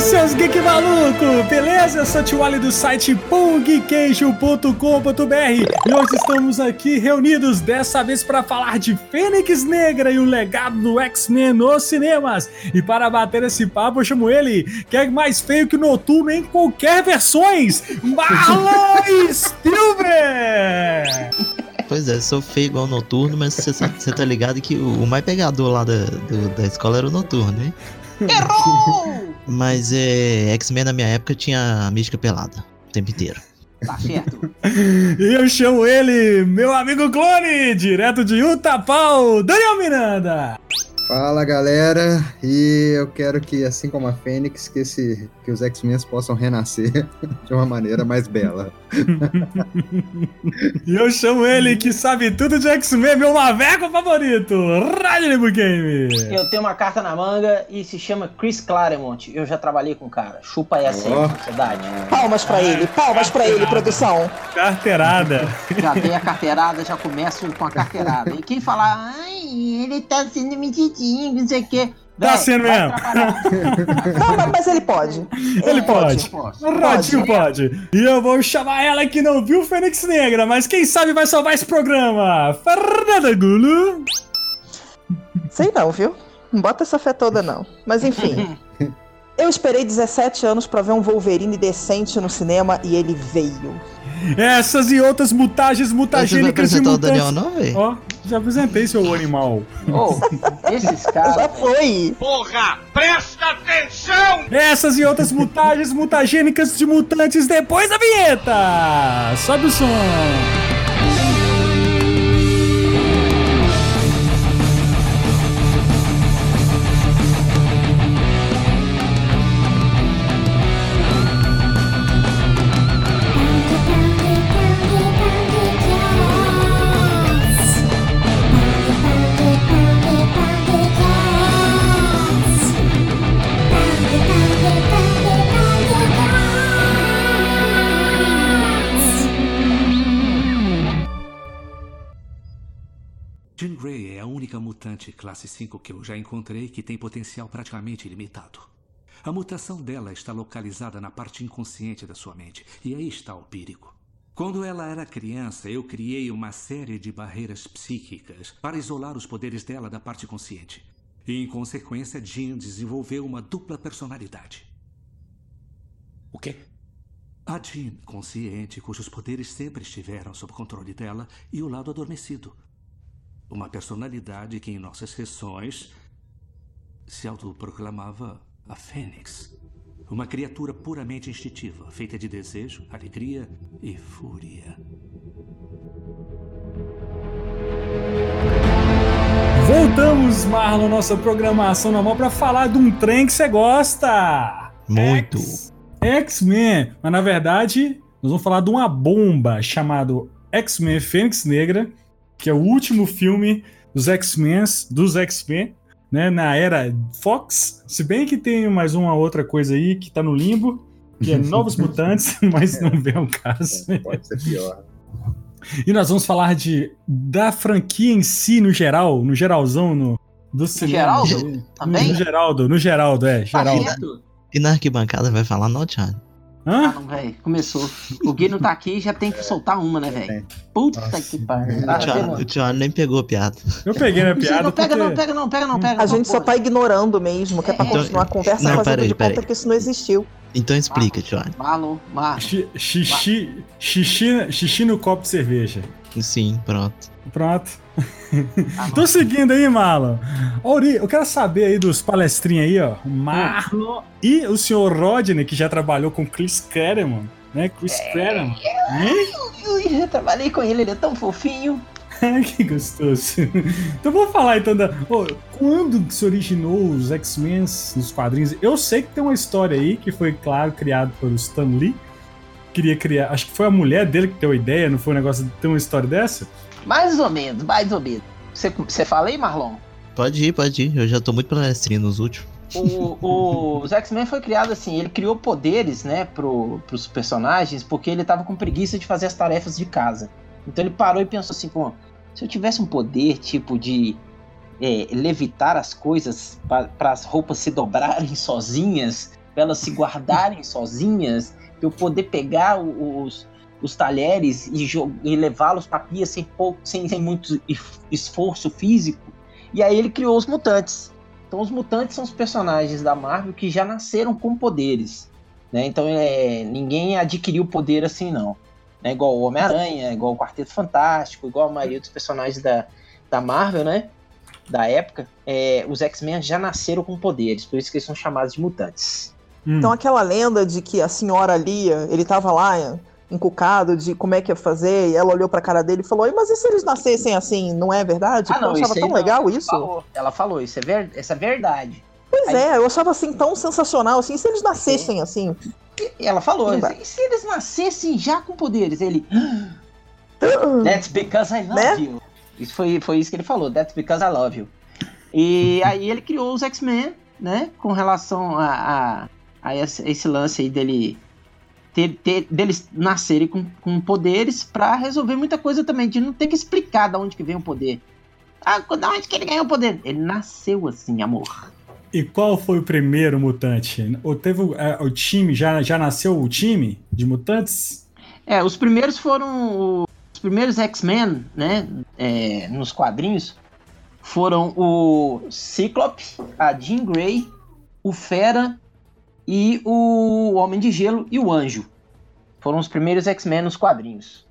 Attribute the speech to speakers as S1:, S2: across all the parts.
S1: seus geek maluco! Beleza? Eu sou o Tiwali do site pongqueijo.com.br e hoje estamos aqui reunidos dessa vez para falar de Fênix Negra e o legado do X-Men nos cinemas. E para bater esse papo, eu chamo ele, que é mais feio que o Noturno em qualquer versões, Marlon Spielberg!
S2: Pois é, sou feio igual o noturno, mas você tá ligado que o, o mais pegador lá da, do- da escola era o noturno, hein?
S3: Errou!
S2: Mas é, X-Men na minha época tinha a mística pelada o tempo inteiro.
S3: Tá certo.
S1: E eu chamo ele, meu amigo clone, direto de Utapau, Daniel Miranda!
S4: Fala galera, e eu quero que, assim como a Fênix, que, esse, que os X-Men possam renascer de uma maneira mais bela.
S1: E eu chamo ele que sabe tudo de X-Men, meu maveco favorito, Radnibu Game.
S3: Eu tenho uma carta na manga e se chama Chris Claremont. Eu já trabalhei com o cara. Chupa essa aí,
S4: Ó.
S3: sociedade.
S5: Palmas pra ele, palmas pra ele, produção.
S1: Carteirada.
S3: Já dei a carteirada, já começo com a carteirada. E quem falar, ai, ele tá sendo mentidinho, não sei o quê.
S1: Tá
S3: Véi,
S1: sendo
S3: vai
S1: mesmo.
S3: trabalhar.
S5: Não, mas, mas ele pode.
S1: Ele pode.
S3: Posso.
S1: Rodinho pode. E eu vou chamar ela que não viu Fênix Negra, mas quem sabe vai salvar esse programa. Fernanda Gulo.
S5: Sei não, viu? Não bota essa fé toda, não. Mas enfim. Eu esperei 17 anos pra ver um Wolverine decente no cinema e ele veio.
S1: Essas e outras mutagens
S2: Você não
S1: mutagênicas Tá, e
S2: apresentou o Daniel,
S1: mutantes.
S2: não, velho?
S1: Ó, já apresentei seu animal.
S3: Ô, esses
S5: Já
S3: caras. tá velho,
S5: foi.
S1: Essas e outras mutagens mutagênicas de mutantes depois da vinheta. Sobe o som.
S6: Jean Grey é a única mutante classe 5 que eu já encontrei que tem potencial praticamente ilimitado. A mutação dela está localizada na parte inconsciente da sua mente, e aí está o perigo. Quando ela era criança, eu criei uma série de barreiras psíquicas para isolar os poderes dela da parte consciente. E, em consequência, Jean desenvolveu uma dupla personalidade. O quê? A Jean, consciente, cujos poderes sempre estiveram sob controle dela, e o lado adormecido, uma personalidade que em nossas sessões se autoproclamava a Fênix. Uma criatura puramente instintiva, feita de desejo, alegria e fúria.
S1: Voltamos, Marlon, nossa programação normal pra falar de um trem que você gosta.
S2: Muito.
S1: X- X-Men. Mas na verdade, nós vamos falar de uma bomba chamado X-Men Fênix Negra, que é o último filme dos X-Men, dos X-Men, né, na era Fox. Se bem que tem mais uma outra coisa aí que tá no limbo, que é Novos Mutantes, mas não vem ao caso.
S4: Pode ser pior.
S1: E nós vamos falar de da franquia em si, no geral, no geralzão, no, do cinema.
S3: Geraldo?
S1: No
S3: Também?
S1: Geraldo, no Geraldo, é,
S3: Tá
S1: Geraldo.
S3: certo?
S2: E na arquibancada vai falar Not Child.
S3: Ah,
S1: Hã?
S3: não, velho. Começou. O Gui não tá aqui já tem que soltar uma,
S5: É.
S3: né,
S4: É.
S3: velho? Puta
S1: Nossa.
S3: que pariu. Tá
S2: O Thiago- O Thiago nem pegou a piada.
S1: Eu peguei minha piada.
S3: Não pega, não
S1: porque-
S3: pega, não pega, não pega.
S5: A gente só tá ignorando mesmo, que é pra
S3: É.
S5: continuar a conversa
S2: Então, Não,
S5: fazendo
S2: peraí,
S5: de
S2: peraí.
S5: conta que isso não existiu.
S2: Então explica, Thiago.
S3: Marlon, Marlon.
S1: Xi- Xixi, xixi, xixi no copo de cerveja.
S2: Sim, pronto.
S1: Pronto.
S3: Ah,
S1: Tô seguindo aí, Marlon. Ori, eu quero saber aí dos palestrinhos aí, ó. O Marlon e o senhor Rodney, que já trabalhou com Chris Claremont, né? Chris
S3: É,
S1: Claremont. Hein?
S3: Ui, já trabalhei com ele, ele é tão fofinho.
S1: Ai, que gostoso. Então vamos falar então da. Ô, quando que se originou os X-Men nos quadrinhos? Eu sei que tem uma história aí que foi, claro, criado pelo Stan Lee. Queria criar. Acho que foi a mulher dele que deu a ideia, não foi um negócio de ter uma história dessa?
S3: Mais ou menos, mais ou menos. Você, você fala aí, Marlon?
S2: Pode ir, pode ir. Eu já tô muito palestrinho nos últimos.
S3: O, o, os X-Men foi criado assim, ele criou poderes, né, pro, pros personagens, porque ele tava com preguiça de fazer as tarefas de casa. Então ele parou e pensou assim, pô, se eu tivesse um poder, tipo, de é, levitar as coisas para as roupas se dobrarem sozinhas, pra elas se guardarem sozinhas, pra eu poder pegar o- os, os talheres e, jo- e levá-los pra pia sem, pouco, sem, sem muito es- esforço físico. E aí ele criou os mutantes. Então os mutantes são os personagens da Marvel que já nasceram com poderes. né? Então é, ninguém adquiriu poder assim, não. Né? Igual o Homem-Aranha, igual o Quarteto Fantástico, igual a maioria dos personagens da, da Marvel, né? Da época, é, os X-Men já nasceram com poderes, por isso que eles são chamados de mutantes.
S1: Hum.
S5: Então aquela lenda de que a senhora Lia, ele tava lá encucado de como é que ia fazer, e ela olhou pra cara dele e falou, "Ei, mas e se eles nascessem assim, não é verdade?
S3: Ah, não,
S5: eu achava
S3: isso aí
S5: tão
S3: não.
S5: legal isso.
S3: Falou. Ela falou, isso é, ver, isso é verdade.
S5: Pois
S3: Aí-
S5: é, eu achava assim tão sensacional, assim, e se eles nascessem assim.
S3: E ela falou,
S5: Sim, vai.
S3: e se eles nascessem já com poderes? Ele, that's because I love
S5: Né?
S3: you. Isso foi, foi isso que ele falou, that's because I love you. E aí ele criou os X-Men, né? Com relação a, a, a esse, esse lance aí dele ter, ter- deles nascerem com, com poderes pra resolver muita coisa também, de não ter que explicar da onde que vem o poder. Ah, da onde que ele ganhou o poder? Ele nasceu assim, amor.
S1: E qual foi o primeiro mutante? Ou teve o, é, o time? Já, já nasceu o time de mutantes?
S3: É, os primeiros foram. o- Os primeiros X-Men, né? é, nos quadrinhos, foram o Ciclope, a Jean Grey, o Fera e o Homem de Gelo e o Anjo. Foram os primeiros X-Men nos quadrinhos.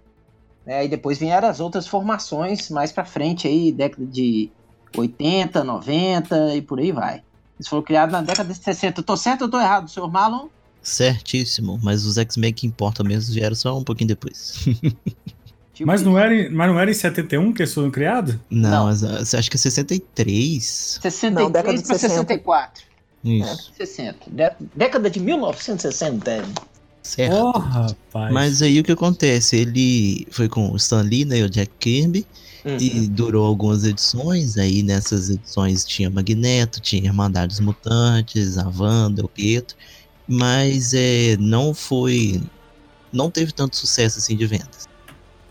S3: É, e depois vieram as outras formações mais pra frente aí, década de 80, 90 e por aí vai. Eles foram criados na década de 60. Eu tô certo ou tô errado, senhor Marlon?
S2: Certíssimo, mas os X-Men que importa mesmo vieram só um pouquinho depois.
S3: Tipo
S1: Mas não, é- era em, mas não era em 71 que eles foram criados?
S2: Não,
S3: Não.
S2: Mas, ah, você acha que é 63?
S3: 63
S5: Não, década de
S3: pra
S5: 60.
S3: 64.
S2: Isso,
S3: 60. Dé- década de 1960.
S2: certo.
S1: Oh, rapaz.
S2: Mas aí o que acontece? Ele foi com o Stan Lee, né, e o Jack Kirby, e durou algumas edições. Aí nessas edições tinha Magneto, tinha Irmandade dos Mutantes, a Wanda, o Pietro, mas é, não foi. Não teve tanto sucesso assim de vendas.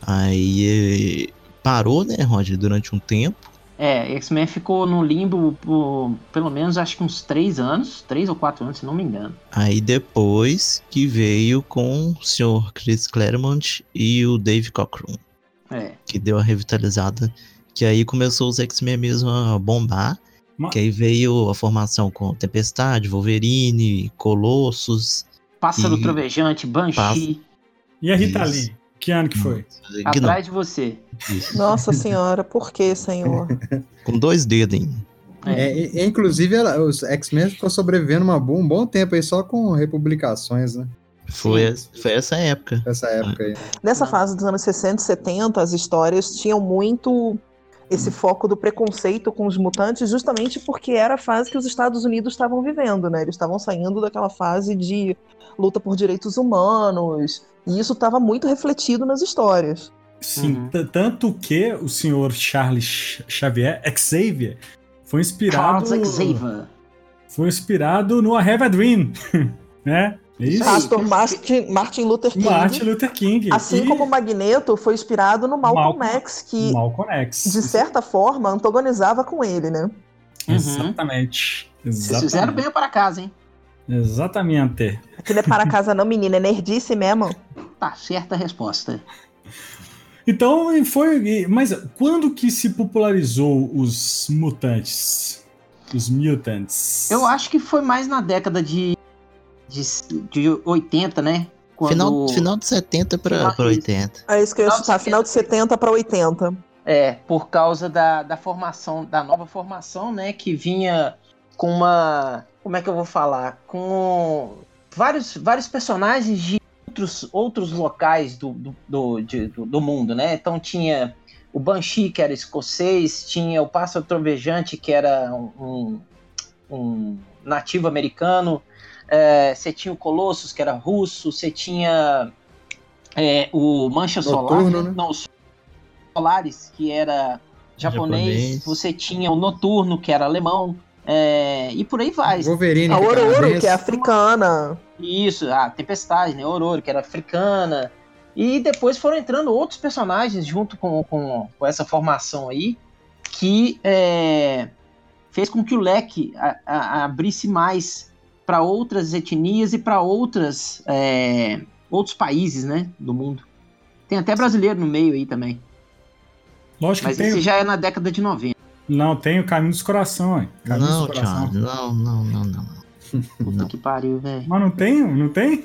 S2: Aí é, parou, né, Rod, durante um tempo.
S3: É, X-Men ficou no limbo por pelo menos acho que uns 3 anos, 3 ou 4 anos, se não me engano.
S2: Aí depois que veio com o Sr. Chris Claremont e o Dave Cockrum.
S3: É.
S2: que deu a revitalizada, que aí começou os X-Men mesmo a bombar.
S1: Ma-
S2: Que aí veio a formação com Tempestade, Wolverine, Colossus.
S3: Pássaro
S2: E-
S3: Trovejante, Banshee,
S1: E a Rita
S2: Isso.
S1: Lee? Que ano que foi?
S2: Que não,
S3: atrás de você.
S2: isso.
S5: Nossa senhora, por que, senhor?
S2: Com dois dedos ainda.
S3: É.
S4: É, e- e, inclusive, ela- os X-Men ficou sobrevivendo uma boa, um bom tempo aí só com republicações, né?
S2: Foi,
S3: Sim.
S2: foi essa época.
S4: Nessa época aí.
S5: Nessa
S3: Não.
S5: fase dos anos 60 e 70, as histórias tinham muito esse foco do preconceito com os mutantes, justamente porque era a fase que os Estados Unidos estavam vivendo, né? Eles estavam saindo daquela fase de luta por direitos humanos, e isso estava muito refletido nas histórias.
S1: Sim,
S3: Uhum.
S1: t- tanto que o senhor Charles Ch- Xavier, Xavier, foi inspirado.
S3: Charles Xavier.
S1: Foi inspirado no I Have a Dream. né? É isso?
S3: Isso aí.
S5: Pastor Martin, Martin Luther King,
S1: Martin Luther King.
S5: assim
S1: e
S5: como o Magneto, foi inspirado no Malcolm,
S1: Malcolm-
S5: X, que
S1: Malcolm X.
S5: de certa forma antagonizava com ele, né?
S3: Uhum.
S1: Exatamente.
S3: Vocês
S1: Exatamente.
S3: fizeram bem para casa, hein?
S1: Exatamente.
S5: Aquilo é para casa não, menina, é nerdice mesmo.
S3: Tá certa a resposta.
S1: Então, e foi. e- Mas quando que se popularizou os mutantes? Os mutants?
S3: Eu acho que foi mais na década de, de, de 80, né? Quando...
S2: Final, final de 70 pra,
S3: Final-
S2: pra 80.
S5: É isso que eu ia
S3: Final de
S5: chutar, final de 70 para 80.
S3: É, por causa da, da formação, da nova formação, né? Que vinha com uma. Como é que eu vou falar? Com vários, vários personagens de outros, outros locais do, do, do, de- do- do mundo, né? Então tinha o Banshee, que era escocês, tinha o Pássaro Trovejante, que era um, um- um nativo americano, é, você tinha o Colossus, que era russo, você tinha é, o Mancha
S4: Noturno,
S3: Solar.
S4: né?
S3: Não, o Solaris, que era japonês,
S2: Japonês.
S3: você tinha o Noturno, que era alemão, é, e por aí vai.
S4: Wolverine,
S5: Ah, A
S4: que é
S5: Ouro Ouro,
S4: canadense.
S5: que é africana.
S3: Isso, a Tempestade, né? Aurora, que era africana. E depois foram entrando outros personagens junto com, com, com essa formação aí, que é, fez com que o leque a- a- abrisse mais para outras etnias e para outras é, outros países, né, do mundo. Tem até brasileiro no meio aí também.
S1: Lógico
S3: Mas
S1: que tem.
S3: esse já é na década de 90.
S1: Não, tem o caminho dos coração, hein? Caminho
S2: Não,
S1: dos coração.
S2: Thiago, não, não, não, não.
S3: Puta
S2: Não.
S3: que pariu, velho.
S1: Mas não tem? Não tem?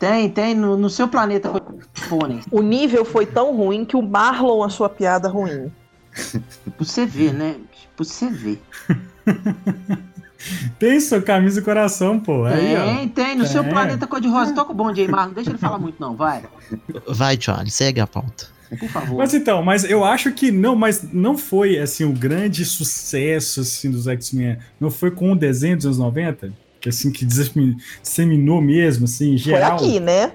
S3: Tem, tem no, no seu planeta Pônei.
S5: O nível foi tão ruim que o Marlon achou a piada ruim.
S3: Pra você ver, né? Pra você ver.
S1: Tem seu caminho do coração, pô. É Aí, ó.
S3: Tem, tem, no seu
S1: Tem.
S3: planeta cor-de-rosa. Toca o bonde aí, Marlon. Deixa ele falar muito, não, vai.
S2: Vai, Charlie, segue a pauta.
S3: Por favor.
S1: Mas então, mas eu acho que não, mas não foi assim o grande sucesso assim dos X-Men. Não foi com o desenho dos anos 90, que assim que desmi- disseminou mesmo assim, em geral.
S5: Foi aqui, né?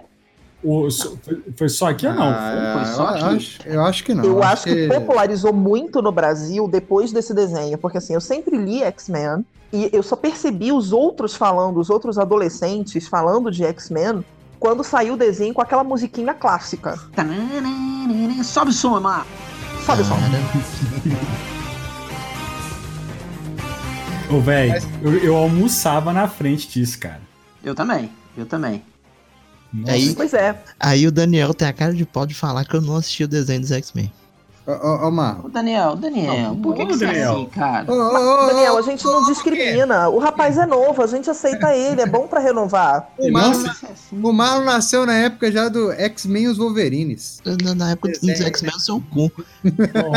S1: O- so- foi- foi só aqui ou não?
S4: Ah,
S3: Foi só
S4: eu,
S3: aqui.
S4: acho, eu acho que não.
S5: eu acho que... popularizou muito no Brasil depois desse desenho, porque assim, eu sempre li X-Men e eu só percebi os outros falando, os outros adolescentes falando de X-Men quando saiu o desenho com aquela musiquinha clássica.
S3: Tananana, Sobe o som, Marlon.
S5: Sabe só?
S2: Cara,
S1: Ô, velho, eu, eu almoçava na frente disso, cara.
S3: Eu também, eu também.
S1: Nossa.
S2: Aí-
S5: Pois é.
S2: Aí o Daniel tem a cara de pau de falar que eu não assisti o desenho dos X-Men.
S4: Ô, ô, ô, Marlon.
S3: Ô, Daniel, Daniel,
S1: Não,
S3: por que, que você é
S1: Daniel.
S3: assim, cara?
S4: Ô, ô, ô, ô,
S5: Daniel, a gente não
S4: ô,
S5: discrimina. O rapaz é novo, a gente aceita ele, é bom pra renovar.
S4: O
S1: Nossa.
S4: Marlon,
S3: Você é assim.
S4: o Marlon nasceu na época já do X-Men e os Wolverines.
S2: Na, na época dos
S4: Desenho.
S2: X-Men, é o seu cu.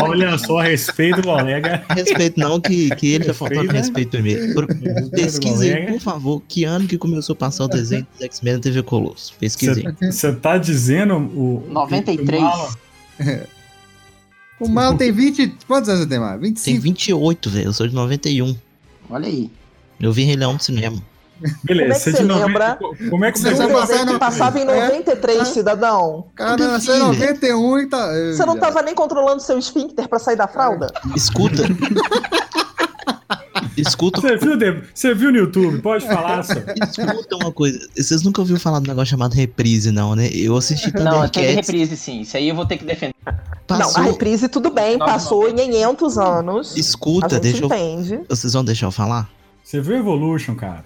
S1: Olha só, respeito do colega.
S2: Respeito não, que, que ele tá faltando
S1: Respeito, né?
S2: respeito primeiro. Pro- Pesquisem, por favor, que ano que começou a passar o desenho dos X-Men na TV Colosso. Pesquisem.
S1: Você tá dizendo o.
S3: 93.
S1: o Marlon?
S4: O Marlon tem 20. Quantos anos você tem, Marlon?
S2: Tem
S4: 25.
S2: 28, velho. Eu sou de 91.
S3: Olha aí.
S2: Eu vi Rei Leão no cinema.
S1: Beleza,
S5: Como é que
S1: você
S5: você
S1: de 90,
S5: lembra?
S1: co- Como é que
S5: Um
S1: você
S4: Começou a
S1: lembra?
S4: passar
S5: desenho que
S4: no-
S5: passava em
S4: É.
S5: 93, cidadão.
S4: Cara, nasceu em
S2: Filho.
S4: 91 e tá.
S5: Você não tava nem controlando seu esfíncter pra sair da fralda?
S2: Escuta. Escuta,
S1: Você viu, Deb- você viu no YouTube? Pode falar, senhor.
S2: escuta uma coisa. Vocês nunca ouviram falar de um negócio chamado reprise, não, né? Eu assisti
S3: Não, teve
S2: Thundercats.
S3: reprise sim. Isso aí eu vou ter que defender.
S5: Não, a
S2: Tá. Passou.
S5: reprise tudo bem,
S3: Não,
S5: passou em 500 anos. a
S2: Escuta,
S5: gente
S2: deixa eu.
S5: entende.
S2: Vocês vão deixar eu falar?
S1: Você viu Evolution, cara?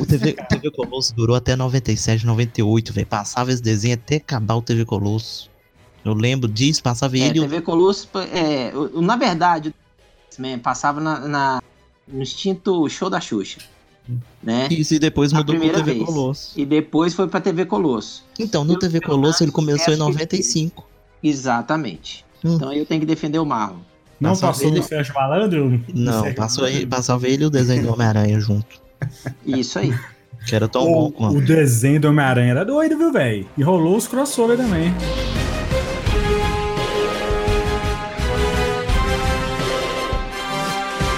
S2: O TV, o TV Colosso durou até 97, 98, velho. Passava esse desenho até acabar o TV Colosso. Eu lembro disso, passava
S3: É,
S2: ele. e o-
S3: TV Colosso, é, o- o- na verdade, o X-Men passava na, na- no instinto show da Xuxa, né?
S2: Isso, e depois
S3: A
S2: mudou pro
S3: primeira
S2: TV
S3: vez.
S2: Colosso.
S3: E depois foi pra TV Colosso.
S2: Então, no
S3: Eu-
S2: TV
S3: eu
S2: Colosso ele
S3: acho-
S2: começou em
S3: acho que-
S2: 95.
S3: Exatamente.
S2: Hum.
S3: Então eu tenho que defender o Marlon.
S1: Não
S2: Passava
S1: passou
S2: ele-
S1: no Sérgio Malandro?
S2: Não,
S1: Sérgio
S2: passou,
S1: Malandro?
S2: ele- passava ele e o desenho do Homem-Aranha junto.
S3: Isso aí.
S2: Que era tão bom
S1: O,
S2: quanto.
S1: o desenho do Homem-Aranha era doido, viu, velho? E rolou os crossover também.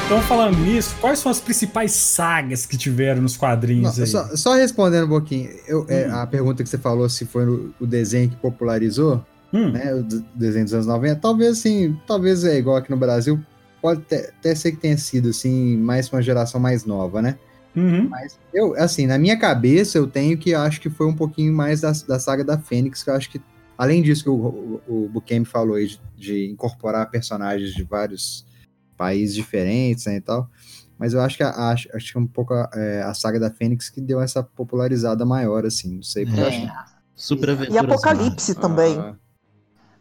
S1: Então, falando nisso, quais são as principais sagas que tiveram nos
S4: Não,
S1: quadrinhos aí?
S4: só, só respondendo um pouquinho, eu- é,
S5: Uhum.
S4: a pergunta que você falou se foi o- o desenho que popularizou,
S1: Hum,
S4: né, o d- desenho dos anos 90, talvez assim, talvez é igual aqui no Brasil, pode até- até ser que tenha sido assim, mais pra uma geração mais nova, né?
S1: uhum.
S4: Mas eu, assim, na minha cabeça eu tenho que acho que foi um pouquinho mais da, da saga da Fênix, que eu acho que, além disso que o, o, o Buscemi falou aí, de, de incorporar personagens de vários países diferentes, né, e tal, mas eu acho que, a- acho, acho que um pouco a, é, a saga da Fênix que deu essa popularizada maior, assim, não sei porque eu acho
S3: É.
S4: que-
S2: Super
S5: E
S2: Aventuras
S5: Apocalipse também.
S4: Ah,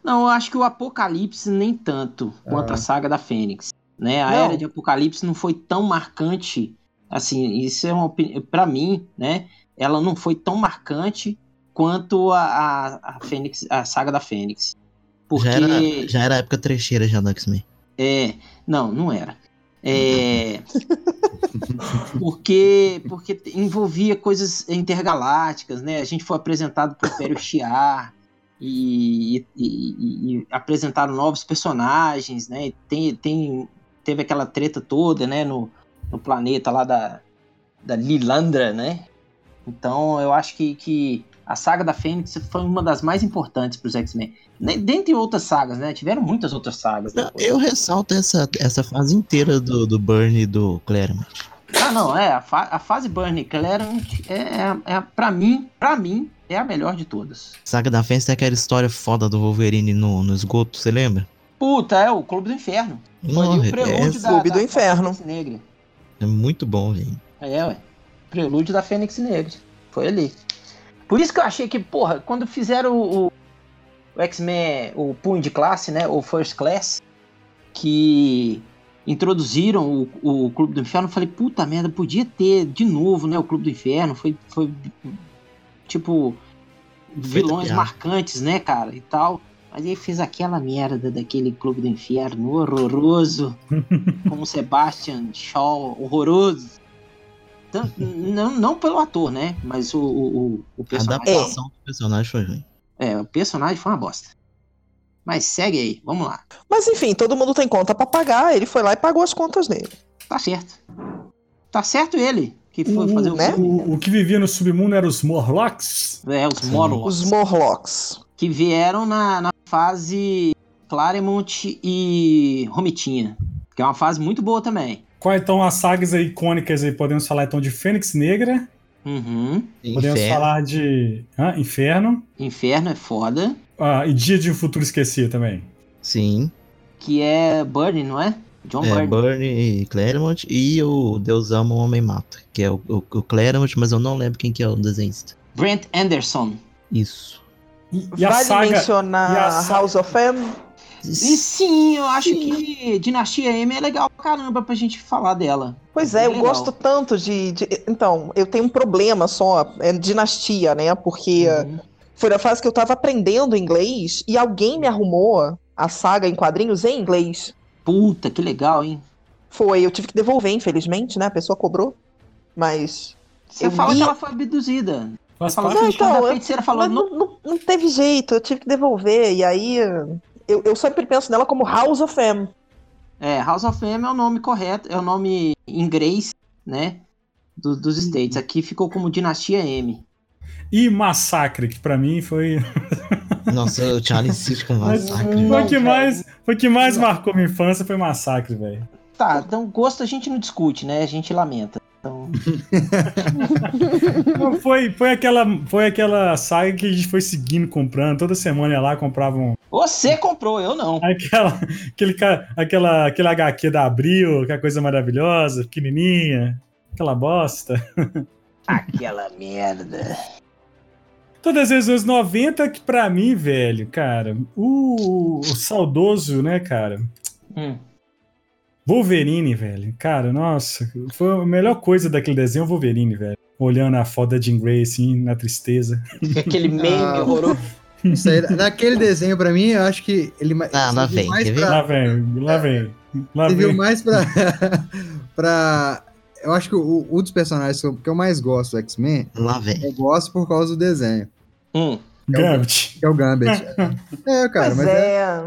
S3: Não, eu acho que o Apocalipse nem tanto quanto
S4: Ah.
S3: a saga da Fênix. Né? A
S5: Não.
S3: era de Apocalipse não foi tão marcante. Assim, isso é uma opinião. Pra mim, né? Ela não foi tão marcante quanto a, a, a Fênix, a saga da Fênix. Porque.
S2: Já era, já era a época trecheira já do X-Men.
S3: É, não, não era. É, porque, porque envolvia coisas intergalácticas, né? A gente foi apresentado pro Império Shi'ar e, e- e- e apresentaram novos personagens, né? Tem, tem, teve aquela treta toda, né? No, no planeta lá da, da Lilandra, né? Então eu acho que, que a saga da Fênix foi uma das mais importantes para os X-Men. Ne- Dentre outras sagas, né? Tiveram muitas outras sagas.
S2: Não,
S3: depois.
S2: eu ressalto essa, essa fase inteira do, do Burn e do Claremont.
S3: Ah, não, é. A, fa- a fase Burn Claremont é, é, é pra mim, pra mim, é a melhor de todas.
S2: Saga da Fênix tem aquela história foda do Wolverine no, no esgoto, você lembra?
S3: Puta, é o Clube do Inferno. Foi ali
S2: Não,
S3: o prelúdio
S2: é,
S3: da,
S5: Clube
S3: da
S5: do Inferno.
S3: Fênix Negra.
S2: é muito bom, velho.
S3: É, ué. Prelúdio da Fênix Negra. Foi ali. Por isso que eu achei que, porra, quando fizeram o, o- o X-Men, o Punho de Classe, né? O First Class, que introduziram o, o Clube do Inferno, eu falei, puta merda, podia ter de novo, né? O Clube do Inferno. Foi, foi tipo, vilões
S2: piada.
S3: marcantes, né, cara? E tal. Mas aí fez aquela merda daquele Clube do Inferno horroroso, com o Sebastian Shaw horroroso. Tan- Não, não pelo ator, né? Mas o, o, o- o
S2: A
S3: personagem.
S2: adaptação do personagem foi ruim.
S3: É, o personagem foi uma bosta. Mas segue aí, vamos lá.
S5: Mas enfim, todo mundo tem conta pra pagar, ele foi lá e pagou as contas dele.
S3: Tá certo. Tá certo ele, que foi
S5: Hum,
S3: fazer o
S5: né?
S3: filme.
S1: O, o que vivia no submundo eram os Morlocks.
S3: É, os
S2: Sim.
S3: Morlocks.
S5: Os Morlocks.
S3: Que vieram na, na fase Claremont e Romitinha. Que é uma fase muito boa também.
S1: Quais então as sagas aí icônicas aí? Podemos falar então de Fênix Negra,
S3: Uhum.
S1: podemos
S2: Inferno.
S1: falar de hã? Inferno
S3: Inferno é foda.
S1: ah, e Dia de um Futuro Esquecido também.
S2: Sim.
S3: Que é Burnie, não é? John
S2: É,
S3: Burnie.
S2: Burnie e Claremont e o Deus Ama o Homem Mata, que é o, o, o Claremont, mas eu não lembro quem que é o desenhista.
S3: Brent Anderson.
S2: Isso.
S1: E, e a
S5: Vale
S1: saga.
S5: mencionar
S1: e a saga-
S5: House of M.
S3: E sim, eu acho que Dinastia M é legal pra caramba pra gente falar dela.
S5: Pois é, eu
S3: Legal.
S5: gosto tanto de, de- Então, eu tenho um problema só, é dinastia, né? Porque
S3: Uhum.
S5: foi na fase que eu tava aprendendo inglês e alguém me arrumou a saga em quadrinhos em inglês.
S3: Puta, que legal, hein?
S5: Foi, eu tive que devolver, infelizmente, né? A pessoa cobrou. Mas.
S3: Você
S5: Eu
S3: fala
S5: li-
S3: que ela foi abduzida.
S1: Faz
S3: Fala
S1: parte-
S5: Não,
S3: assim,
S5: então,
S3: quando a
S5: eu-
S3: feiticeira falou,
S5: mas
S3: não,
S5: não, não- não teve jeito, eu tive que devolver. E aí. Eu, eu sempre penso nela como House of M.
S3: É, House of M é o nome correto, é o nome em inglês, né? do- dos
S5: Uhum.
S3: States. Aqui ficou como Dinastia M.
S1: E Massacre, que pra mim foi
S2: Nossa, o Charlie insiste com
S1: Mas-
S2: massacre.
S1: Foi
S3: Não,
S1: o que
S3: cara.
S1: mais, foi o que mais marcou minha infância foi massacre, velho.
S3: Tá, então gosto a gente não discute, né? A gente lamenta. Então,
S1: Não, Foi, foi aquela, foi aquela saga que a gente foi seguindo comprando, toda semana ia lá compravam
S3: você comprou, eu não.
S1: aquela aquele ca- aquela aquele HQ da Abril, aquela coisa maravilhosa, pequenininha, aquela bosta.
S3: Aquela merda.
S1: Todas as vezes 90 que pra mim, velho, cara, o, o saudoso, né, cara?
S3: Hum.
S1: Wolverine, velho. Cara, nossa, foi a melhor coisa daquele desenho, é o Wolverine, velho. Olhando a foda de Jean Grey, assim, na tristeza.
S3: Aquele meme
S4: Ah.
S3: horroroso.
S4: Isso aí, naquele desenho, pra mim, eu acho que ele ma-
S2: Ah, lá
S4: serviu
S2: vem,
S4: mais
S2: quer ver?
S4: pra,
S1: Lá vem, lá vem. Lá
S4: Serviu
S1: vem.
S4: mais pra. pra. Eu acho que o, um dos personagens que eu, que eu mais gosto do X-Men,
S3: é.
S2: Lá vem.
S4: eu gosto por causa do desenho,
S3: Hum.
S1: Gambit.
S4: que é o Gambit. é, cara,
S5: pois
S4: mas é,
S5: é.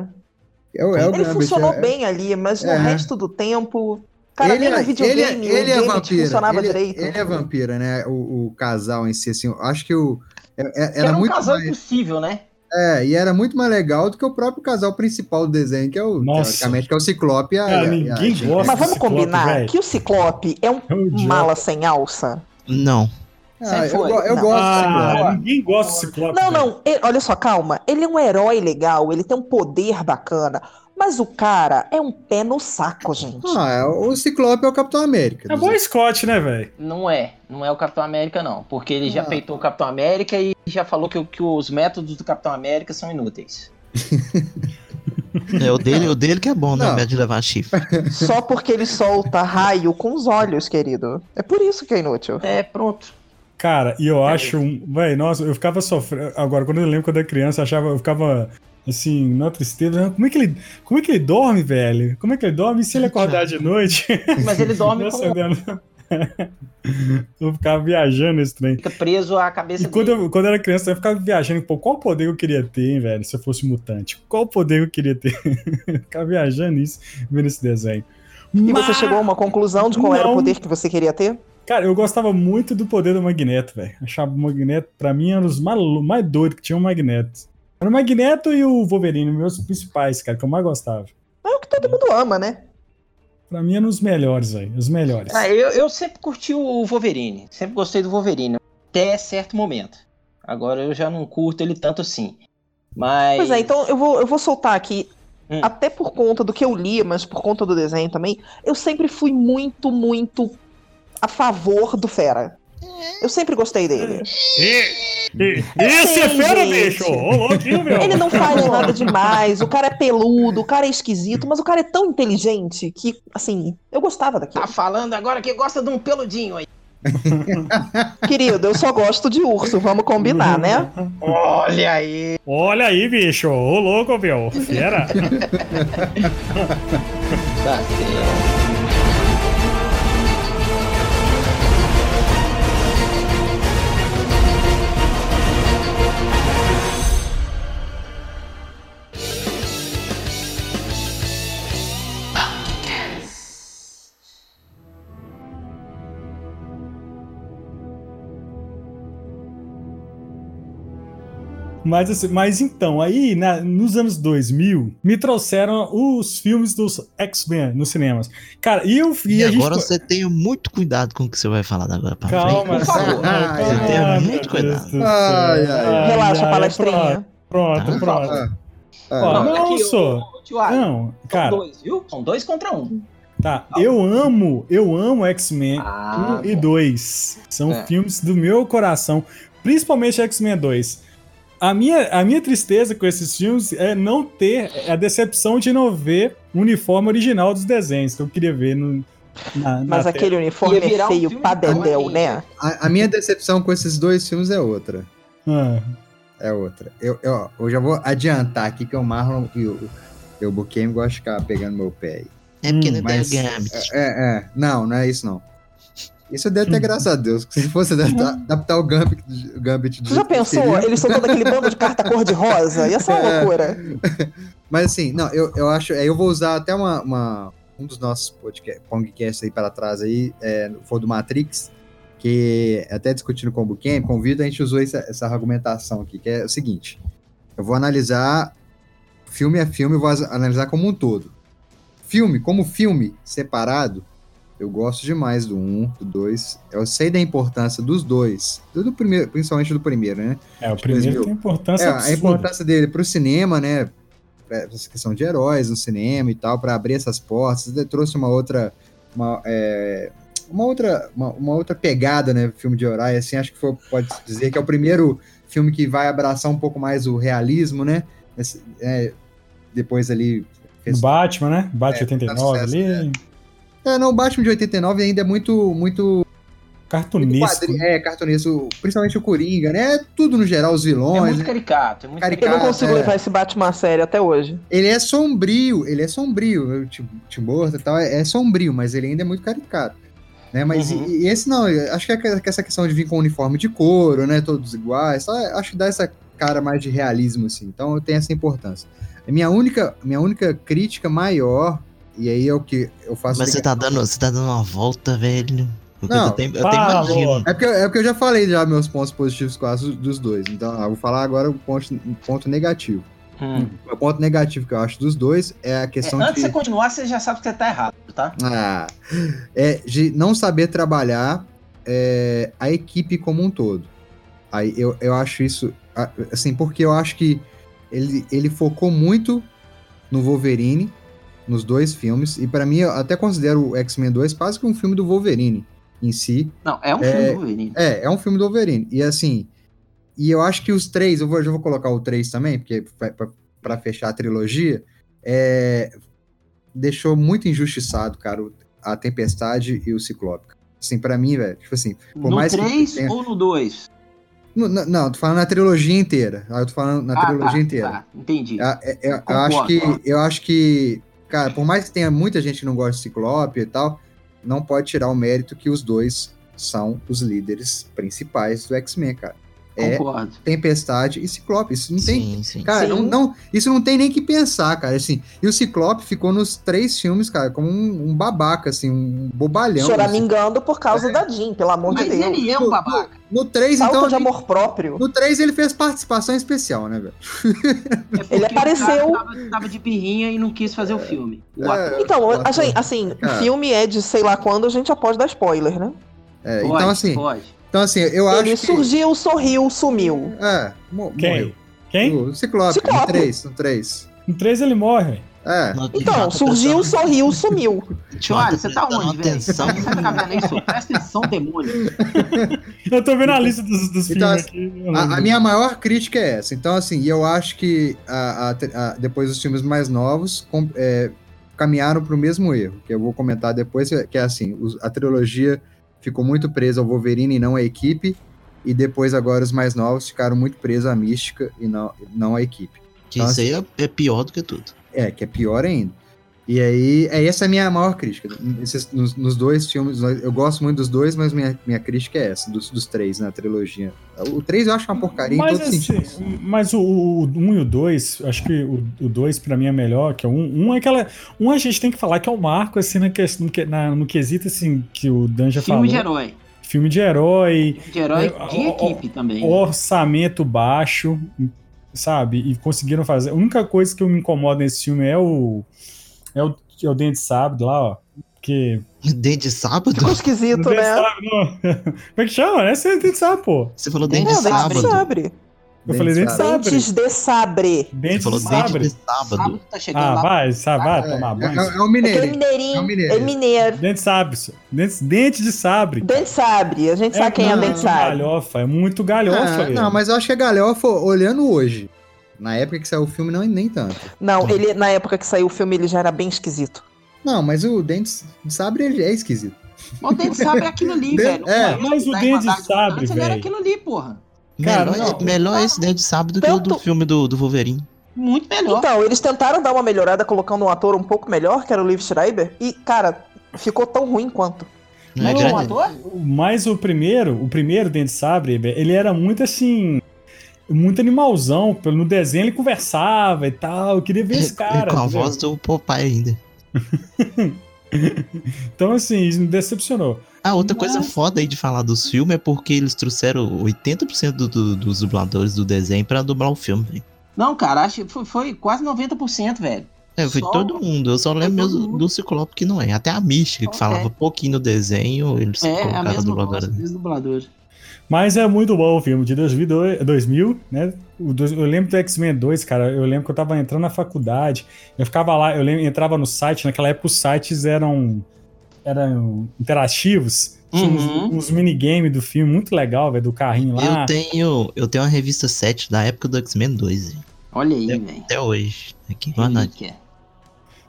S4: é, o- é o
S5: Ele
S4: Gambit.
S5: funcionou
S4: é-
S5: bem ali, mas no
S4: É.
S5: resto do tempo. Cara,
S4: ele,
S5: nem no
S4: é- ele, é-
S5: videogame
S4: ele é
S5: o Gambit
S4: vampira.
S5: funcionava
S4: ele,
S5: direito.
S4: ele é vampira, né? O, o casal em si, assim, eu acho que o. é- é-
S3: Era,
S4: era
S3: um
S4: muito
S3: casal
S4: mais,
S3: impossível, né?
S4: é, e era muito mais legal do que o próprio casal principal do desenho, que é o,
S1: Nossa.
S4: teoricamente, que é o Ciclope. e a-
S1: Cara,
S4: e a- e a
S1: ninguém
S4: Jean
S1: gosta.
S5: Mas vamos
S1: Ciclope,
S5: combinar
S1: velho.
S5: que o Ciclope é um
S1: É um idiota.
S5: mala sem alça.
S2: Não.
S4: Ah,
S3: Sempre
S4: eu,
S3: foi.
S4: go- eu
S5: Não.
S4: gosto do Ciclope.
S1: Ah, ninguém gosta desse ciclope.
S5: Não,
S1: velho.
S5: não. ele- olha só, calma. Ele é um herói legal, ele tem um poder bacana. Mas o cara é um pé no saco, gente.
S4: Ah, é- o Ciclope é o Capitão América.
S1: É bom Scott, né, velho?
S3: Não é. Não é o Capitão América, não. Porque ele já
S4: Ah.
S3: peitou o Capitão América e já falou que, o- que os métodos do Capitão América são inúteis.
S2: É o dele, o dele que é bom, né?
S4: Não.
S2: Ao invés de levar chifre.
S5: Só porque ele solta raio com os olhos, querido. É por isso que é inútil.
S3: É, pronto.
S1: Cara, e eu acho. um- Véi, nossa, eu ficava sofrendo. Agora, quando eu lembro quando eu era criança, eu achava, eu ficava assim, na tristeza. Como é que ele, como é que ele dorme, velho? Como é que ele dorme? E se ele acordar
S5: é.
S1: de noite?
S3: Mas ele dorme com
S1: Nossa, velho. Eu ficava viajando esse trem.
S3: fica preso à cabeça
S1: E quando
S3: dele.
S1: eu, quando eu era criança, eu ficava viajando, pô, qual poder eu queria ter, hein, velho, se eu fosse mutante? Qual poder eu queria ter? ficava viajando nisso, vendo esse desenho.
S5: E
S1: Mas,
S5: você chegou a uma conclusão de qual era o
S1: Não.
S5: poder que você queria ter?
S1: Cara, eu gostava muito do poder do Magneto, velho. Achava o Magneto, pra mim, era os malu mais doidos que tinha o Magneto. Era o Magneto e o Wolverine, meus principais, cara, que eu mais gostava.
S5: É o que todo mundo ama, né?
S1: Pra mim, eram os melhores, velho, os melhores.
S3: Ah, eu, eu sempre curti o Wolverine. Sempre gostei do Wolverine. Até certo momento. Agora eu já não curto ele tanto assim. Mas.
S5: Pois é, então eu vou, eu vou soltar aqui.
S3: Hum.
S5: Até por conta do que eu li, mas por conta do desenho também, eu sempre fui muito, muito a favor do Fera. Eu sempre gostei dele.
S4: Hum,
S1: Esse é
S5: Sim,
S1: fera,
S5: gente.
S1: bicho! Ô, louquinho, meu!
S5: Ele não faz nada demais, o cara é peludo, o cara é esquisito, mas o cara é tão inteligente que, assim, eu gostava daquilo.
S3: Tá falando agora que gosta de um peludinho aí.
S5: Querido, eu só gosto de urso, vamos combinar, né?
S3: Olha aí.
S1: Olha aí, bicho! Ô, louco, meu! Fera!
S3: Tá certo.
S1: Mas, assim, mas então, aí na- nos anos 2000, me trouxeram os filmes dos X-Men nos cinemas. Cara, e eu
S2: E,
S1: e a gente.
S2: agora você tenha muito cuidado com o que você vai falar da agora pra
S1: Calma,
S2: frente.
S3: por favor.
S1: calma,
S4: Você
S2: tem
S1: calma,
S2: muito
S1: meu Deus
S2: cuidado.
S1: do céu.
S4: Ah, é. Ai, ai, ai.
S5: Relaxa,
S1: ai, é
S5: palestrinha.
S1: Pronto,
S2: Tá.
S1: pronto.
S4: Ah,
S1: Ó,
S4: ah,
S1: não,
S3: aqui, ô,
S1: sou.
S3: ô,
S5: Ah,
S3: Tiago,
S1: Não,
S3: são
S1: Ah, cara,
S3: dois, viu? São dois contra um.
S1: tá. Eu amo, eu amo X-Men
S3: Ah,
S1: 1 e 2. São
S3: É.
S1: filmes do meu coração, principalmente X-Men 2. A minha, a minha tristeza com esses filmes é não ter a decepção de não ver o uniforme original dos desenhos que eu queria ver no, na, na
S5: Mas
S1: tela.
S5: aquele uniforme
S3: Ia virar
S5: é
S3: um
S5: feio
S3: filme
S5: pra
S3: de tamanho.
S5: dedéu, né?
S4: a, a minha decepção com esses dois filmes é outra.
S1: Ah,
S4: É outra. Eu, eu, ó, eu já vou adiantar aqui que o Marlon e o, e o Buquem gostam de ficar pegando meu pé aí.
S2: É porque não
S1: Hum,
S2: tem o
S4: mas-
S2: Gambit.
S4: É, é. Não, não é isso não. Isso eu dei
S5: Hum.
S4: até graças a Deus. que Se fosse adaptar, adaptar o Gambit, Gambit do
S5: Tu já
S4: jeito que
S5: pensou?
S4: seria-
S5: Eles são todo aquele bando de carta cor-de-rosa? Ia ser uma
S4: É.
S5: loucura.
S4: Mas assim, não, eu, eu acho. é, Eu vou usar até uma, uma- um dos nossos podcast, podcasts aí para trás aí, é, foi do Matrix, que até discutindo com o Buquem, convido, a gente usou essa, essa argumentação aqui, que é o seguinte: eu vou analisar filme a filme, eu vou as- analisar como um todo. Filme, como filme separado, eu gosto demais do 1, do 2. Eu sei da importância dos dois, do, do primeiro, principalmente do primeiro, né?
S1: é, o primeiro
S4: 2000.
S1: tem importância
S4: É, a
S1: absurda.
S4: importância dele pro cinema, né? Pra essa questão de heróis no cinema e tal, para abrir essas portas. Ele trouxe uma outra. Uma, é, uma outra, uma, uma outra pegada, né? Filme de herói, assim, acho que foi, pode dizer que é o primeiro filme que vai abraçar um pouco mais o realismo, né? Esse- é, depois ali.
S1: Do Batman, né? Batman 89
S4: É, tá sucesso,
S1: ali.
S4: É, não, o Batman de 89 ainda é muito, muito
S1: Cartunesco.
S4: quadri- É, cartunesco, principalmente o Coringa, né? Tudo no geral, os
S3: é
S4: vilões.
S3: muito
S4: né?
S3: caricato. É muito
S5: Eu
S4: Caricato.
S5: não
S4: Cara,
S5: consigo
S4: é.
S5: levar esse Batman a sério até hoje.
S4: Ele é sombrio, ele é sombrio. O Tim Tim Burton e tal, é, é sombrio, mas ele ainda é muito caricato. Né? Mas
S3: Uhum.
S4: e- e esse não, eu acho que é que- que essa questão de vir com uniforme de couro, né? Todos iguais, só acho que dá essa cara mais de realismo, assim. Então tem essa importância. A minha única, minha única crítica maior, e aí é o que eu faço.
S2: Mas você tá, dando, você tá dando uma volta, velho. Porque
S4: Não,
S2: eu até, eu até
S1: fala,
S2: imagino.
S1: amor.
S4: É porque, eu- é porque eu já falei já meus pontos positivos quase dos dois. Então, eu vou falar agora o ponto, o ponto negativo.
S3: Hum.
S4: O ponto negativo que eu acho dos dois é a
S3: É,
S4: questão
S3: antes de
S4: de,
S3: você continuar, você já sabe que você tá errado, tá?
S4: Ah, é de não saber trabalhar é, a equipe como um todo. Aí eu, eu acho isso. a- Assim, porque eu acho que ele, ele focou muito no Wolverine, nos dois filmes, e pra mim eu até considero o X-Men 2 quase que um filme do Wolverine em si.
S3: Não, é um
S4: É,
S3: filme do Wolverine.
S4: É, é um filme do Wolverine. E assim, e eu acho que os três, eu vou, eu já vou colocar o três também, porque pra- pra- pra fechar a trilogia, é, deixou muito injustiçado, cara, o- a Tempestade e o Ciclope. Assim, pra mim, velho, tipo assim, por
S3: no
S4: mais que
S3: 3
S4: tenha-
S3: ou no 2?
S4: no- no- não, tô falando na trilogia inteira. Ah, Eu tô falando na trilogia inteira.
S3: tá, entendi.
S4: Ah, é- é- Eu,
S3: Concordo.
S4: acho que, eu acho que, cara, por mais que tenha muita gente que não gosta de Ciclope e tal, não pode tirar o mérito que os dois são os líderes principais do X-Men, cara. É
S3: Concordo.
S4: Tempestade e Ciclope. Isso não tem.
S2: Sim, sim.
S4: Cara,
S5: Sim.
S4: não, não- isso não tem nem que pensar, cara. Assim, e o Ciclope ficou nos três filmes, cara, como um, um babaca, assim, um bobalhão. assim.
S5: Choramingando por causa da Jean, pelo amor
S3: Mas
S5: de Deus.
S3: ele é um babaca.
S4: No três,
S5: Falta
S4: então.
S5: de amor próprio.
S4: No três ele fez participação especial, né, velho?
S3: é porque
S5: Ele
S3: o cara
S5: apareceu.
S3: Tava, tava de birrinha e não quis fazer o filme. O
S4: É,
S3: ator.
S5: Então,
S4: Nossa.
S5: a gente- assim,
S4: Cara.
S5: filme é de sei lá quando, a gente já pode dar spoiler, né?
S4: É,
S3: Pode,
S4: então, assim,
S3: pode.
S4: então, assim, eu acho.
S5: ele
S4: que-
S5: surgiu, sorriu, sumiu.
S4: É, mo- morreu.
S1: Quem? Quem?
S4: O Ciclope,
S5: Ciclope.
S4: no 3, no 3.
S1: No 3 ele morre. velho.
S4: É.
S5: Então, surgiu, sorriu, sumiu.
S3: Olha, você tá onde, velho? Você
S2: Atenção.
S3: tá vendo isso? Presta atenção, demônio.
S1: Eu tô vendo a lista dos, dos
S4: Então,
S1: filmes aqui. eu não
S4: A, a
S1: lembro.
S4: minha maior crítica é essa. Então, assim, e eu acho que a- a- a- depois os filmes mais novos com- é, caminharam para o mesmo erro, que eu vou comentar depois, que é assim, os- a trilogia ficou muito presa ao Wolverine e não à equipe, e depois agora os mais novos ficaram muito presos à mística e não, não à equipe.
S2: Que isso aí é, é pior do que tudo.
S4: É, que é pior ainda. E aí, é, essa é a minha maior crítica. Esses- nos, nos dois filmes, eu gosto muito dos dois, mas minha, minha crítica é essa, dos, dos três na trilogia. O três eu acho é uma porcaria em
S1: mas,
S4: todos os
S1: assim,
S4: sentidos.
S1: mas o 1 um e o 2, acho que o 2 pra mim é melhor, que é um, um é aquela. Um a gente tem que falar que é o marco, assim, na, ques- no, que- na- no quesito assim, que o Dan já falou.
S3: Filme de herói.
S1: Filme de herói,
S3: Filme de herói
S1: Eu-
S3: de
S1: ó, ó,
S3: equipe também.
S1: orçamento baixo, sabe? E conseguiram fazer. A única coisa que eu me incomodo nesse filme é o. É o, é o Dente Sábado lá, ó. Que.
S2: Dente de sábado?
S5: Ficou esquisito,
S1: Dente
S5: né?
S1: Sábado, não. Como é que chama? Não é ser Dente Sábado, pô.
S2: Você falou
S5: É,
S2: dente
S5: dente
S2: de
S5: de
S2: sábado.
S5: sabre.
S1: Eu falei Dente
S4: Dente
S1: Sabre.
S5: Dentes de sabre.
S2: Você
S1: Dente
S2: falou dente
S1: Sabre.
S2: de sábado.
S3: Sábado tá chegando
S1: Ah,
S3: lá.
S1: vai, sabe, vai tomar
S4: É,
S1: banho.
S4: é, é o
S5: Aquele
S4: Mineiro.
S5: mineirinho.
S4: É
S5: É
S4: o mineiro.
S5: mineiro. mineiro.
S1: Dente de sabre, senhor. dente, dente de sabre.
S5: Dente sabre. A gente sabe quem é o
S1: muito
S5: dente sabre.
S1: galhofa, é muito galhofa.
S4: Ah,
S1: velho.
S4: não, mas eu acho que a galhofa, olhando hoje, na época que saiu o filme, não nem tanto.
S5: Não, ele, na época que saiu o filme, ele já era bem esquisito.
S4: Não, mas o Dente de Sabre ele é esquisito.
S3: Mas o Dente de Sabre é aquilo ali,
S4: De-
S3: velho. tá
S4: é.
S3: Uma-
S1: Mas o
S3: da
S1: Dente de
S3: Irmandade dos
S1: Sabre,
S3: Mutantes, ele Era
S1: velho.
S3: aquilo ali, porra.
S1: Cara,
S2: melhor,
S1: não.
S2: melhor esse dente de sábado do que o do
S5: Tanto-
S2: filme do, do Wolverine.
S3: Muito melhor.
S5: Então, eles tentaram dar uma melhorada colocando um ator um pouco melhor, que era o Liv Schreiber, e, cara, ficou tão ruim quanto.
S2: Não é
S3: Mas o
S2: grande?
S3: ator?
S1: Mas o primeiro, o primeiro Dente de Sabre, velho, ele era muito assim. Muito animalzão. pelo- No desenho ele conversava e tal. Eu queria ver esse cara.
S2: com a
S1: entendeu?
S2: voz do Popeye ainda.
S1: Então, assim, isso me decepcionou.
S2: Ah, outra coisa
S1: Mas-
S2: foda aí de falar dos filmes é porque eles trouxeram 80% do- do- dos dubladores do desenho pra dublar o filme, velho.
S3: Não, cara, acho que foi, foi quase 90%, velho.
S2: É, foi
S3: Só- É
S2: todo mundo. Eu só lembro
S3: todo
S2: mesmo
S3: mundo.
S2: do Ciclope que não é. Até a Mística, que
S3: Ok.
S2: falava pouquinho no desenho, eles
S3: É, a
S2: colocaram a
S3: mesma
S2: dubladora.
S3: coisa, mesmo dublador.
S1: Mas é muito bom o filme de 2002, 2000, né? O dois- eu lembro do X-Men 2, cara. Eu lembro que eu tava entrando na faculdade. Eu ficava lá, eu lembro, entrava no site. Naquela época os sites eram, eram interativos. Tinha uns-
S3: Uhum.
S1: uns, minigames do filme muito legal, velho, do carrinho lá.
S2: Eu tenho, eu tenho uma revista 7 da época do X-Men 2, hein,
S3: Olha aí,
S2: É.
S3: velho.
S2: até hoje. É Aqui,
S3: Uhum.
S2: guardado.
S3: Relíquia.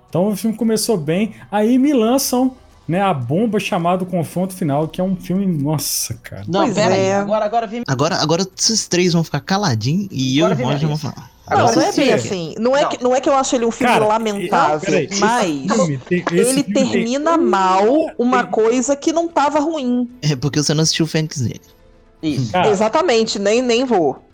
S1: Então o filme começou bem. Aí me lançam, né, a bomba chamada O Confronto Final, que é um filme. Nossa, cara.
S3: Não,
S5: Pois
S3: pera aí.
S5: é.
S3: Agora, agora vem.
S2: Agora, agora esses três vão ficar caladinhos e eu e
S3: Agora
S2: o
S3: vem
S2: Roger
S3: a
S2: vão falar.
S3: Agora
S5: não, não é
S3: sim.
S5: bem assim. Não é,
S3: Não.
S5: Que, não é que eu acho ele um filme
S1: Cara,
S5: lamentável,
S1: peraí, esse
S5: mas
S1: filme tem- esse
S5: ele
S1: filme tem-
S5: termina mal uma coisa que não tava ruim.
S3: né?
S2: É porque você não assistiu o Fênix Negra.
S3: Isso.
S1: Cara,
S5: Exatamente, nem, nem vou.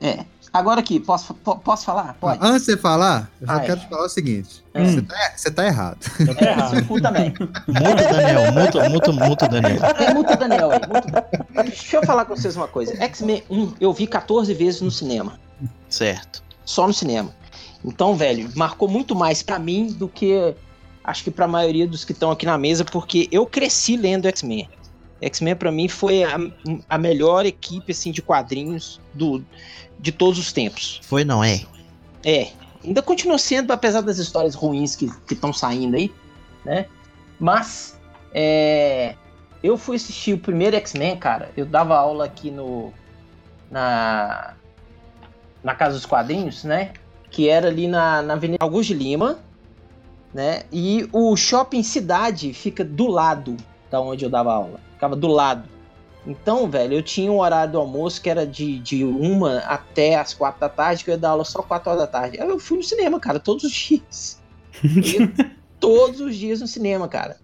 S3: É. Agora aqui, posso, po- posso falar? Pode.
S4: Antes de você falar, eu só
S3: Ai.
S4: quero te falar o seguinte.
S1: Hum.
S4: Você, tá, você tá errado.
S1: tá até
S3: É,
S1: errado.
S3: seu cu também.
S2: Muito Daniel, muito, muito, muito Daniel.
S3: É muito Daniel aí. Muito... Deixa eu falar com vocês uma coisa. X-Men 1 eu vi 14 vezes no cinema.
S2: Certo.
S3: Só no cinema. Então, velho, marcou muito mais pra mim do que acho que pra maioria dos que estão aqui na mesa, porque eu cresci lendo X-Men. X-Men pra mim foi a, a melhor equipe assim de quadrinhos do, de todos os tempos.
S2: Foi, não é?
S3: É, ainda continua sendo, apesar das histórias ruins que estão saindo aí, né? Mas, é, eu fui assistir o primeiro X-Men, cara. Eu dava aula aqui no. Na. Na Casa dos Quadrinhos, né? Que era ali na, na Avenida Augusto de Lima, né? E o Shopping Cidade fica do lado da onde eu dava aula. Ficava do lado. Então, velho, eu tinha um horário do almoço que era de, de uma até as quatro da tarde, que eu ia dar aula só quatro horas da tarde. Aí Eu fui no cinema, cara, todos os dias. Eu ia todos os dias no cinema, cara.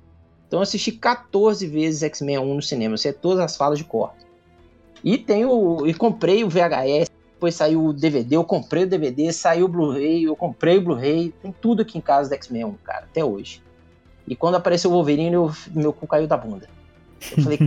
S3: Então eu assisti 14 vezes X-Men 1 no cinema, isso é todas as falas de cor. E tenho. E comprei o VHS, depois saiu o DVD, eu comprei o DVD, saiu o Blu-ray, eu comprei o Blu-ray, tem tudo aqui em casa do X-Men 1, cara, até hoje. E quando apareceu o Wolverine, eu- meu cu caiu da bunda. Eu falei,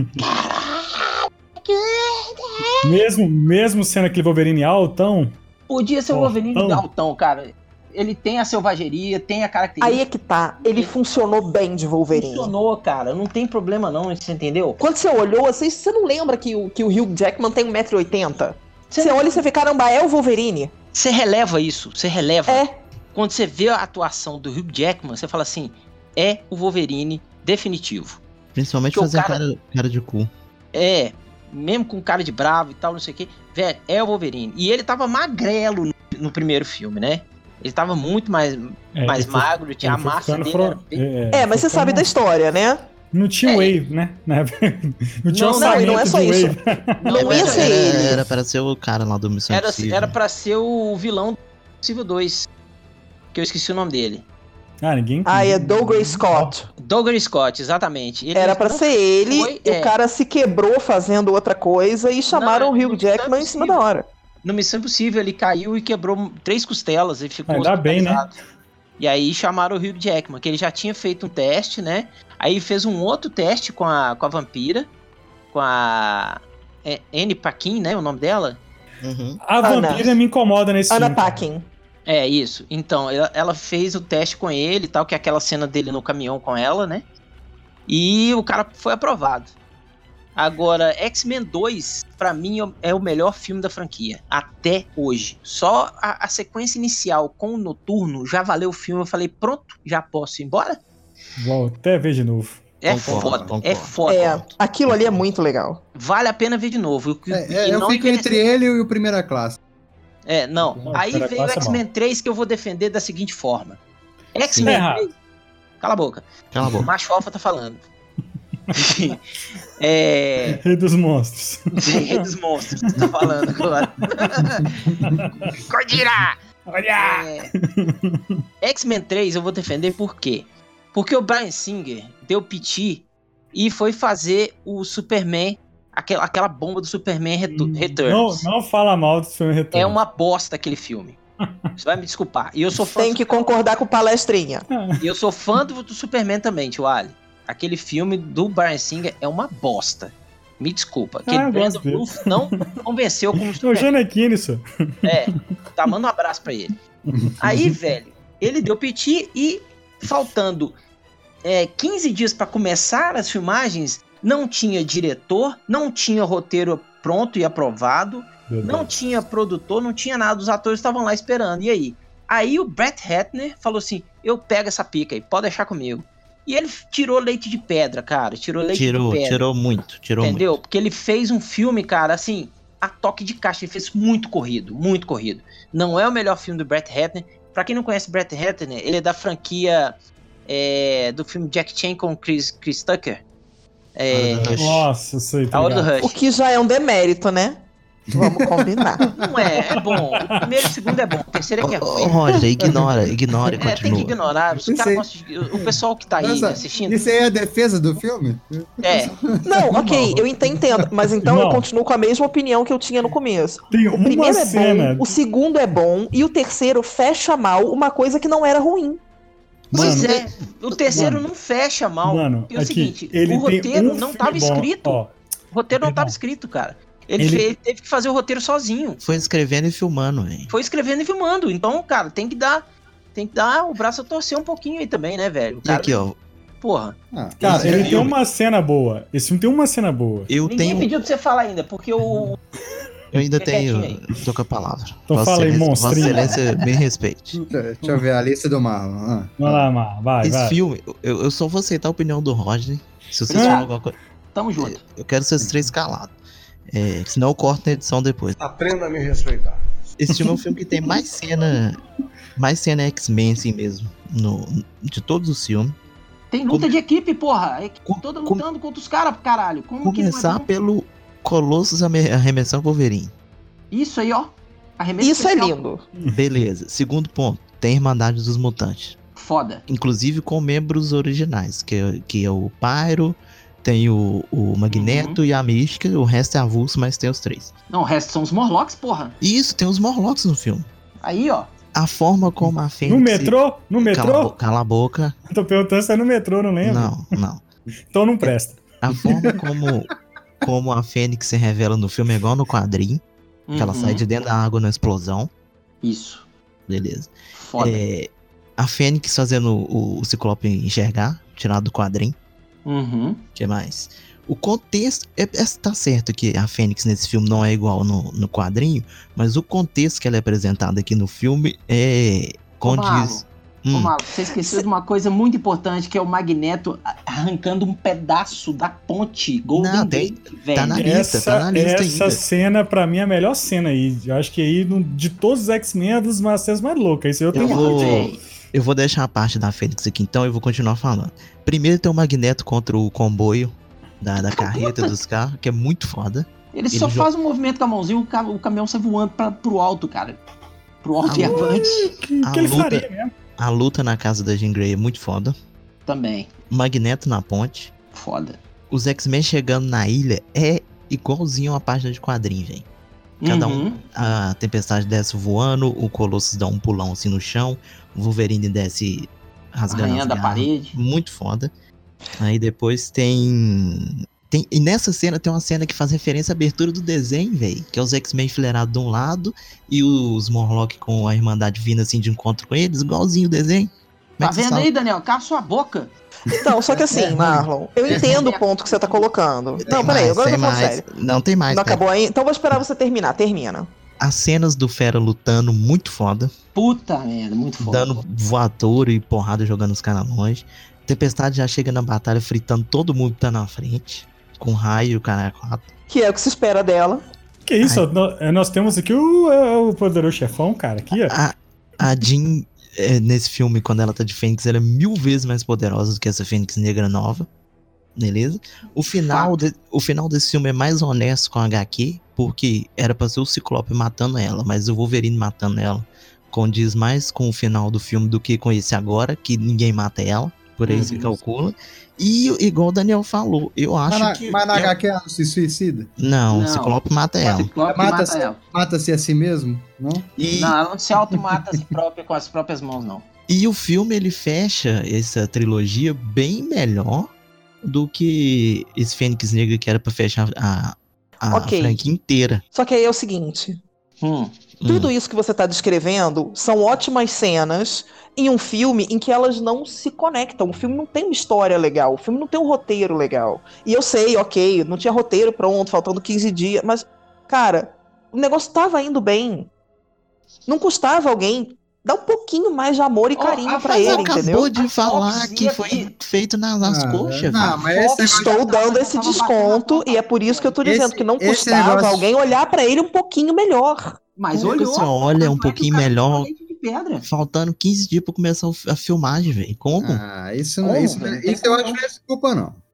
S1: Mesmo, mesmo sendo aquele Wolverine altão,
S3: Podia ser o
S1: Portão.
S3: Wolverine Galtão, cara. Ele tem a selvageria, tem a
S5: Aí é
S3: característica.
S5: que tá. Ele funcionou bem de Wolverine.
S3: funcionou, cara. Não tem problema não, você entendeu?
S5: Quando você olhou, assim, você não lembra que o, que o Hugh Jackman tem 1,80m?
S3: Você-
S5: Você olha e você vê, caramba, é o Wolverine.
S3: Você releva isso, você releva.
S5: É.
S3: quando você vê a atuação do Hugh Jackman, você fala assim: é o Wolverine definitivo.
S2: Principalmente
S3: Porque o
S2: fazer a
S3: cara-
S2: cara, cara de cu.
S3: É, mesmo com cara de bravo e tal, não sei o que, velho, é o Wolverine. E ele tava magrelo no, no primeiro filme, né? Ele tava muito mais,
S1: É,
S3: mais
S1: ele foi-
S3: magro, tinha
S1: ele
S3: a
S1: foi
S3: massa
S1: ficando
S3: dele.
S1: fro-
S3: era bem-
S5: É, mas
S1: foi
S5: você sabe da
S1: ficando-
S5: história, né?
S1: Não tinha
S3: É.
S1: wave, né? Na época. Não tinha
S3: Não,
S1: orçamento
S5: não, e não é só
S1: de
S5: isso.
S1: wave.
S5: Não
S1: é,
S5: ia
S3: era-
S5: ser
S2: era,
S5: ele.
S2: era pra ser o cara lá do Missão
S3: Era,
S2: Impossível.
S3: era pra ser o vilão do Possível 2. Que eu esqueci o nome dele.
S1: Ah, ninguém.
S5: Ah, é Dougray Scott.
S3: Douglas Scott, exatamente. Ele-
S5: Era pra ser ele,
S3: Foi,
S5: e
S3: é.
S5: o cara se quebrou fazendo outra coisa e chamaram
S3: Não,
S5: o Hugh
S3: não
S5: Jackman
S3: é
S5: em cima da hora.
S3: No Missão Impossível, ele caiu e quebrou três costelas. Ele ficou
S1: Ainda bem, né?
S3: hospitalizado. E aí chamaram o Hugh Jackman, que ele já tinha feito um teste, né? Aí fez um outro teste com a, com a vampira, com a é, Anne Paquin, né? O nome dela?
S2: Uhum.
S1: A
S5: Ana.
S1: vampira me incomoda nesse
S5: Ana
S1: filme, cara.
S5: Paquin.
S3: É, isso. Então, ela, ela fez o teste com ele e tal, que é aquela cena dele no caminhão com ela, né? E o cara foi aprovado. Agora, X-Men 2, pra mim, é o melhor filme da franquia. Até hoje. Só a, a sequência inicial com o Noturno já valeu o filme. Eu falei, pronto, já posso ir embora?
S1: Vou até ver de novo.
S3: É
S2: Concordo,
S3: foda, é
S2: concordo.
S3: foda.
S5: É, aquilo ali é muito legal.
S3: Vale a pena ver de novo. E-
S4: É, é,
S3: e
S4: eu
S3: não
S4: fico
S3: envelhece-
S4: entre ele e o Primeira Classe.
S3: É, não.
S1: Não,
S3: Aí
S1: primeira
S3: veio o
S1: classe é
S3: X-Men 3 que eu vou defender da seguinte forma. X-Men
S1: Tá
S3: 3... Cala a boca.
S2: Cala a
S3: O
S2: boca.
S3: macho alfa tá falando. é...
S1: Rei dos monstros.
S3: Rei dos monstros tá falando agora. Godira!
S1: Olha!
S3: É... X-Men 3 eu vou defender por quê? Porque o Brian Singer deu piti e foi fazer o Superman, aquela, aquela bomba do Superman Retu
S1: Hum, Não,
S3: Returns.
S1: não fala mal do filme Retorno.
S3: É uma bosta aquele filme. Você vai me desculpar. E eu sou fã
S5: Tem que concordar com palestrinha.
S3: E eu sou fã do, do Superman também, tio Ali. Aquele filme do Brian Singer é uma bosta. Me desculpa. Aquele
S1: Ah, eu
S3: Brandon
S1: gosto dele.
S3: Bluth não convenceu como
S1: É O
S3: Superman.
S1: Janequine, isso.
S3: É, tá, manda um abraço pra ele. Aí, velho, ele deu piti e faltando é, 15 dias pra começar as filmagens, não tinha diretor, não tinha roteiro pronto e aprovado,
S1: Meu
S3: não
S1: Deus.
S3: tinha produtor, não tinha nada, os atores estavam lá esperando. E aí? Aí o Brett Ratner falou assim: eu pego essa pica aí, pode deixar comigo. E ele tirou leite de pedra, cara. Tirou leite
S2: Tirou,
S3: de pedra.
S2: tirou muito, tirou
S3: entendeu? Porque ele fez um filme, cara, assim, a toque de caixa. Ele fez muito corrido, muito corrido. Não é o melhor filme do Brett Ratner. Pra quem não conhece Brett Ratner, ele é da franquia é, do filme Jack Chan com Chris, Chris Tucker. É,
S2: muito.
S1: Nossa,
S2: Nossa.
S1: isso
S2: Ah,
S1: aí.
S3: a
S1: Tá
S3: Hora do
S1: ligado.
S3: Rush.
S5: O que já é um demérito, né? Vamos combinar.
S3: Não é, é bom. O primeiro e o segundo é bom. O terceiro é que é
S2: Ô, ô,
S3: ruim.
S2: Roger, ignora, ignora e
S3: É, tem que
S2: continua.
S3: ignorar. Os caras
S4: Isso aí.
S3: gostam de- o pessoal que tá aí
S4: Nossa,
S3: assistindo.
S4: Isso aí é a defesa do filme?
S3: É,
S5: Não, ok, eu ent- entendo. Mas então eu
S1: Não.
S5: continuo com a mesma opinião que eu tinha no começo.
S1: Tem
S5: O
S1: uma
S5: primeiro é
S1: cena.
S5: bom, o segundo é bom, e o terceiro fecha mal uma coisa que não era ruim.
S3: pois
S1: Mano,
S3: é. O terceiro não fecha mal.
S1: Mano,
S3: E é o
S1: aqui,
S3: seguinte,
S1: ele
S3: o
S1: tem
S3: roteiro
S1: um
S3: não
S1: filme
S3: tava
S1: bom.
S3: escrito.
S1: Ó,
S3: O roteiro não estava
S1: Não.
S3: escrito, cara. Ele,
S1: Ele-
S3: fe- ele teve que fazer o roteiro sozinho.
S2: Foi escrevendo e filmando, velho.
S3: Foi escrevendo e filmando. Então, cara, tem que dar. Tem que dar o braço a torcer um pouquinho aí também, né, velho? O
S2: E
S3: Cara,
S2: aqui, ó.
S3: Porra.
S4: Ah,
S1: cara,
S4: esse
S1: ele
S4: filme-
S1: tem uma cena boa. Esse filme tem uma cena boa.
S2: Eu
S3: Ninguém
S2: tenho.
S3: pediu pra você falar ainda, porque o.
S2: Eu ainda
S3: Fica quietinho
S2: tenho. Tô com a palavra.
S1: Então fala aí,
S2: Excelência-
S1: monstrinho.
S2: Vossa Excelência, me respeite.
S4: Deixa eu ver a lista do Marlon. Ah.
S1: Vai lá, Mar, vai,
S2: Esse
S1: vai.
S2: filme, eu, eu só vou aceitar a opinião do Roger. Se vocês
S1: Ah.
S2: falam alguma coisa.
S3: Tamo junto.
S2: Eu quero vocês três calados. É, senão eu corto na edição depois.
S7: Aprenda a me respeitar.
S2: Esse filme é um filme que tem mais cena. Mais cena X-Men, assim mesmo. No, de todos os filmes.
S3: Tem luta
S2: É, Come-
S3: de equipe, porra. É que
S2: Com-
S3: Todo
S2: com-
S3: lutando contra os caras, caralho. Como que não é
S2: começar
S3: bom?
S2: pelo Colossus ame- arremessando Wolverine.
S3: Isso aí, ó. Arremesso
S5: Isso é
S3: especial.
S5: lindo.
S2: Beleza. Segundo ponto, tem Irmandade dos Mutantes.
S3: Foda.
S2: inclusive com membros originais, que, é- que é o Pyro, tem o, o
S1: Uhum.
S2: Magneto e a Mística, o resto é avulso, mas tem os três.
S3: Não, o resto são os Morlocks, porra.
S2: E isso, tem os Morlocks no filme.
S3: Aí, ó.
S2: A forma como a Fênix...
S1: No metrô? No
S2: Cala, a bo-
S1: metrô?
S2: cala a boca.
S1: Tô perguntando se é no metrô, não lembro.
S2: Não, não.
S1: Então não presta.
S2: A forma como, como a Fênix se revela no filme é igual no quadrinho, que ela
S3: Uhum.
S2: sai de dentro da água na explosão.
S3: Isso.
S2: Beleza.
S3: Foda.
S2: É, a Fênix fazendo o, o Ciclope enxergar, tirado do quadrinho.
S3: Uhum.
S2: que mais? O contexto. É, é, tá certo que a Fênix nesse filme não é igual no, no quadrinho, mas o contexto que ela é apresentada aqui no filme é, Condiz.
S3: Ô,
S2: Hum,
S3: Malu, você esqueceu de uma coisa muito importante, que é o Magneto a- arrancando um pedaço da ponte Golden
S2: Não, tem-
S3: Gate, velho.
S2: tá na lista, tá na lista
S1: essa
S2: ainda.
S1: cena, pra mim, é a melhor cena aí. Eu acho que aí, no- de todos os X-Men, é dos cenas mais loucas. Isso aí eu
S2: Eu
S1: tenho.
S2: vou,
S3: velho.
S2: eu vou deixar a parte da Fênix aqui então e vou continuar falando. Primeiro tem o Magneto contra o comboio da, da carreta dos carros, que é muito foda.
S3: Ele, só
S2: Ele
S3: faz um movimento com a mãozinha, o, ca- o caminhão sai voando pra, pro alto, cara. Pro alto e
S2: Ah,
S3: avante
S1: Que,
S2: a
S1: que ele
S2: luta-
S1: faria mesmo?
S2: A luta na casa da Jean Grey é muito foda.
S3: também.
S2: Magneto na ponte.
S3: Foda.
S2: Os X-Men chegando na ilha é igualzinho uma página de quadrinho, velho. Cada um-
S3: Uhum.
S2: A Tempestade desce voando, o Colossus dá um pulão assim no chão, o Wolverine desce rasgando as
S3: Arranhando a
S2: garras.
S3: parede.
S2: Muito foda. Aí depois tem... tem. E nessa cena tem uma cena que faz referência à abertura do desenho, velho. Que é os X-Men enfileirados de um lado e os Morlock com a Irmandade vindo assim de encontro com eles, igualzinho o desenho. Como é
S3: Tá
S2: que vocês
S3: vendo
S2: falam?
S3: aí, Daniel? Cala sua boca.
S5: Então, só que assim,
S2: É,
S5: Marlon, eu entendo o ponto que você tá colocando. Não,
S2: Tem
S5: peraí,
S2: mais,
S5: agora eu
S2: tem
S5: tô falando
S2: mais.
S5: sério.
S2: Não tem mais.
S5: Não
S2: cara.
S5: acabou aí? Então vou esperar você terminar. Termina.
S2: As cenas do Fera lutando, muito foda.
S3: Puta merda, muito foda.
S2: Dando voador e porrada jogando os caras longe. Tempestade já chega na batalha fritando todo mundo que tá na frente. Com raio, e o cara é quatro.
S5: Que é o que se espera dela.
S1: Que isso? nó- é, Nós temos aqui o, é, o poderoso chefão, cara. Aqui, ó.
S2: A, a Jean, é, nesse filme, quando ela tá de Fênix, ela é mil vezes mais poderosa do que essa Fênix negra nova. Beleza? O final, de- o final desse filme é mais honesto com a HQ, porque era pra ser o Ciclope matando ela, mas o Wolverine matando ela condiz mais com o final do filme do que com esse agora, que ninguém mata ela, por aí se
S3: Uhum.
S2: calcula. E igual o Daniel falou, eu acho
S4: Mas na,
S2: que. é.
S4: mas na
S2: eu-
S4: HQ ela não um se suicida?
S2: Não,
S3: Não.
S2: o Ciclope mata
S3: O
S2: ela.
S3: Ciclope
S4: Mata
S3: mata
S4: essa-
S3: ela.
S4: Mata-se a si mesmo? Não?
S2: E-
S3: Não, ela não se automata a si própria com as próprias mãos, não.
S2: E o filme ele fecha essa trilogia bem melhor do que esse Fênix Negra que era pra fechar a, a
S5: Ok.
S2: franquia inteira.
S5: Só que aí é o seguinte:
S3: Hum.
S5: tudo isso que você tá descrevendo são ótimas cenas em um filme em que elas não se conectam. O filme não tem uma história legal, o filme não tem um roteiro legal. E eu sei, ok, não tinha roteiro pronto, faltando 15 dias, mas, cara, o negócio tava indo bem. Não custava alguém dar um pouquinho mais de amor e
S3: Ó,
S5: carinho
S3: a Fran
S5: pra
S2: Mas
S5: ele,
S2: acabou
S5: entendeu?
S2: de falar
S3: Fox
S2: que
S3: ia
S2: foi
S3: ter-
S2: feito nas, nas
S4: Ah,
S2: coxas,
S4: não,
S2: velho.
S4: mas esse negócio-
S5: Estou dando esse desconto e é por isso que eu tô
S4: Esse-
S5: dizendo que não
S4: esse
S5: custava
S4: negócio-
S5: alguém olhar pra ele um pouquinho melhor.
S3: Mas
S2: Como é que
S3: olhou.
S2: você olha um
S3: Tanto é que
S2: pouquinho
S3: o cara
S2: melhor?
S3: ficou leite de pedra.
S2: Faltando 15 dias pra começar o fi- a filmagem, velho. Como?
S4: Ah, isso, não,
S2: Uhum.
S3: Como,
S4: isso,
S3: velho?
S4: isso eu acho que não é desculpa, não.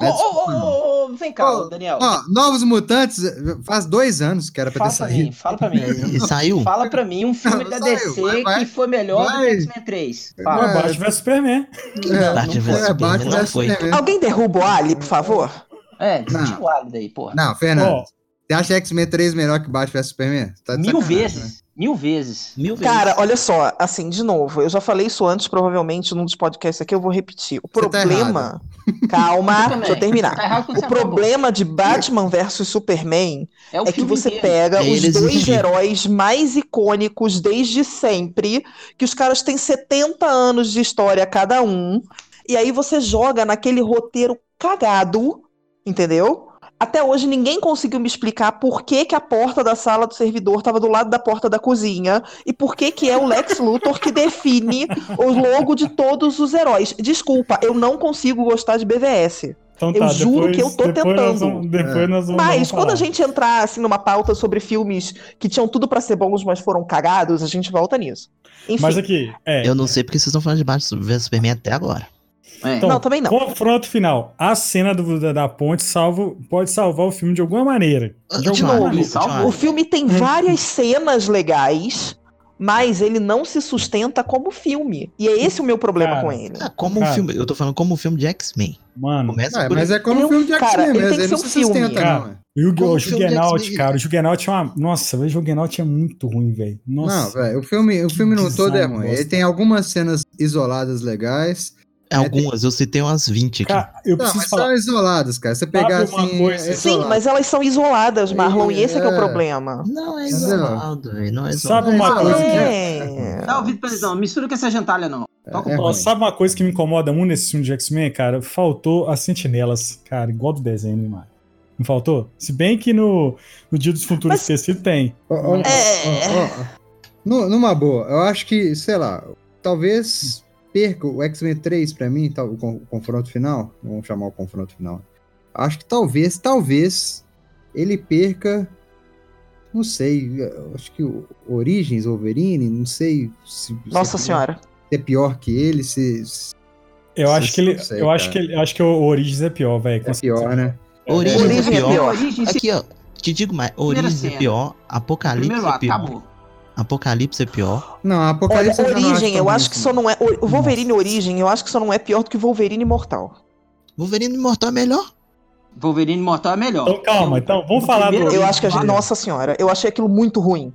S3: Ô,
S4: Não é desculpa,
S3: ô,
S4: não.
S3: ô, ô, vem cá,
S4: Ô,
S3: Daniel.
S4: Ó, Novos Mutantes, faz dois anos que era pra
S3: fala
S4: ter
S3: pra mim,
S4: saído.
S3: fala pra mim.
S2: E saiu?
S3: Fala pra mim um filme
S4: Não,
S3: da
S4: saiu,
S3: DC
S4: vai, vai.
S3: que foi melhor do
S4: Vai.
S3: que X-Men 3.
S1: Ah,
S3: Fala.
S4: Vai.
S1: Batman vs Superman.
S4: É,
S2: Batman
S4: não
S2: vs
S4: foi, é,
S2: Superman,
S4: Batman
S2: não
S4: vs
S2: foi.
S4: Superman.
S5: Alguém derruba o Ali, por favor?
S3: É, deixa
S4: Não.
S3: o Ali daí, porra.
S4: é, Não, Fernando,
S1: Ó,
S4: você acha X-Men 3 melhor que Batman vs Superman? Tá de
S3: mil
S4: sacanagem, né?
S3: vezes. Mil vezes.
S2: Mil vezes.
S5: Cara, olha só, assim, de novo, eu já falei isso antes, provavelmente, num dos podcasts aqui, eu vou repetir. O
S4: Você tá
S5: problema. Calma, deixa eu terminar.
S3: Tá errado quando
S5: O
S3: você acabou.
S5: problema de Batman versus Superman
S3: é, o
S5: é que
S3: filme
S5: você
S3: inteiro.
S5: pega
S2: É
S5: os
S2: eles
S5: dois
S2: existirem.
S5: heróis mais icônicos desde sempre, que os caras têm 70 anos de história cada um, e aí você joga naquele roteiro cagado, entendeu? Até hoje ninguém conseguiu me explicar por que, que a porta da sala do servidor estava do lado da porta da cozinha e por que, que é o Lex Luthor que define o logo de todos os heróis. Desculpa, eu não consigo gostar de BVS.
S1: então
S5: eu
S1: tá,
S5: juro que eu tô
S1: depois Nós
S5: tentando.
S1: vamos, depois nós vamos.
S5: Mas
S1: vamos
S5: quando
S1: falar.
S5: a gente entrar assim numa pauta sobre filmes que tinham tudo pra ser bons, mas foram cagados, a gente volta nisso. Enfim,
S1: Mas aqui, é.
S2: Eu não sei porque vocês estão falando de Batman vs Superman até agora.
S3: É.
S1: Então,
S5: Não, também não.
S1: Confronto final. A cena do- da, da ponte salvo, pode salvar o filme de alguma maneira. De
S2: Última
S1: alguma
S2: hora,
S5: novo,
S1: maneira.
S2: última hora.
S5: o filme
S1: Hum.
S5: tem várias cenas legais, mas ele não se sustenta como filme. E é esse o meu problema
S1: Cara,
S5: com ele.
S2: Ah, como um
S1: Cara.
S2: filme. Eu tô falando como um filme de X-Men.
S1: Mano,
S2: Começa
S4: Ué,
S2: por
S4: mas é como
S5: Ele é um-
S4: filme de
S5: cara,
S4: X-Men
S5: ele
S4: mesmo,
S5: tem que
S4: ele não
S5: ser um
S4: se sustenta,
S5: filme.
S1: Cara,
S4: não. é.
S1: E o,
S2: Como
S1: o
S2: o filme de
S1: Juggernaut,
S2: X-Men.
S1: cara. O Juggernaut é uma. Nossa, o Juggernaut é muito ruim, velho.
S4: Não,
S1: Nossa.
S4: velho, o filme, o filme no
S1: Que
S4: todo é
S1: design
S4: ruim.
S1: bosta.
S4: Ele tem algumas cenas isoladas legais.
S2: É
S1: É
S2: Algumas, eu citei umas 20 aqui.
S1: cara, eu
S4: é Não,
S1: preciso
S4: mas
S1: falar.
S4: são isoladas, cara. Você pegar
S1: Sabe uma
S4: assim.
S1: coisa-
S4: é
S5: Sim,
S4: isolado.
S5: mas elas são isoladas, Marlon, e esse é que é o
S4: É.
S5: problema.
S2: Não, é
S4: Não.
S2: isolado, velho. Não é isolado.
S1: Sabe uma
S4: Não,
S1: coisa que.
S5: É.
S3: Tá ouvindo, Pelizão? Mistura com essa gentalha, não. Toca
S4: É
S1: Ó,
S4: ruim.
S1: sabe uma coisa que me incomoda muito nesse filme de X-Men, cara? Faltou as sentinelas, cara, igual do desenho, hein, mano. Não faltou? Se bem que no, no Dia dos Futuros
S5: Mas-
S1: Esquecidos tem.
S4: Ó, ó, ó, ó, ó. Nu- numa boa, eu acho que, sei lá, talvez perca o X-Men 3 pra mim, tal- o con- o confronto final. Vamos chamar o confronto final. Acho que talvez, talvez, ele perca. Não sei, eu acho que o Origins, Wolverine, não sei se. se
S5: Nossa
S4: é-
S5: senhora.
S4: se é pior que ele, se, se
S1: Eu acho que ele.
S4: Não sei,
S1: eu acho que
S4: cara.
S1: ele, eu acho que o Origins é pior, velho.
S4: é pior, né?
S2: Origem,
S5: Origem
S2: é
S5: é
S2: pior.
S5: pior.
S1: um
S3: Origins,
S2: Aqui, ó. Te digo mais.
S3: Primeira
S2: Origem é
S3: cena.
S2: pior. Apocalipse
S3: primeiro
S2: é
S3: lá,
S2: pior.
S3: acabou.
S2: Apocalipse é pior.
S4: Não, a
S5: Olha,
S4: Apocalipse tá já não
S5: Origem, eu
S4: tão
S5: acho
S4: ruim
S5: que só não é. O Wolverine Origem, eu acho que só não é pior do que Wolverine Imortal.
S2: Wolverine Imortal é melhor.
S3: Wolverine Mortal é melhor.
S1: Então calma, então, vamos
S3: no
S1: falar do-
S3: primeiro-
S5: Eu acho que a gente.
S1: Olha.
S5: Nossa senhora, eu achei aquilo muito ruim.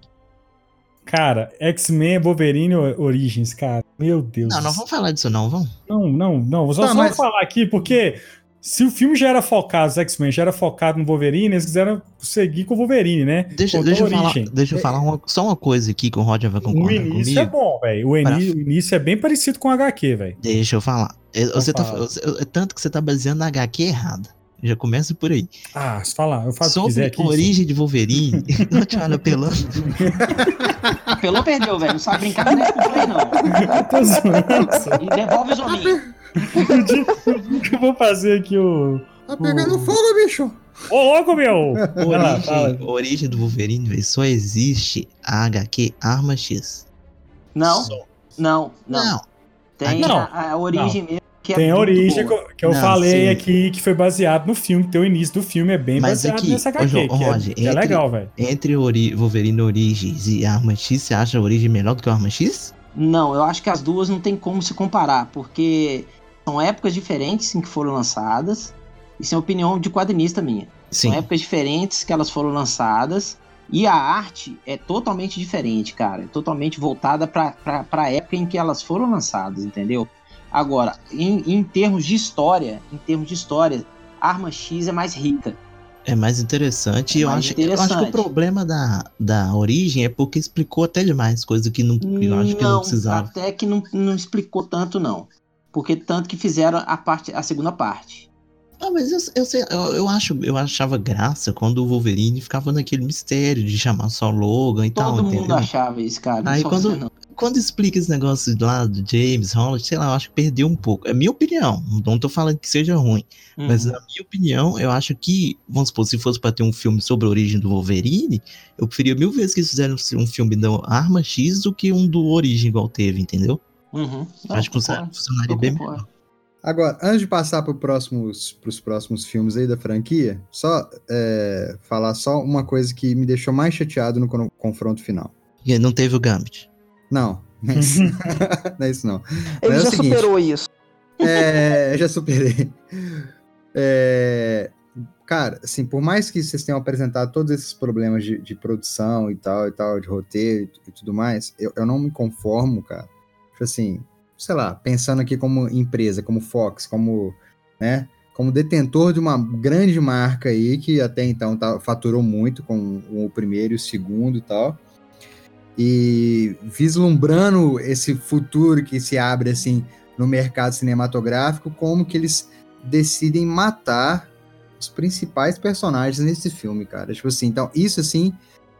S1: Cara, X-Men, Wolverine, O- Origins, cara. Meu Deus.
S2: Não, não vamos falar disso, não, vamos.
S1: Não, não, não. Só,
S4: Tá,
S1: só
S4: mas-
S1: falar aqui, porque se o filme já era focado, os X-Men já era focado no Wolverine, eles quiseram seguir com o Wolverine, né?
S2: Deixa,
S1: Contou
S2: deixa eu falar,
S1: origem.
S2: deixa eu falar uma- só uma coisa aqui que o Roger vai
S1: O
S2: concordar
S1: início
S2: comigo.
S1: é bom, velho. O, ini-
S2: Pra-
S1: o início é bem parecido com o HQ, velho.
S2: Deixa eu falar. É,
S1: Então
S2: Você tá,
S1: fala.
S2: você- é tanto que você tá baseando na HQ errada. Já começa por aí.
S1: Ah, se falar, eu faço o que
S2: Sobre
S1: quiser
S2: a
S1: aqui.
S2: origem de Wolverine, não te olha pelando.
S3: Pelou perdeu, velho. Não sabe brincar com Nescobay, não.
S1: Eu tô zoando, só.
S3: E devolve os homens.
S1: Eu digo- eu digo que eu vou fazer aqui o.
S4: Tá pegando fogo, bicho!
S1: Ô, louco,
S4: É,
S1: meu! Vai lá, fala.
S2: Origem, origem do Wolverine, velho, só existe a HQ Arma X.
S3: Não,
S2: Só.
S3: não, não.
S2: Não.
S3: Tem
S1: Não.
S3: A, a origem mesmo. Que é
S1: Tem a
S3: muito
S1: origem
S3: boa.
S1: que, que eu
S2: Não,
S1: falei
S2: sim.
S1: aqui, que foi baseado no filme. Tem o início do filme, é bem
S2: Mas
S1: baseado
S2: aqui,
S1: nessa
S2: ô,
S1: HQ.
S2: João, ô,
S1: que é,
S2: Roger,
S1: que é
S2: entre-
S1: legal, velho.
S2: Entre ori Wolverine Origins e Arma X, você acha a origem melhor do que a Arma X?
S3: Não, eu acho que as duas não tem como se comparar, porque são épocas diferentes em que foram lançadas. Isso é opinião de quadrinista minha.
S2: Sim.
S3: São épocas diferentes que elas foram lançadas. E a arte é totalmente diferente, cara. É totalmente voltada para a época em que elas foram lançadas, entendeu? Agora, em, em termos de história, em termos de história, Arma X é mais rica.
S2: É mais interessante.
S3: É
S2: eu,
S3: mais
S2: acho, eu acho que o
S3: interessante.
S2: problema da, da origem é porque explicou até demais, coisa que, não, que eu acho que não precisava.
S3: até que não, não explicou tanto, não. Porque tanto que fizeram a, parte, a segunda parte.
S2: Ah, mas eu, eu sei, eu, eu acho, eu achava graça quando o Wolverine ficava naquele mistério de chamar só Logan e
S3: Todo
S2: tal,
S3: mundo
S2: entendeu?
S3: achava isso, cara.
S2: Tá
S3: Não
S2: Aí
S3: só
S2: quando-
S3: você, não.
S2: Quando explica esse negócio lá do James Holland, sei lá, eu acho que perdeu um pouco. É minha opinião, não tô falando que seja ruim, mas
S3: Uhum.
S2: na minha opinião, eu acho que, vamos supor, se fosse pra ter um filme sobre a origem do Wolverine, eu preferia mil vezes que eles fizeram um filme da Arma X do que um do Origem igual teve, entendeu?
S3: Uhum. Não,
S2: ah, acho que
S3: concordo.
S2: funcionaria
S3: Eu
S2: bem
S3: concordo.
S2: melhor.
S4: Agora, antes de passar para próximos, os próximos filmes aí da franquia, só é, falar só uma coisa que me deixou mais chateado no con- confronto final.
S2: E não teve o Gambit.
S4: Não, não é isso, não. É isso não. Mas
S5: Ele
S4: é o
S5: já
S4: seguinte,
S5: superou isso.
S4: É, já superei. É, cara, assim, por mais que vocês tenham apresentado todos esses problemas de, de produção e tal, e tal, de roteiro e, tudo mais, eu, eu não me conformo, cara. Tipo assim, sei lá, pensando aqui como empresa, como Fox, como, né, como detentor de uma grande marca aí que até então tá- faturou muito com o primeiro e o segundo e tal. E vislumbrando esse futuro que se abre assim no mercado cinematográfico, como que eles decidem matar os principais personagens nesse filme, cara. Tipo assim, então isso assim,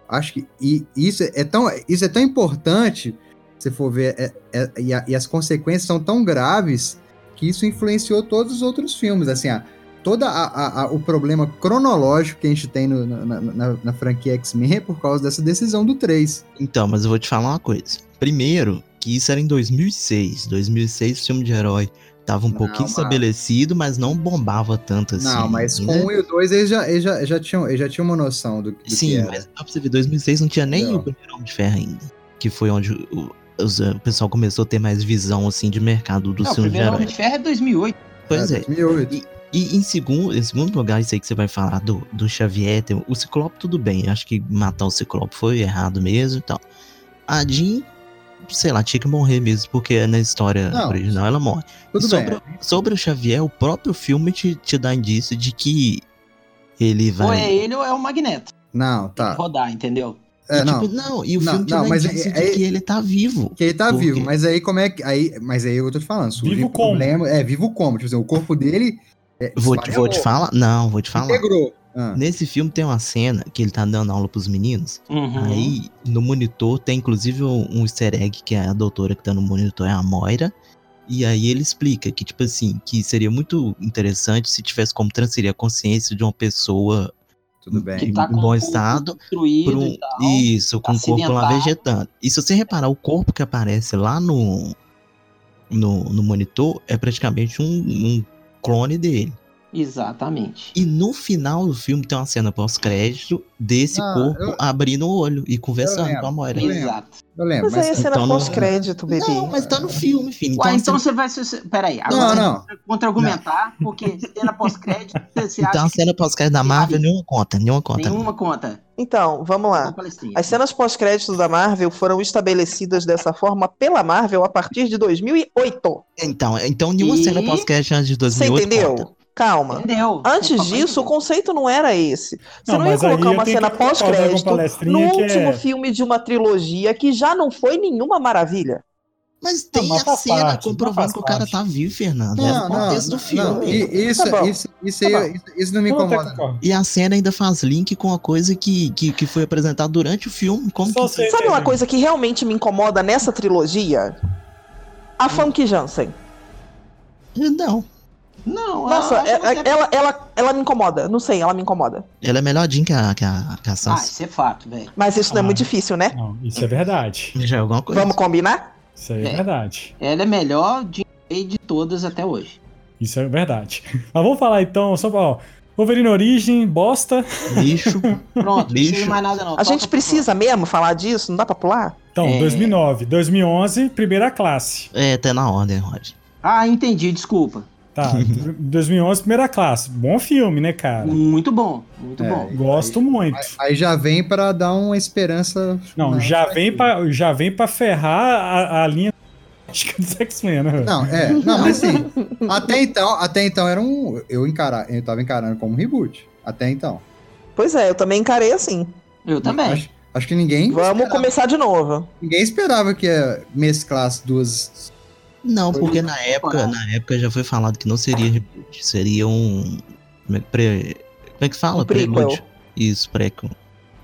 S4: acho que e isso é tão isso é tão importante, se for ver, é- é- e, a- e as consequências são tão graves que isso influenciou todos os outros filmes, assim, a, toda a- a- a- o problema cronológico que a gente tem no- na, na- na- na franquia X-Men é por causa dessa decisão do 3.
S2: Então, mas eu vou te falar uma coisa. Primeiro, que isso era em 2006. 2006, o filme de herói tava um
S4: Não,
S2: pouquinho
S4: mas-
S2: estabelecido, mas não bombava tanto assim.
S4: Não, mas com
S2: né?
S4: um e o 2 eles já, eles já, eles já tinham, eles já tinham uma noção do, do que
S2: Sim,
S4: era.
S2: mas pra você ver, 2006 não tinha nem
S4: Não.
S2: o primeiro Homem de Ferro ainda. Que foi onde o, os- eh, o pessoal começou a ter mais visão, assim, de mercado do
S3: Não, o
S2: filme de
S3: primeiro Homem
S2: herói.
S3: de Ferro é 2008.
S2: Pois é.
S4: 2008.
S2: E em segundo, em segundo lugar, isso aí que você vai falar do, do Xavier, tem o Ciclope, tudo bem. eu Acho que matar o Ciclope foi errado mesmo e tal. A Jean, sei lá, tinha que morrer mesmo, porque na história
S4: Não.
S2: original ela morre.
S4: Tudo
S2: sobre,
S4: bem.
S2: sobre o Xavier, o próprio filme te, te dá indício de que ele vai. Ah.
S3: Ou é ele ou é o Magneto.
S4: Não, tá.
S3: Rodar, entendeu?
S4: É,
S2: e,
S4: não.
S2: tipo, não, e o
S4: Não,
S2: filme te
S4: não,
S2: dá
S4: mas
S2: indício
S4: é-
S2: de
S4: é-
S2: que ele tá vivo.
S4: Que ele tá
S2: Por quê?
S4: vivo, mas aí como é que. Aí, mas aí eu tô te falando. surgiu
S1: Vivo
S4: um
S1: como?
S4: problema- É, vivo como? Tipo assim, o corpo dele. É,
S2: Vou te, vou te
S4: esfarelou,
S2: falar. Não, vou te falar.
S4: Integrou. Ah,
S2: Nesse filme tem uma cena que ele tá dando aula pros meninos.
S3: Uhum.
S2: Aí no monitor tem inclusive um um easter egg que a doutora que tá no monitor é a Moira. E aí ele explica que, tipo assim, que seria muito interessante se tivesse como transferir a consciência de uma pessoa
S4: tudo
S2: em
S4: bem.
S3: Que tá com
S2: é, bom
S3: o corpo
S2: estado
S3: Destruído
S2: por um-
S3: e tal.
S2: isso, com o corpo lá
S3: acidentado.
S2: vegetando. E se você reparar, o corpo que aparece lá no, no, no monitor é praticamente um, um clone dele.
S3: Exatamente.
S2: E no final do filme tem uma cena pós-crédito desse
S4: Ah,
S2: corpo
S4: eu-
S2: abrindo o olho e conversando
S4: lembro.
S2: com a Moira.
S4: Eu lembro.
S3: Exato.
S4: Eu lembro,
S5: Mas aí a
S4: mas.
S5: cena
S2: então não-
S5: pós-crédito, bebê.
S2: Não, mas tá no filme, filho.
S3: Uai,
S2: então,
S3: então
S2: assim,
S3: você vai. se- se- Peraí,
S4: Não,
S3: agora
S4: não.
S3: você vai contra-argumentar, porque cena pós-crédito, você se
S2: então a
S3: acha
S2: cena pós-crédito da Marvel, nenhuma conta, nenhuma
S3: que
S2: conta.
S3: nenhuma conta.
S5: Então, vamos lá.
S3: Uma palestrinha.
S5: As cenas pós-crédito da Marvel foram estabelecidas dessa forma pela Marvel a partir de 2008.
S2: Então, então nenhuma
S3: E-
S2: cena pós-crédito antes de
S5: Você
S2: 2008 conta.
S5: entendeu? Calma.
S3: Entendeu? Tipo,
S5: Antes
S3: Você só
S5: disso, o
S3: entendeu.
S5: conceito não era esse. Você
S1: Não,
S5: não, ia
S1: mas aí
S5: colocar
S1: eu
S5: uma
S1: tenho
S5: cena
S1: que concordar com a
S5: pós-crédito no
S1: palestrinha que
S5: último
S1: é-
S5: filme de uma trilogia que já não foi nenhuma maravilha.
S2: Mas tem
S1: mas
S2: a
S1: faz
S2: cena
S1: parte, mas
S2: comprovando
S1: faz
S2: que o cara
S1: parte.
S2: tá vivo, Fernando. Era
S4: Não,
S2: o
S4: não,
S2: contexto
S4: não,
S2: do filme.
S4: não. I- Isso,
S5: Tá bom.
S4: isso, isso,
S5: Tá
S4: aí- isso, isso não me
S1: Eu vou até
S4: incomoda. não.
S1: concordar.
S2: E a cena ainda faz link com a coisa que, que, que foi apresentada durante o filme. Como
S1: Só
S2: que
S1: sei-
S5: Sabe uma coisa que realmente me incomoda nessa trilogia?
S2: Hum.
S5: A Funk Jansen.
S2: Não,
S3: Não,
S5: Nossa,
S3: eu acho que
S5: é-
S3: você-
S5: ela, ela, ela me incomoda. Não sei, ela me incomoda.
S2: ela é melhor Jean que a, que a, que a
S3: Ah,
S2: Sansa.
S3: isso é fato, velho.
S5: Mas isso não é
S1: Ah.
S5: muito difícil, né?
S1: Não, isso é verdade.
S2: Já é alguma coisa.
S5: Vamos combinar?
S1: Isso aí é
S3: É.
S1: verdade.
S3: Ela é melhor de, de todas até hoje.
S1: Isso é verdade. Mas vamos falar então, só pra. Ó, Wolverine Origem, bosta.
S2: Lixo.
S3: Pronto, não
S2: Lixo.
S3: precisa mais nada, não.
S5: A gente precisa mesmo falar disso? Não dá pra pular?
S1: Então,
S3: É.
S1: 2009. 2011, primeira classe.
S2: É, tá na ordem, Roger.
S3: Ah, entendi, desculpa.
S1: Tá, 2011, primeira classe. Bom filme, né, cara?
S3: Muito bom, muito
S4: É.
S3: bom.
S1: Gosto muito.
S4: Aí já vem pra dar uma esperança.
S1: Não,
S4: mais
S1: já
S4: pra
S1: vem,
S4: aquilo.
S1: pra, já vem pra ferrar a, a linha lógica dos X-Men, né? velho?
S4: Não, é. Não, mas assim, até então, até então era um. Eu, encara, eu tava encarando como um reboot. Até então.
S5: Pois é, eu também encarei assim.
S3: Eu também.
S4: Acho, acho que ninguém.
S5: Vamos
S4: esperava,
S5: começar de novo.
S4: Ninguém esperava que ia mesclar as duas.
S2: Não,
S4: Foi
S2: porque na época, na época já foi falado que não seria reboot, seria um. Como é que, pre- como é que fala?
S5: Um prequel.
S2: Prelúdio. Isso, prequel.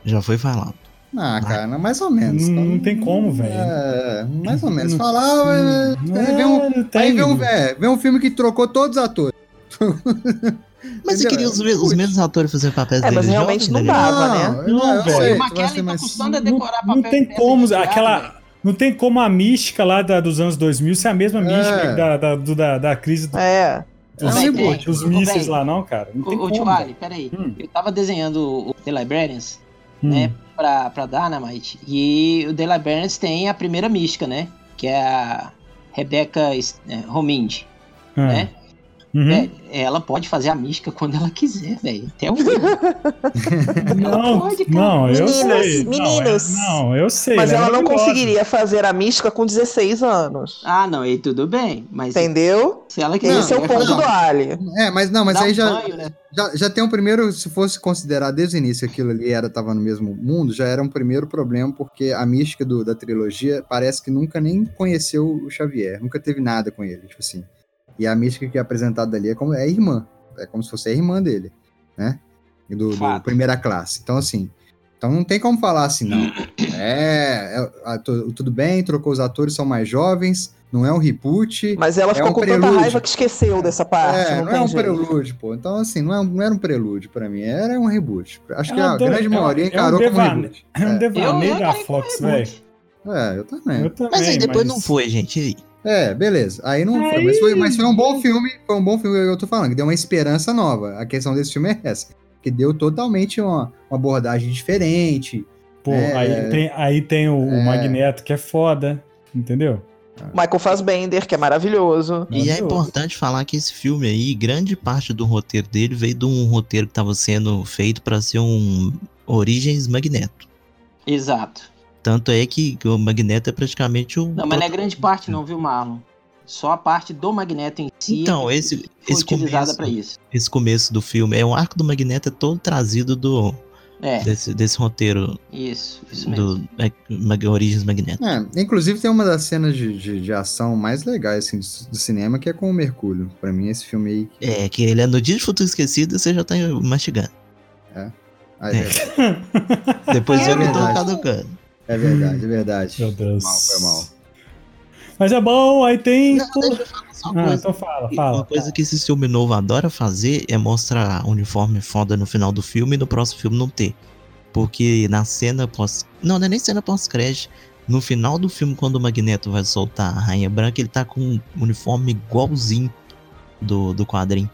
S2: Já foi falado.
S4: Ah, cara, não, mais ou menos.
S1: Não- não tem como, velho.
S4: É, mais ou menos.
S1: Não-
S4: Falava. é, aí vem um,
S1: não
S4: aí
S1: tem.
S4: vem um, é, vem um filme que trocou todos os atores.
S2: Mas eu
S4: Entendeu?
S2: queria os, mes- os mesmos atores fazendo papéis
S5: um É, mas
S2: deles
S5: realmente
S2: jovens, né?
S5: não
S3: Ah,
S5: dava,
S4: não,
S1: né? Não,
S4: eu
S1: velho.
S4: sei,
S3: O
S4: tu vai
S3: McKellen
S4: ser
S3: tá
S4: mais-
S3: custando a decorar
S1: não
S3: papel
S1: tem
S3: peça de né?
S1: como,
S3: teatro,
S1: aquela-
S3: velho.
S1: Não tem como a mística lá da- dos anos 2000 ser a mesma
S4: É.
S1: mística da, da, do- da, da crise do-
S5: É.
S1: dos,
S4: Não,
S1: dos,
S4: tem.
S1: dos mísseis
S3: Não,
S1: lá, não, cara. Não tem
S3: Ô, ô,
S1: como.
S3: Chuvale, peraí.
S1: Hum.
S3: Eu tava desenhando o The Librarians,
S1: Hum.
S3: né, pra, pra Dynamite. E o The Librarians tem a primeira mística, né? Que é a Rebecca S- é, Romindi,
S1: Ah.
S3: né?
S1: Uhum.
S2: Hum?
S3: Velho, É, ela pode fazer a mística quando ela quiser, velho. Até o
S1: Não,
S3: pode, cara.
S1: não, eu
S5: Meninos,
S1: sei. Não,
S5: meninos.
S1: é- Não, eu sei.
S4: né?
S5: Mas ela não
S1: maravilhosa.
S5: conseguiria fazer a mística com 16 anos.
S3: Ah, não, e tudo bem. Mas
S5: Entendeu?
S3: se ela quiser.
S5: Esse é o
S4: não,
S5: ponto
S4: não.
S5: do Ali.
S4: É, mas não, mas
S3: Dá
S4: aí
S3: um
S4: já,
S3: banho, né?
S4: já, já tem um primeiro, se fosse considerar desde o início que aquilo ali era, tava no mesmo mundo, já era um primeiro problema, porque a mística do- da trilogia parece que nunca nem conheceu o Xavier, nunca teve nada com ele, tipo assim. E a mística que é apresentada ali é como é irmã, é como se fosse a irmã dele, né? E Do, do
S3: Fato.
S4: primeira classe. Então, assim, então não tem como falar assim, não. É, é, a- tu- tudo bem, trocou os atores, são mais jovens, não é um reboot,
S5: Mas ela
S4: É
S5: ficou
S4: um
S5: com tanta
S4: prelúdio.
S5: raiva que esqueceu dessa parte.
S4: é,
S5: não,
S4: não,
S5: tem
S4: é um
S5: jeito.
S4: prelúdio, pô. Então, assim, não, é, um- não era um prelúdio pra mim, era um reboot. Acho que
S1: É uma
S4: a
S1: do-
S4: grande
S1: é um-
S4: maioria
S1: é um
S4: encarou como
S1: devane-
S4: reboot.
S1: É um devaneio da
S3: encarei como
S1: Fox, velho.
S3: reboot.
S4: É, eu também.
S1: Eu também,
S2: Mas aí depois não foi, gente. E aí?
S4: É, beleza. Aí não foi, mas foi, mas foi um bom filme, foi um bom filme, eu tô falando, que deu uma esperança nova. A questão desse filme é essa, que deu totalmente uma, uma abordagem diferente.
S1: Pô,
S4: É.
S1: aí, tem, aí tem o, o
S4: É.
S1: Magneto, que é foda, entendeu?
S5: Michael Fassbender, que é maravilhoso.
S2: E é
S1: Maravilhoso.
S2: importante falar que esse filme aí, grande parte do roteiro dele veio de um roteiro que estava sendo feito para ser um Origens Magneto.
S3: Exato.
S2: Tanto é que o Magneto é praticamente o.
S3: Não, mas não é grande parte, não, viu, Marlon? Só a parte do Magneto em si.
S2: Então,
S3: que
S2: esse-
S3: foi
S2: esse
S3: utilizada
S2: começo-
S3: pra isso.
S2: Esse começo do filme. É o arco do Magneto é todo trazido do,
S3: É,
S2: desse, desse roteiro
S3: isso, isso mesmo.
S2: do é, Mag- Origens Magneto.
S4: É, inclusive tem uma das cenas de, de, de ação mais legais assim, do cinema, que é com o Mercúrio. Pra mim, esse filme aí.
S2: É, que ele é no Dia de Futuro Esquecido e você já tá mastigando.
S4: É. Ah, é, verdade.
S2: Depois
S4: É
S2: eu me dou um
S4: verdade.
S2: caducando.
S4: é verdade, é verdade.
S1: Meu Deus.
S4: Foi mal, foi mal.
S1: Mas é bom, aí tem.
S2: Não, deixa eu falar só uma
S1: Ah,
S2: coisa.
S1: então fala,
S2: E Uma
S1: fala.
S2: coisa que esse filme novo adora fazer é mostrar uniforme foda no final do filme e no próximo filme não ter. Porque na cena pós. Não, não é nem cena pós-crédito. No final do filme, quando o Magneto vai soltar a Rainha Branca, ele tá com um uniforme igualzinho do, do quadrinho.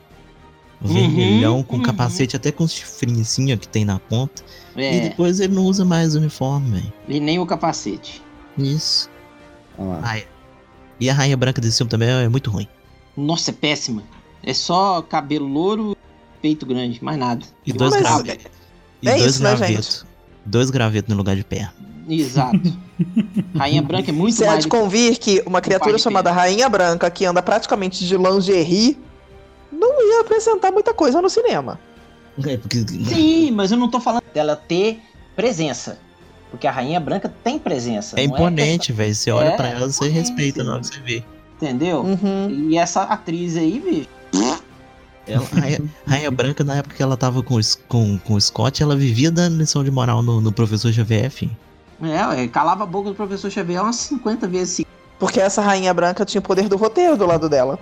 S2: Um Vermelhão, com
S3: uhum.
S2: capacete, até com chifrinho assim, ó, que tem na ponta. E
S3: É,
S2: depois ele não usa mais o uniforme, velho.
S3: e nem o capacete.
S2: Isso.
S4: Vamos lá.
S2: Ah, E a Rainha Branca desse filme também é muito ruim.
S3: Nossa, é péssima. É só cabelo louro, peito grande, mais nada.
S2: E dois
S5: Mas-
S2: gravetos. E
S5: É
S2: dois
S5: isso, né,
S2: gravetos. dois gravetos no lugar de perna.
S3: Exato. Rainha Branca é muito
S5: Você há
S3: mais.
S5: de
S3: do que-
S5: convir que uma criatura
S3: Vai,
S5: chamada Rainha Branca, que anda praticamente de lingerie, não ia apresentar muita coisa no cinema.
S2: É, porque.
S3: Sim, mas eu não tô falando dela ter presença. Porque a Rainha Branca tem presença.
S2: É
S3: não
S2: imponente, velho. Você olha
S3: É,
S2: pra ela, você
S3: imponente,
S2: respeita na hora que
S3: mano.
S2: você vê.
S3: questão- entendeu?
S5: Uhum.
S3: E essa atriz aí, bicho.
S2: Ela, Rainha, Rainha Branca, na época que ela tava com, o S- com, com o Scott, ela vivia dando lição de moral no, no professor Xavier, filho.
S3: É, ué, calava a boca do professor Xavier umas 50 vezes
S5: Porque essa Rainha Branca tinha o poder do roteiro do lado dela.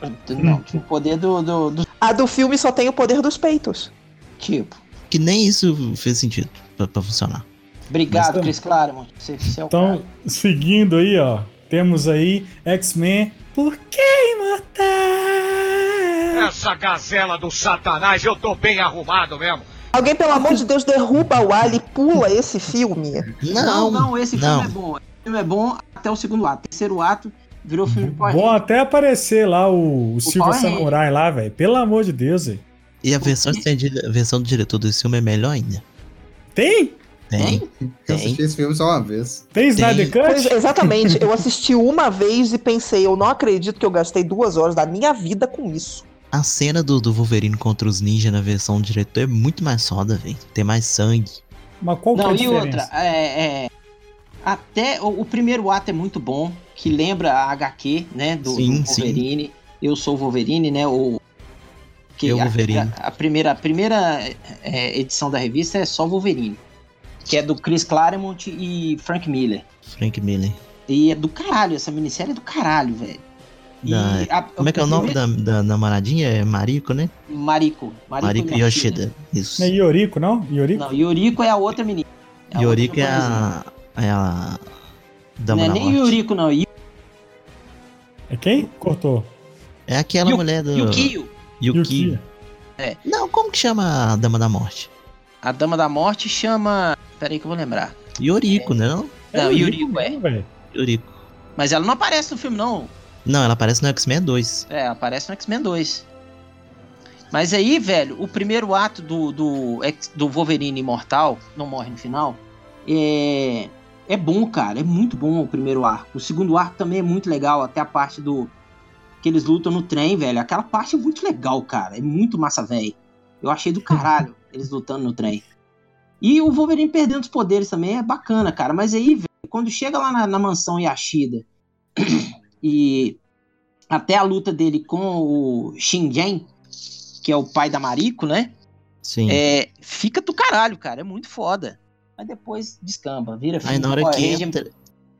S3: seguidas. assim. Não, tinha o poder do, do, do
S5: A do filme só tem o poder dos peitos.
S3: tipo.
S2: Que nem isso fez sentido pra, pra funcionar.
S1: Mas
S3: Obrigado,
S1: também-
S3: Cris Claremont. Você, você é o cara.
S1: Então, seguindo aí, ó. Temos aí X-Men. Por que imortal?
S7: Essa gazela do satanás, eu tô bem arrumado mesmo.
S5: Alguém, pelo amor de Deus, derruba o Ali, pula esse filme.
S3: Não, não, esse filme
S2: não.
S3: é bom. Esse filme é bom até o segundo ato. Terceiro ato virou filme de
S1: Bom,
S3: porra.
S1: até aparecer lá o, o Silver
S3: Power Ranger.
S1: Samurai lá, velho. Pelo amor de Deus, velho.
S2: E a versão, estendida, a versão do diretor desse filme é melhor ainda.
S1: Tem?
S2: Tem.
S4: Eu
S2: Tem.
S4: assisti esse filme só uma vez.
S1: Tem Snyder
S5: Pois, é,
S1: Cut?
S3: é.
S5: exatamente, eu assisti uma vez e pensei, eu não acredito que eu gastei duas horas da minha vida com isso.
S2: A cena do, do Wolverine contra os ninjas na versão do diretor é muito mais foda, velho. Tem mais sangue.
S1: Mas qual que é a
S3: Não, e
S1: diferença?
S3: outra, é, é, até o, o primeiro ato é muito bom, que lembra a HQ, né, do,
S2: Sim,
S3: do Wolverine. Eu sou o Wolverine, né, o que
S2: Eu,
S3: a,
S2: Wolverine.
S3: A, a primeira, a primeira é, edição da revista é só Wolverine, que é do Chris Claremont e Frank Miller.
S2: Frank Miller.
S3: E é do caralho, essa minissérie é do caralho, velho. E
S2: Da-
S3: a-
S2: Como é que é o nome da, da namoradinha? É Mariko, né?
S3: Mariko.
S2: Mariko Yoshida. Isso.
S1: Não é Yoriko, não? Yoriko?
S3: Não, Yuriko é a outra menina. a
S2: Yoriko é
S3: outra
S2: a. É a.
S3: japonesa. Não
S2: Dama
S3: é
S2: da
S3: nem
S2: Morte.
S3: Yuriko, não. Yu-
S1: É quem? Cortou.
S2: É aquela
S3: Yu-
S2: mulher do.
S3: Yukio.
S2: Yuki.
S1: Yuki.
S2: Não, como que chama a Dama da Morte?
S3: A Dama da Morte chama. Peraí que eu vou lembrar.
S2: Yoriko,
S3: É.
S2: né? Não?
S3: Não, Yuriko, é.
S1: mesmo, velho.
S2: Yoriko.
S3: Mas ela não aparece no filme, não.
S2: Não, ela aparece no X-Men 2.
S3: É, ela aparece no X-Men 2. Mas aí, velho, o primeiro ato do, do, X- do Wolverine Imortal, não morre no final, é, é bom, cara. É muito bom o primeiro arco. O segundo arco também é muito legal, até a parte do. que eles lutam no trem, velho. Aquela parte é muito legal, cara. É muito massa, velho. Eu achei do caralho eles lutando no trem. E o Wolverine perdendo os poderes também é bacana, cara. Mas aí, velho, quando chega lá na, na mansão Yashida e até a luta dele com o Shingen, que é o pai da Mariko, né?
S2: Sim.
S3: É, fica do caralho, cara. É muito foda. Mas depois descamba, vira filme
S2: Aí na
S3: de
S2: hora
S3: Power
S2: que
S3: Ranger.
S2: entra.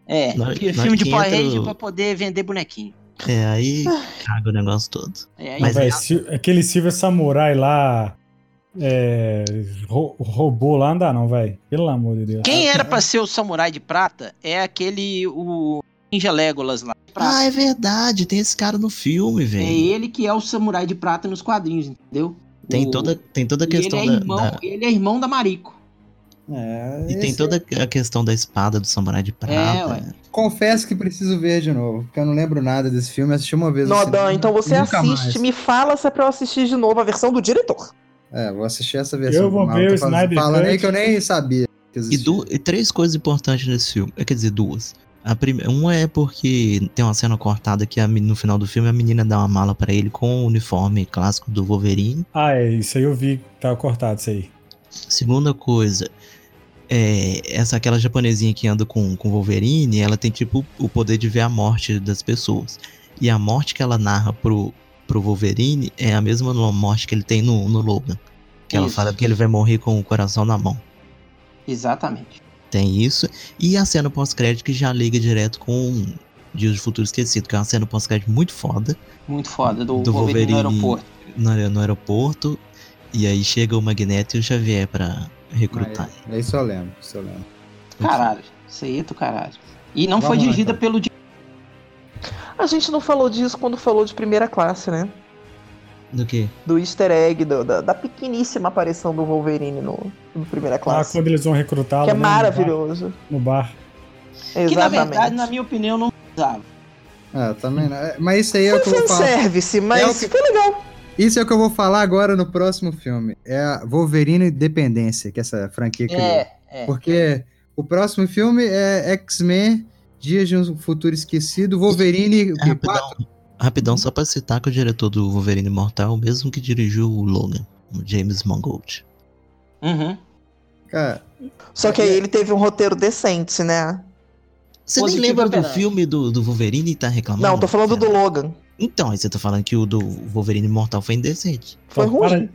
S3: É,
S2: na hora-
S3: vira
S2: na hora
S3: filme de
S2: que
S3: Power
S2: entra
S3: Ranger
S2: o-
S3: pra poder vender bonequinho.
S2: É, aí
S3: Ah.
S2: caga o negócio todo.
S3: É,
S1: Mas,
S2: Mas-
S1: velho, se- aquele Silver Samurai lá. É, ro- roubou lá, não dá não, velho. Pelo amor de Deus.
S3: Quem era pra ser o samurai de prata é aquele o Ninja Legolas lá. de prata.
S2: Ah, é verdade. Tem esse cara no filme,
S3: é
S2: velho.
S3: ele que é o samurai de prata nos quadrinhos, entendeu?
S2: Tem
S3: O-
S2: toda, tem toda a
S3: e
S2: questão
S3: ele é
S2: da-
S3: irmão,
S2: da,
S3: Ele é irmão da Mariko.
S4: É,
S2: E tem
S4: esse-
S2: toda a questão da espada do samurai de prata.
S3: É, ué.
S4: Confesso que preciso ver de novo, porque eu não lembro nada desse filme, eu assisti uma vez. no
S5: Nodan,
S4: cinema,
S5: então você
S4: assim, nunca
S5: assiste,
S4: mais.
S5: me fala se é pra eu assistir de novo a versão do diretor.
S4: É, vou assistir essa versão.
S1: Eu vou
S4: normal,
S1: ver
S4: tô
S1: o
S4: falando-
S1: Snyder
S4: Falando aí
S1: Cut.
S4: que eu nem sabia que
S2: e,
S4: existia.
S2: du- e três coisas importantes nesse filme. eh, Quer dizer, duas. A prime... Uma é porque tem uma cena cortada que a men- no final do filme a menina dá uma mala pra ele com o uniforme clássico do Wolverine.
S1: Ah, é, isso aí eu vi. Tava cortado isso aí.
S2: Segunda coisa, é essa aquela japonesinha que anda com com o Wolverine, ela tem tipo o poder de ver a morte das pessoas. E a morte que ela narra pro, pro Wolverine é a mesma no- morte que ele tem no, no Logan. Que Que ela
S3: Isso.
S2: fala que ele vai morrer com o coração na mão.
S3: Exatamente.
S2: Tem isso. E a cena pós-crédito que já liga direto com Dias de Futuro Esquecido, que é uma cena pós-crédito muito foda
S3: Muito foda. Do,
S2: Do
S3: Wolverine,
S2: Wolverine.
S3: no aeroporto.
S2: no, aer- no aeroporto. E aí chega o Magneto e o Xavier pra recrutar.
S4: Mas- É isso eu lembro, isso eu lembro.
S3: Caralho. Isso aí é do caralho. E não
S4: Vamos
S3: foi
S4: lá,
S3: dirigida
S4: então.
S3: pelo. Di-
S5: A gente não falou disso quando falou de primeira classe, né?
S2: Do que?
S5: Do easter egg, do- da, da pequeníssima aparição do Wolverine no, no
S4: Ah,
S5: primeira
S1: Lá
S5: classe.
S1: Ah, quando eles vão recrutá-lo.
S5: que é
S1: né,
S5: maravilhoso.
S1: No bar.
S3: Que na verdade,
S5: Exatamente.
S3: na minha opinião, não precisava.
S4: Ah, também não. é, Mas isso aí é o que eu
S5: Foi
S4: vou falar.
S5: fanservice,
S4: É
S5: mas
S4: o que-
S5: foi legal.
S4: Isso é o que eu vou falar agora no próximo filme. É a Wolverine Dependência, que essa franquia criou.
S3: É, é.
S4: Porque o próximo filme é X-Men, Dias de um Futuro Esquecido, Wolverine. o quê?
S2: É,
S4: Quatro?
S2: Rapidão, rapidão, só pra citar que o diretor do Wolverine Mortal, o mesmo que dirigiu o Logan, o James Mangold.
S3: Uhum.
S4: Cara,
S5: Só que aí
S4: é.
S5: ele teve um roteiro decente, né?
S2: Você nem
S3: Positivo
S4: é
S2: lembra do
S3: operante.
S2: filme do, do Wolverine e tá reclamando?
S5: Não, tô falando do Logan.
S2: Então, aí você tá falando que o do Wolverine Mortal foi indecente.
S5: Foi
S1: Então,
S5: ruim.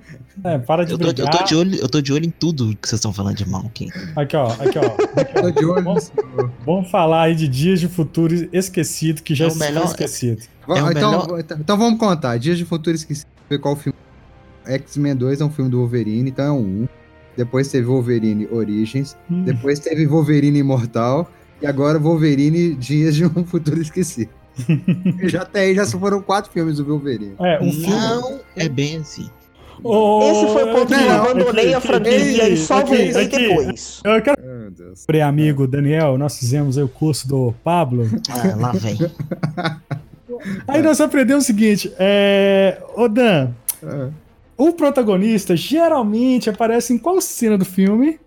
S1: Para, é, para de
S2: Eu tô, eu
S1: brigar.
S2: tô de olho, eu tô de olho em tudo que vocês estão falando de mal aqui.
S1: Aqui, ó. Aqui, ó. Aqui, ó.
S4: tô de olho
S1: Bom,
S4: nisso.
S1: Vamos falar aí de dias de futuro esquecido que já
S2: É o
S1: se foi
S2: melhor-
S1: esquecido.
S2: É o
S4: Vamos- então,
S2: melhor-
S4: então- então vamos contar. Dias de Futuro Esquecido, ver qual filme. X-Men 2 é um filme do Wolverine, então é um. Depois teve Wolverine Origins.
S1: Hum.
S4: Depois teve Wolverine Imortal. E agora Wolverine Dias de um Futuro Esquecido. já até aí já foram quatro filmes do Wolverine.
S1: É, um filme.
S2: Não é bem assim.
S1: Ô,
S5: Esse foi o ponto que eu
S4: Não,
S5: abandonei a
S1: aqui,
S5: franquia
S1: aqui,
S5: e só
S1: aqui,
S5: voltei
S1: aqui.
S5: depois.
S1: Eu quero.
S4: Meu Deus.
S1: Pre amigo Daniel, nós fizemos aí o curso do Pablo.
S2: Ah, lá vem.
S1: Aí nós aprendemos o seguinte: é. Ô Dan,
S4: Ah,
S1: o protagonista geralmente aparece em qual cena do filme?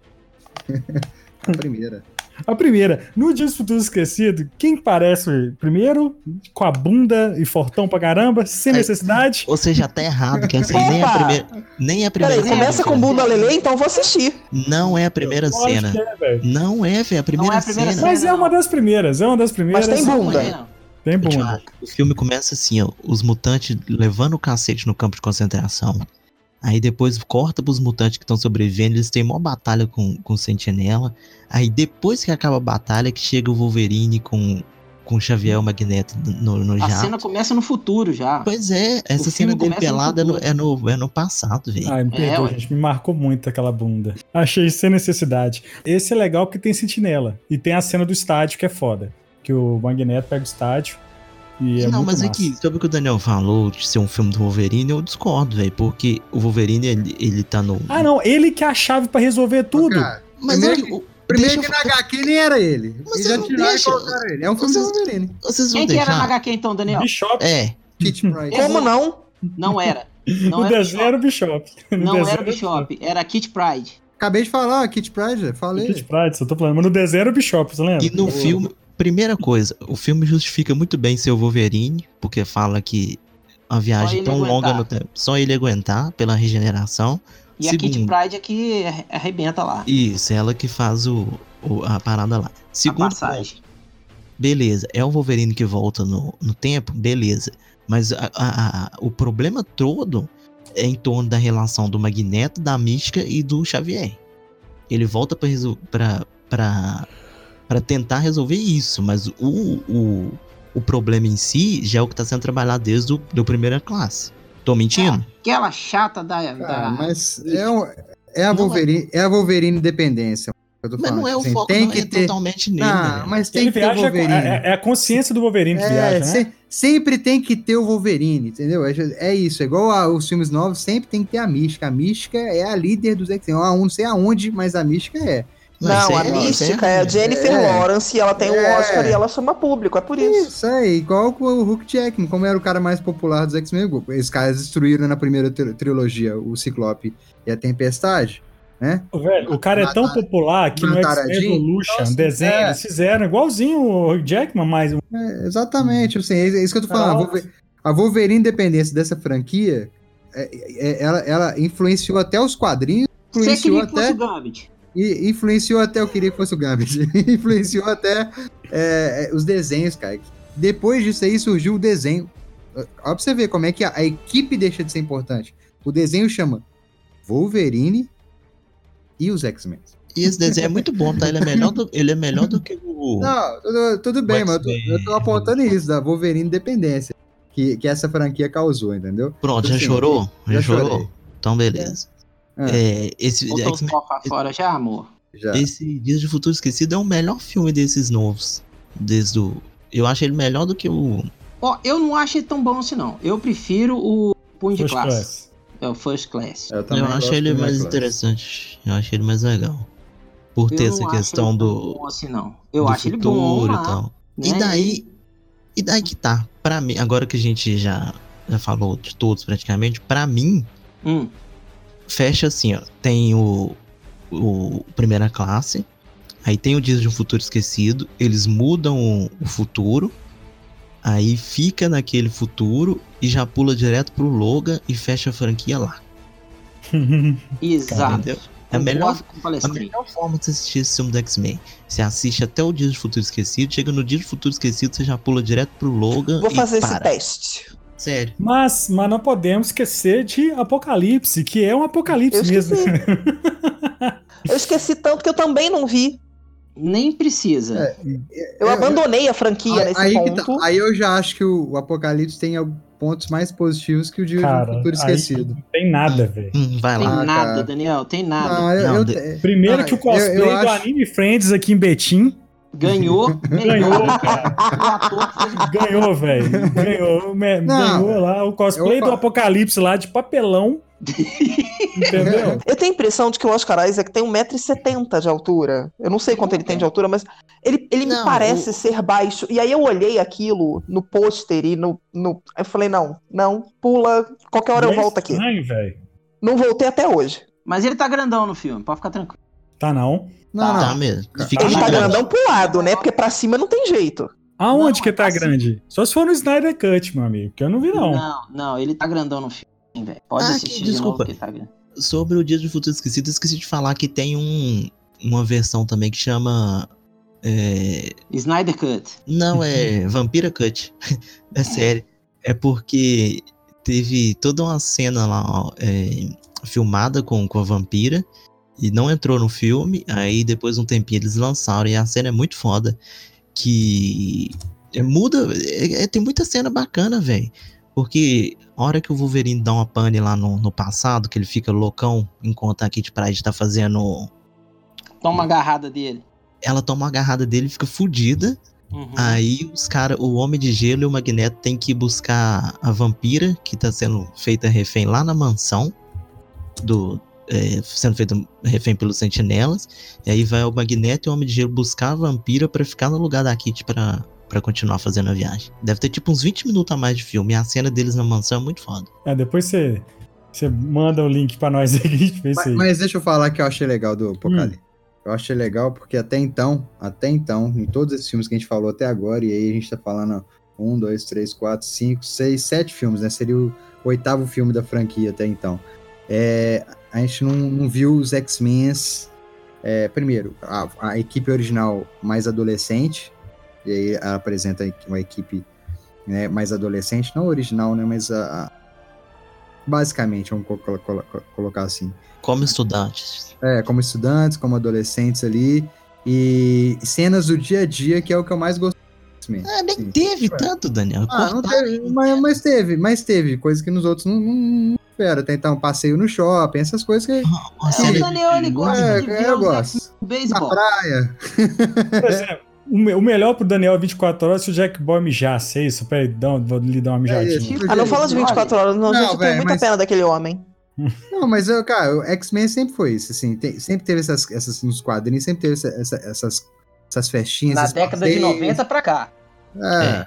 S4: a primeira.
S1: A primeira. No Dias do Futuro Esquecido, quem parece primeiro, com a bunda e fortão pra caramba, sem
S2: Aí.
S1: necessidade?
S2: Ou seja, tá errado, que essa nem é a
S5: Opa!
S2: primeira. Nem é a primeira
S5: Peraí,
S2: cena.
S5: começa com bunda lelê, então vou assistir.
S2: Não é a primeira
S1: Lógico
S2: cena.
S1: que é, velho.
S2: Não é, velho. A primeira,
S3: é a primeira
S2: cena.
S1: Mas é uma das primeiras, é uma das primeiras.
S5: Mas tem
S3: Não,
S5: Bunda.
S3: não é, não.
S1: Tem
S2: Ô,
S1: bunda.
S2: Thiago, Tipo, o filme começa assim, ó. Os mutantes levando o cacete no campo de concentração. Aí depois corta pros mutantes que estão sobrevivendo, eles têm uma batalha com, com o Sentinela. Aí depois que acaba a batalha, que chega o Wolverine com, com o Xavier e o Magneto no, no
S3: A
S2: jato.
S3: cena começa no futuro já.
S2: Pois é, essa
S3: filme
S2: cena dele
S3: começa no
S2: pelada é no,
S3: futuro.
S2: é, no, é no passado, velho.
S1: Ai, me
S3: É,
S1: perdoa,
S3: ué.
S1: gente. Me marcou muito aquela bunda. Achei sem necessidade. Esse é legal porque tem sentinela. E tem a cena do estádio que é foda. Que o Magneto pega o estádio e é
S2: não,
S1: muito
S2: mas
S1: massa.
S2: é que sobre o que o Daniel falou de ser um filme do Wolverine, eu discordo, velho. Porque o Wolverine, ele, ele tá no.
S1: Ah, não. Ele que é a chave pra resolver tudo.
S4: Cara,
S2: Mas
S4: Primeiro
S2: olha,
S4: que-
S2: o-
S4: primeiro
S2: deixa
S4: que na HQ nem era ele.
S2: Mas
S4: e
S2: você
S4: já
S2: não
S4: tiraram
S2: deixa.
S4: e colocaram ele. É um filme do
S2: Vocês-
S4: Wolverine.
S2: vocês vão
S3: Quem que era na
S2: deixar.
S3: HQ então, Daniel?
S1: Bishop.
S2: É,
S4: Kit Pryde.
S3: É.
S5: Como não?
S3: Não era. Não
S1: no
S3: era o
S1: desenho era
S3: Bishop.
S1: o Bishop. No
S3: Não é
S1: desenho é
S3: era o Bishop. Era a Kit Pride.
S4: Acabei de falar, Kit Pryde,
S1: O
S4: falei.
S1: Kid Pride, só tô falando. Mas no desenho era o Bishop, você lembra?
S2: E no
S4: Boa.
S2: filme, primeira coisa, o filme justifica muito bem ser o Wolverine, porque fala que a viagem
S3: ele
S2: tão longa
S3: aguentar.
S2: no tempo, só ele aguentar pela regeneração.
S3: E a Kit
S2: Segundo.
S3: Pride é que arre- arrebenta lá.
S2: Isso, é ela que faz o, o- a parada lá.
S3: a
S2: Segundo ponto,
S3: passagem.
S2: beleza, é o Wolverine que volta no, no tempo, beleza. Mas a- a- a- o problema todo é em torno da relação do Magneto, da Mística e do Xavier. Ele volta pra, resol- pra, pra, pra tentar resolver isso, mas o, o, o problema em si já é o que tá sendo trabalhado desde o do primeira classe. Tô mentindo?
S4: Ah,
S3: Aquela chata da.
S4: Cara,
S3: da...
S4: mas é, um- é a
S2: Ah, Não é-
S4: Wolverine, é... a Wolverine dependência. eu tô
S2: mas
S4: falando,
S2: não é o
S4: assim,
S2: foco,
S4: tem
S2: não
S4: que
S2: é
S4: ter.
S2: totalmente nele.
S4: Ah,
S2: né?
S4: mas tem
S1: Ele
S4: que ter o
S1: viaja com-
S4: Wolverine.
S1: é, é a consciência do Wolverine que
S4: É,
S1: viaja, né?
S4: se- sempre tem que ter o Wolverine, entendeu? É, é isso, é igual aos filmes novos, sempre tem que ter a mística. A mística é a líder dos X-Men. Eu Não sei aonde, mas a mística é.
S2: Mas
S5: Não, a
S2: sério,
S5: mística é
S2: sério?
S5: a Jennifer
S4: É.
S5: Lawrence e ela tem um
S4: É.
S5: Oscar e ela chama público, é por isso.
S4: Isso aí, igual com o Hulk Jackman, como era o cara mais popular dos X-Men. Esses caras destruíram na primeira tri- trilogia o Ciclope e a Tempestade, né?
S1: Ô, Velho, o cara é tão
S4: Matar-
S1: popular que no
S4: Mataradinho?
S1: X-Men Evolution,
S4: Nossa,
S1: desenho,
S4: é.
S1: eles fizeram igualzinho o Jackman, mas um
S4: É, exatamente, assim, é isso que eu tô falando. A
S1: Nossa.
S4: Wolver- A Wolverine Independência dessa franquia, é- é- ela, ela influenciou até os quadrinhos,
S3: Você
S4: influenciou
S3: queria é que fosse
S4: até...
S3: o Gambit.
S4: E influenciou até, eu queria que fosse o Gambit, influenciou até é, é, os desenhos, cara. Depois disso aí surgiu o desenho. Ó, pra você ver como é que a, a equipe deixa de ser importante. O desenho chama Wolverine e os X-Men.
S2: E esse desenho é muito bom, tá? Ele é melhor do, ele é melhor do que o.
S4: Não, tudo, tudo bem, mas eu tô, eu tô
S2: né?
S4: apontando isso, da Wolverine Dependência, que, que essa franquia causou, entendeu?
S2: Pronto, já
S4: Sim,
S2: chorou? Já,
S4: já
S2: chorou?
S4: chorei.
S2: Então, beleza.
S4: Ah.
S2: É, esse,
S3: Botou os
S2: X-Men-
S3: pau pra fora já, amor?
S4: Já.
S2: esse Dias de Futuro Esquecido é o melhor filme desses novos. Desde o. Eu acho ele melhor do que o.
S3: Ó, eu não acho ele tão bom assim, não. Eu prefiro o Punho de
S1: First
S3: Classe.
S1: class.
S3: É o First Class.
S4: Eu,
S2: Eu acho ele mais
S4: interessante.
S2: interessante. Eu acho ele mais legal. Por ter
S3: Eu
S2: essa
S3: não acho
S2: questão
S3: ele tão
S2: do.
S3: Bom assim, não. Eu
S2: do
S3: acho ele bom.
S2: futuro
S3: lá,
S2: e tal.
S3: né?
S2: E daí. E daí que tá. Pra mim, agora que a gente já, já falou de todos praticamente, pra mim,
S3: Hum,
S2: fecha assim, ó. Tem o, o Primeira Classe, aí tem o Dias de um Futuro Esquecido, eles mudam o, o futuro, aí fica naquele futuro e já pula direto pro Logan e fecha a franquia lá.
S3: exato.
S2: Entendeu? É a melhor,
S3: Concordo com o
S2: a
S3: Palestrino.
S2: melhor forma de você assistir esse filme do X-Men. Você assiste até o Dia do Futuro Esquecido, chega no Dia do Futuro Esquecido, você já pula direto pro Logan
S5: Vou
S2: e
S5: fazer
S2: para.
S5: esse teste.
S2: Sério.
S1: Mas, mas não podemos esquecer de Apocalipse, que é um apocalipse
S5: Eu
S1: mesmo.
S5: esqueci. Eu esqueci tanto que eu também não vi.
S3: Nem precisa.
S4: É.
S5: Eu abandonei a franquia nesse
S4: aí, que tá.
S5: ponto.
S4: Aí eu já acho que o, o Apocalipse tem alguns pontos mais positivos que o Dia
S1: Cara,
S4: do Futuro
S1: aí-
S4: Esquecido.
S1: Não tem nada, velho.
S2: Hum, vai
S3: Tem
S2: lá.
S4: Ah,
S3: nada,
S4: cara.
S3: Daniel. Tem
S1: tá.
S3: nada.
S4: Não, é- eu,
S2: Não,
S4: eu
S2: de-
S4: te-
S1: Primeiro
S4: Ah,
S1: que o
S4: eu-
S1: cosplay
S4: eu
S1: do
S4: acho-
S1: Anime Friends aqui em Betim
S3: Ganhou.
S1: ganhou,
S3: melhor.
S1: cara.
S3: E Um ator fez
S1: Ganhou, velho. Ganhou, me-
S4: Não,
S1: ganhou lá o cosplay do
S4: eu falo-
S1: Apocalipse lá de papelão. Entendeu?
S5: Eu tenho a impressão de que o Oscar Isaac tem 1,70m de altura. Eu não sei quanto ele tem de altura, mas ele, ele me
S2: Não,
S5: parece ser baixo. E aí eu olhei aquilo no pôster e no, no. Eu falei, não, não, pula, qualquer hora eu
S1: É
S5: volto aqui.
S1: estranho, velho.
S5: Não voltei até hoje.
S3: Mas ele tá grandão no filme, pode ficar tranquilo.
S1: Tá não.
S4: Não,
S2: Tá
S4: não.
S2: mesmo. Fica
S5: Ele tá
S2: gigante.
S5: grandão pro lado, né? Porque pra cima não tem jeito.
S1: Aonde
S3: Não,
S1: que tá
S3: assim-
S1: grande? Só se for no Snyder Cut, meu amigo, que eu não vi não.
S3: não, não, ele tá grandão no filme, sim, velho. Pode
S2: Ah,
S3: assistir
S2: que-
S3: de
S2: desculpa.
S3: novo que ele tá grandão.
S2: Sobre o Dia do Futuro Esquecido, eu esqueci de falar que tem um, uma versão também que chama. é,
S3: Snyder Cut.
S2: não, é Vampira Cut. é sério. É porque teve toda uma cena lá ó, é, filmada com, com a vampira e não entrou no filme. Aí depois de um tempinho eles lançaram e a cena é muito foda. Que é, muda. é- é- tem muita cena bacana, velho. Porque a hora que o Wolverine dá uma pane lá no, no passado, que ele fica loucão, enquanto a Kit Pride tá fazendo.
S3: Toma uma agarrada dele.
S2: Ela toma uma agarrada dele e fica fudida.
S3: Uhum.
S2: Aí os cara, o Homem de Gelo e o Magneto tem que buscar a vampira que tá sendo feita refém lá na mansão do é, sendo feita refém pelos sentinelas. E aí vai o Magneto e o Homem de Gelo buscar a vampira pra ficar no lugar da Kit pra para continuar fazendo a viagem. Deve ter tipo uns 20 minutos a mais de filme. E a cena deles na mansão é muito foda.
S1: É, depois você você manda o link pra nós aí que a gente vê isso
S4: Mas,
S1: aí.
S4: mas deixa eu falar que eu achei legal do Apocalipse. Eu achei legal porque até então, até então, em todos esses filmes que a gente falou até agora, e aí a gente tá falando um, dois, três, quatro, cinco, seis, sete filmes, né? Seria o oitavo filme da franquia até então. É, a gente não, não viu os X-Men. é, primeiro, a, a equipe original mais adolescente, e aí ela apresenta uma equipe né, mais adolescente, não original, né? Mas a, a- basicamente, vamos co- colo- colo- colocar assim.
S2: Como estudantes.
S4: É, como estudantes, como adolescentes ali. E cenas do dia a dia, que é o que eu mais gosto. mesmo.
S2: Ah, nem
S4: Sim.
S2: teve tanto, Daniel.
S4: Ah, não
S2: Cortaram.
S4: teve, mas, mas teve, mas teve, coisa que nos outros não, não, não espera. Tentar um passeio no shopping, essas coisas
S2: Uma
S4: que
S3: É, o
S2: cena-
S3: Daniel, ele gosta
S4: é,
S3: de
S4: eu
S3: ver um os
S4: gosto. É,
S3: X-Men no
S4: na
S3: beisebol.
S4: praia.
S1: Por exemplo, é, o, me- o melhor pro Daniel é 24 horas se o Jack Boy mijasse, é isso? Peraí, dá, um- vou lhe dar uma mijadinha.
S4: é isso.
S5: Ah, não fala de 24 horas, não,
S4: Não,
S5: gente. Eu tenho
S4: véi,
S5: muita
S4: mas-
S5: pena daquele homem.
S4: Não, mas eu, cara, o X-Men sempre foi isso, assim, tem- sempre teve essas, essas nos quadrinhos, sempre teve essa- essa- essas, essas festinhas.
S3: Na
S4: esses
S3: década de
S4: passeios.
S3: 90 pra cá.
S4: É.
S2: É.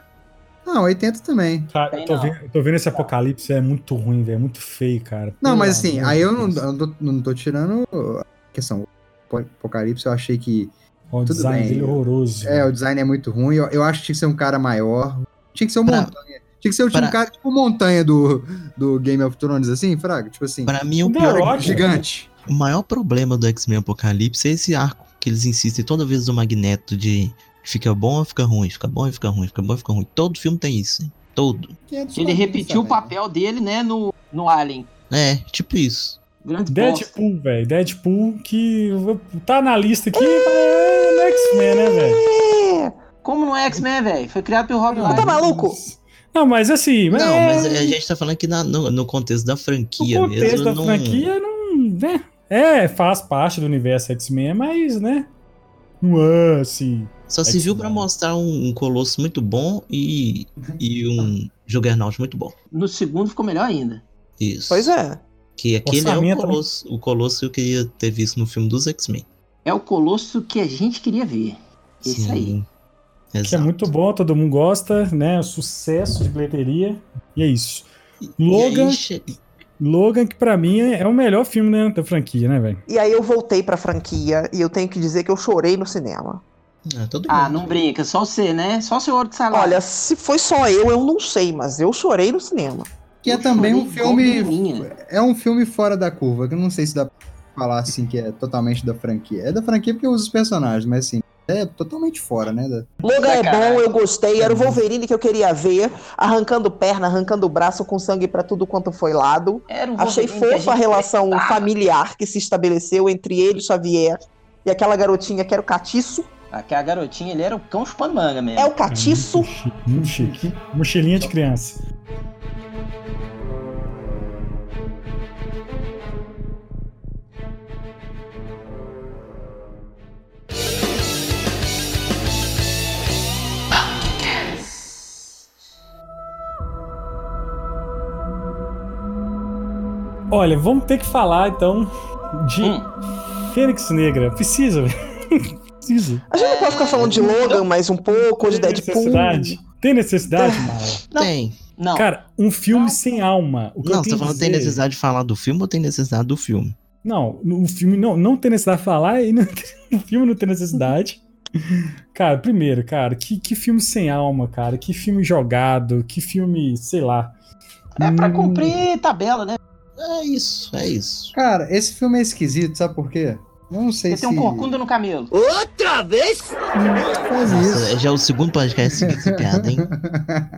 S4: Não, 80 também.
S1: Cara, Tá, eu, tô
S3: Tem não.
S1: vendo, eu tô vendo esse apocalipse, é muito ruim, velho. É muito feio, cara.
S4: Não,
S1: Pelo
S4: mas assim,
S1: amor
S4: aí
S1: de
S4: eu não,
S1: Deus.
S4: eu não tô, não tô tirando a questão. O Apocalipse eu achei que.
S1: Ó, o
S4: tudo
S1: design
S4: bem.
S1: dele é horroroso.
S4: É, o design é muito ruim. Eu, eu acho que tinha que ser um cara maior. Tinha que ser um
S2: Pra-
S4: montanha. Tinha que ser um tipo
S2: pra-
S4: cara tipo montanha do, do Game of Thrones, assim, Fraga. Tipo assim.
S2: Pra mim, um o
S1: O
S2: pior
S1: Dorothy,
S4: cara gigante.
S2: O maior problema do X-Men Apocalipse é esse arco que eles insistem toda vez do Magneto de fica bom ou fica ruim, fica bom ou fica ruim, fica bom ou fica ruim. Todo filme tem isso, hein? Todo.
S3: Ele repetiu o papel dele, né, no, no Alien.
S2: É, tipo isso.
S3: Grande bosta.
S1: Deadpool, velho. Deadpool que tá na lista aqui, mas é no X-Men, né, velho?
S3: É. Como não é X-Men, velho? Foi criado pelo Rob
S5: Tá maluco?
S1: Não, mas assim.
S2: Não,
S1: é-
S2: mas a gente tá falando que na- no, no contexto da franquia
S1: O contexto
S2: mesmo.
S1: da
S2: não...
S1: franquia não. Né? É, faz parte do universo X-Men, mas, né? Não é assim.
S2: Só se viu
S1: X-Men.
S2: pra mostrar um, um Colosso muito bom e, e um Juggernaut muito bom.
S3: No segundo ficou melhor ainda.
S2: Isso.
S5: Pois é.
S2: Que aquele é o
S1: Orçamento, né?
S2: Colosso. O Colosso eu queria ter visto no filme dos X-Men.
S3: É o colosso que a gente queria ver. Isso aí.
S2: Exato.
S1: Que é muito bom, todo mundo gosta, né? Sucesso de bilheteria. E é isso.
S2: E-
S1: Logan-
S2: e aí che-
S1: Logan, que pra mim é é o melhor filme né, da franquia, né, velho?
S5: E aí eu voltei pra franquia e eu tenho que dizer que eu chorei no cinema.
S2: Ah, todo
S3: Ah,
S2: mundo.
S3: não brinca, só você, né? Só o senhor que sai lá.
S5: Olha, se foi só eu, eu não sei, mas eu chorei no cinema.
S4: Que é
S3: Eu
S4: também um
S3: chorei igual
S4: filme.
S3: menininha.
S4: É um filme fora da curva, que eu não sei se dá pra falar assim que é totalmente da franquia. É da franquia porque usa os personagens, mas assim, é totalmente fora, né? da-
S5: Logan é
S3: Sacanagem.
S5: bom, eu gostei.
S1: Uhum.
S5: Era o Wolverine que eu queria ver, arrancando perna, arrancando braço, com sangue pra tudo quanto foi lado.
S3: Era um
S5: Achei
S3: Wolverine que
S5: fofa a
S3: gente
S5: relação
S3: precisava.
S5: familiar que se estabeleceu entre ele, Xavier, e aquela garotinha que era o Catiço.
S3: Aquela garotinha, ele era o cão chupando manga mesmo.
S5: É o Catiço.
S1: Tá Uhum. Muito chique. Mochilinha de criança. Olha, vamos ter que falar então de
S3: Hum.
S1: Fênix Negra. Precisa, velho. Precisa.
S5: A gente não pode ficar falando de Logan mais um pouco, de
S1: Tem
S5: Deadpool. É.
S1: necessidade? Tem necessidade, Mara?
S2: Tem.
S3: Não,
S1: Cara, um filme sem alma. O que
S2: Não,
S1: eu
S2: você
S1: tenho
S2: tá falando
S1: que
S2: tem
S1: dizer-
S2: necessidade de falar do filme ou tem necessidade do filme?
S1: Não, o filme não, não tem necessidade de falar e não tem- o filme não tem necessidade. Cara, primeiro, cara, que, que filme sem alma, cara. Que filme jogado, que filme, sei lá.
S3: é pra
S1: Hum,
S3: cumprir tabela, né?
S2: É isso, é isso.
S4: Cara, esse filme é esquisito, sabe por quê? Eu não sei
S3: Você
S4: se.
S3: tem um corcunda no camelo.
S8: Outra vez?
S4: Faz isso.
S2: Nossa, já é o segundo podcast seguido essa piada, hein?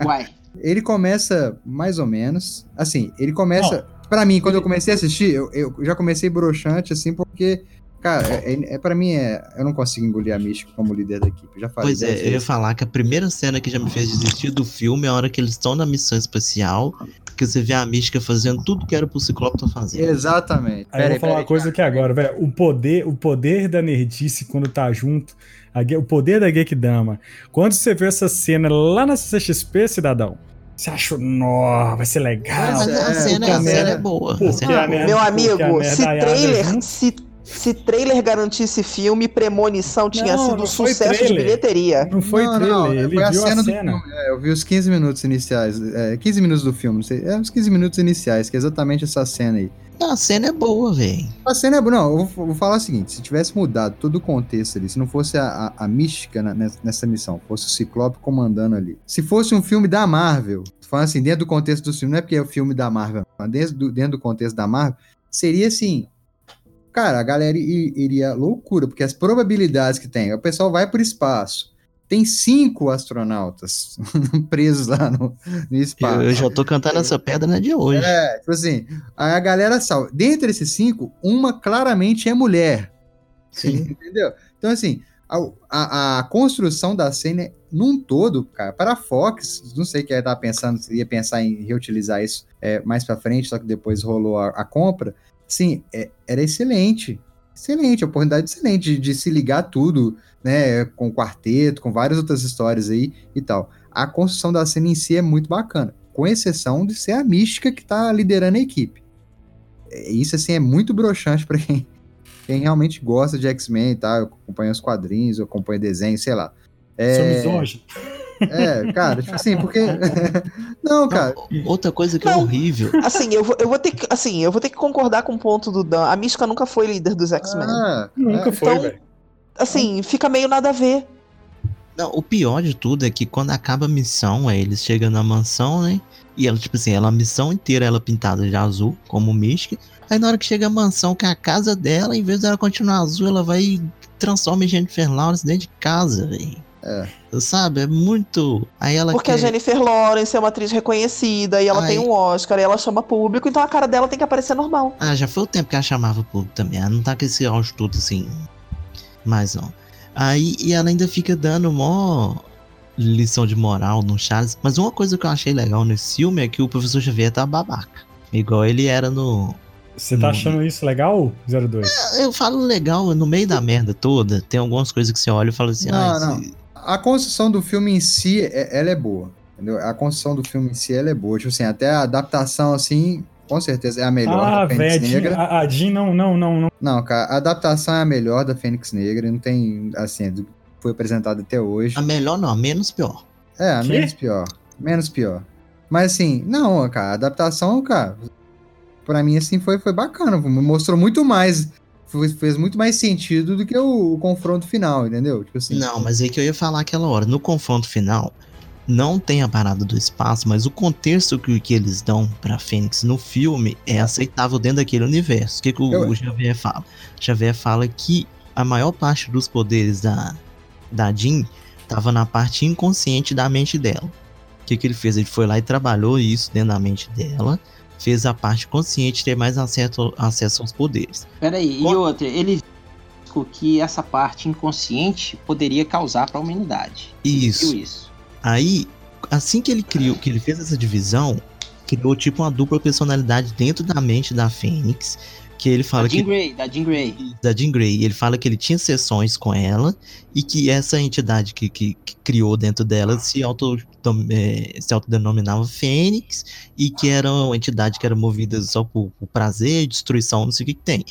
S3: Uai.
S4: Ele começa mais ou menos. Assim, ele começa. Pra mim, quando eu comecei a assistir, eu, eu já comecei broxante, assim, porque. Cara, é, é, é- pra mim é. Eu não consigo engolir a Mística como líder da equipe. Já falei.
S2: Pois é,
S4: dez
S2: eu ia
S4: vezes.
S2: falar que a primeira cena que já me fez desistir do filme é a hora que eles estão na missão espacial, que você vê a mística fazendo tudo que era pro Ciclope tá
S4: É,
S2: fazendo.
S4: Exatamente.
S1: Aí eu vou falar uma coisa aqui agora, velho. O poder, o poder da nerdice quando tá junto, a ge- o poder da Geekdama. Quando você vê essa cena lá na CCXP, cidadão, você achou, nó, vai ser legal.
S2: Mas a
S4: é,
S2: cena,
S1: porque
S2: a
S1: a
S2: cena é
S1: merda-
S2: boa. a
S1: porque
S2: cena é
S1: a
S2: boa.
S1: merda-
S5: Meu
S1: porque a
S5: amigo,
S1: merda
S5: se
S1: Yara
S5: trailer,
S1: junto-
S5: se, se trailer garantisse filme, Premonição tinha
S1: Não,
S5: sido
S1: não foi
S5: sucesso de
S1: trailer.
S5: bilheteria.
S1: Não foi
S4: Não,
S1: trailer,
S4: não,
S1: ele
S4: foi
S1: viu a cena.
S4: do filme. É, eu vi os 15 minutos iniciais. É, 15 minutos do filme, não sei. É os 15 minutos iniciais, que é exatamente essa cena aí.
S2: Não, a cena é boa, velho.
S4: A cena é. Não, eu vou, vou falar o seguinte: se tivesse mudado todo o contexto ali, se não fosse a, a, a mística na- nessa, nessa missão, fosse o Ciclope comandando ali. Se fosse um filme da Marvel, tô falando assim, dentro do contexto do filme, não é porque é o filme da Marvel, mas dentro do, dentro do contexto da Marvel, seria assim. Cara, a galera i- iria à loucura, porque as probabilidades que tem, o pessoal vai pro espaço. Tem cinco astronautas presos lá no, no espaço.
S2: Eu, eu já tô cantando essa pedra, não é de hoje.
S4: É, tipo assim, aí a galera salva. Dentre esses cinco, uma claramente é mulher.
S2: Sim.
S4: Entendeu? Então, assim, a, a- a construção da cena é, num todo, cara, para a Fox, não sei o que ela tava pensando, se ia pensar em reutilizar isso é, mais pra frente, só que depois rolou a, a compra. Sim, é- era excelente. Excelente, a oportunidade excelente de, de se ligar tudo, né? Com o quarteto, com várias outras histórias aí e tal. A construção da cena em si é muito bacana, com exceção de ser a mística que tá liderando a equipe. É, Isso, assim, é muito broxante pra quem quem realmente gosta de X-Men e tal, eu acompanho os quadrinhos, eu acompanho desenho, sei lá.
S1: Sou
S4: É,
S1: misógino.
S4: é, cara, tipo assim, porque. não, cara.
S2: Outra coisa que é
S5: Não.
S2: horrível.
S5: Assim, eu vou, eu vou ter que, assim, eu vou ter que concordar com o ponto do Dan. A Mística nunca foi líder dos X-Men.
S4: Ah,
S1: Nunca
S4: é,
S1: foi,
S5: então-
S1: velho.
S5: Assim, fica meio nada a ver.
S2: Não, o pior de tudo é que quando acaba a missão, aí eles chegam na mansão, né? E ela, tipo assim, ela, a missão inteira ela pintada de azul, como Mystic. Aí na hora que chega a mansão, que é a casa dela, em vez dela continuar azul, ela vai e transforma em Jennifer Lawrence dentro de casa, velho. Sabe? É muito. Aí ela
S5: Porque a
S2: quer-
S5: Jennifer Lawrence é uma atriz reconhecida e ela
S2: Ai.
S5: tem um Oscar e ela chama público, então a cara dela tem que aparecer normal.
S2: Ah, já foi o tempo que ela chamava o público também. Ela não tá com esse áudio todo assim. Mas não. Aí e ela ainda fica dando mó lição de moral no Charles. Mas uma coisa que eu achei legal nesse filme é que o professor Xavier tá babaca. Igual ele era no.
S1: Você tá
S2: Hum.
S1: achando isso legal, 02?
S2: Eu falo legal, no meio da merda toda, tem algumas coisas que você olha e fala assim,
S4: Não,
S2: ah,
S4: não.
S2: esse-
S4: A construção do filme em si, é- ela é boa. Entendeu? A construção do filme em si, ela é boa. Tipo assim, até a adaptação, assim, com certeza é a melhor
S1: Ah,
S4: da Fênix
S1: velho, a Jean-
S4: Negra.
S1: a, a Jean não, não, não, não.
S4: Não, cara, a adaptação é a melhor da Fênix Negra. Não tem, assim, do que foi apresentado até hoje.
S2: a melhor não, a menos pior.
S5: Ah,
S4: É, a
S1: Quê?
S4: menos pior. Menos pior. Mas assim, não, cara, a adaptação, cara, pra mim assim foi, foi bacana. Mostrou muito mais. foi- Fez muito mais sentido do que o, o confronto final, entendeu? Tipo assim.
S2: Não, mas é que eu ia falar aquela hora. No confronto final, não tem a parada do espaço, mas o contexto que, que eles dão pra Fênix no filme é aceitável dentro daquele universo. O que, que o,
S4: Eu-
S2: o Xavier fala? O Xavier fala é que a maior parte dos poderes da, da Jean tava na parte inconsciente da mente dela. O que, que ele fez? Ele foi lá e trabalhou isso dentro da mente dela. Fez a parte consciente ter mais acesso, acesso aos poderes.
S3: Peraí, e
S2: Qual-
S3: outra, ele viu que essa parte inconsciente poderia causar pra humanidade.
S2: Isso.
S3: Viu isso?
S2: Aí, assim que ele criou, que ele fez essa divisão, criou tipo uma dupla personalidade dentro da mente da Fênix, que ele fala
S3: da Jean
S2: que
S3: Grey, da Jean Grey.
S2: da Jean Grey, ele fala que ele tinha sessões com ela e que essa entidade que, que, que criou dentro dela se, auto, dom- eh, se autodenominava Fênix e que era uma entidade que era movida só por, por prazer, destruição, não sei o que que tem.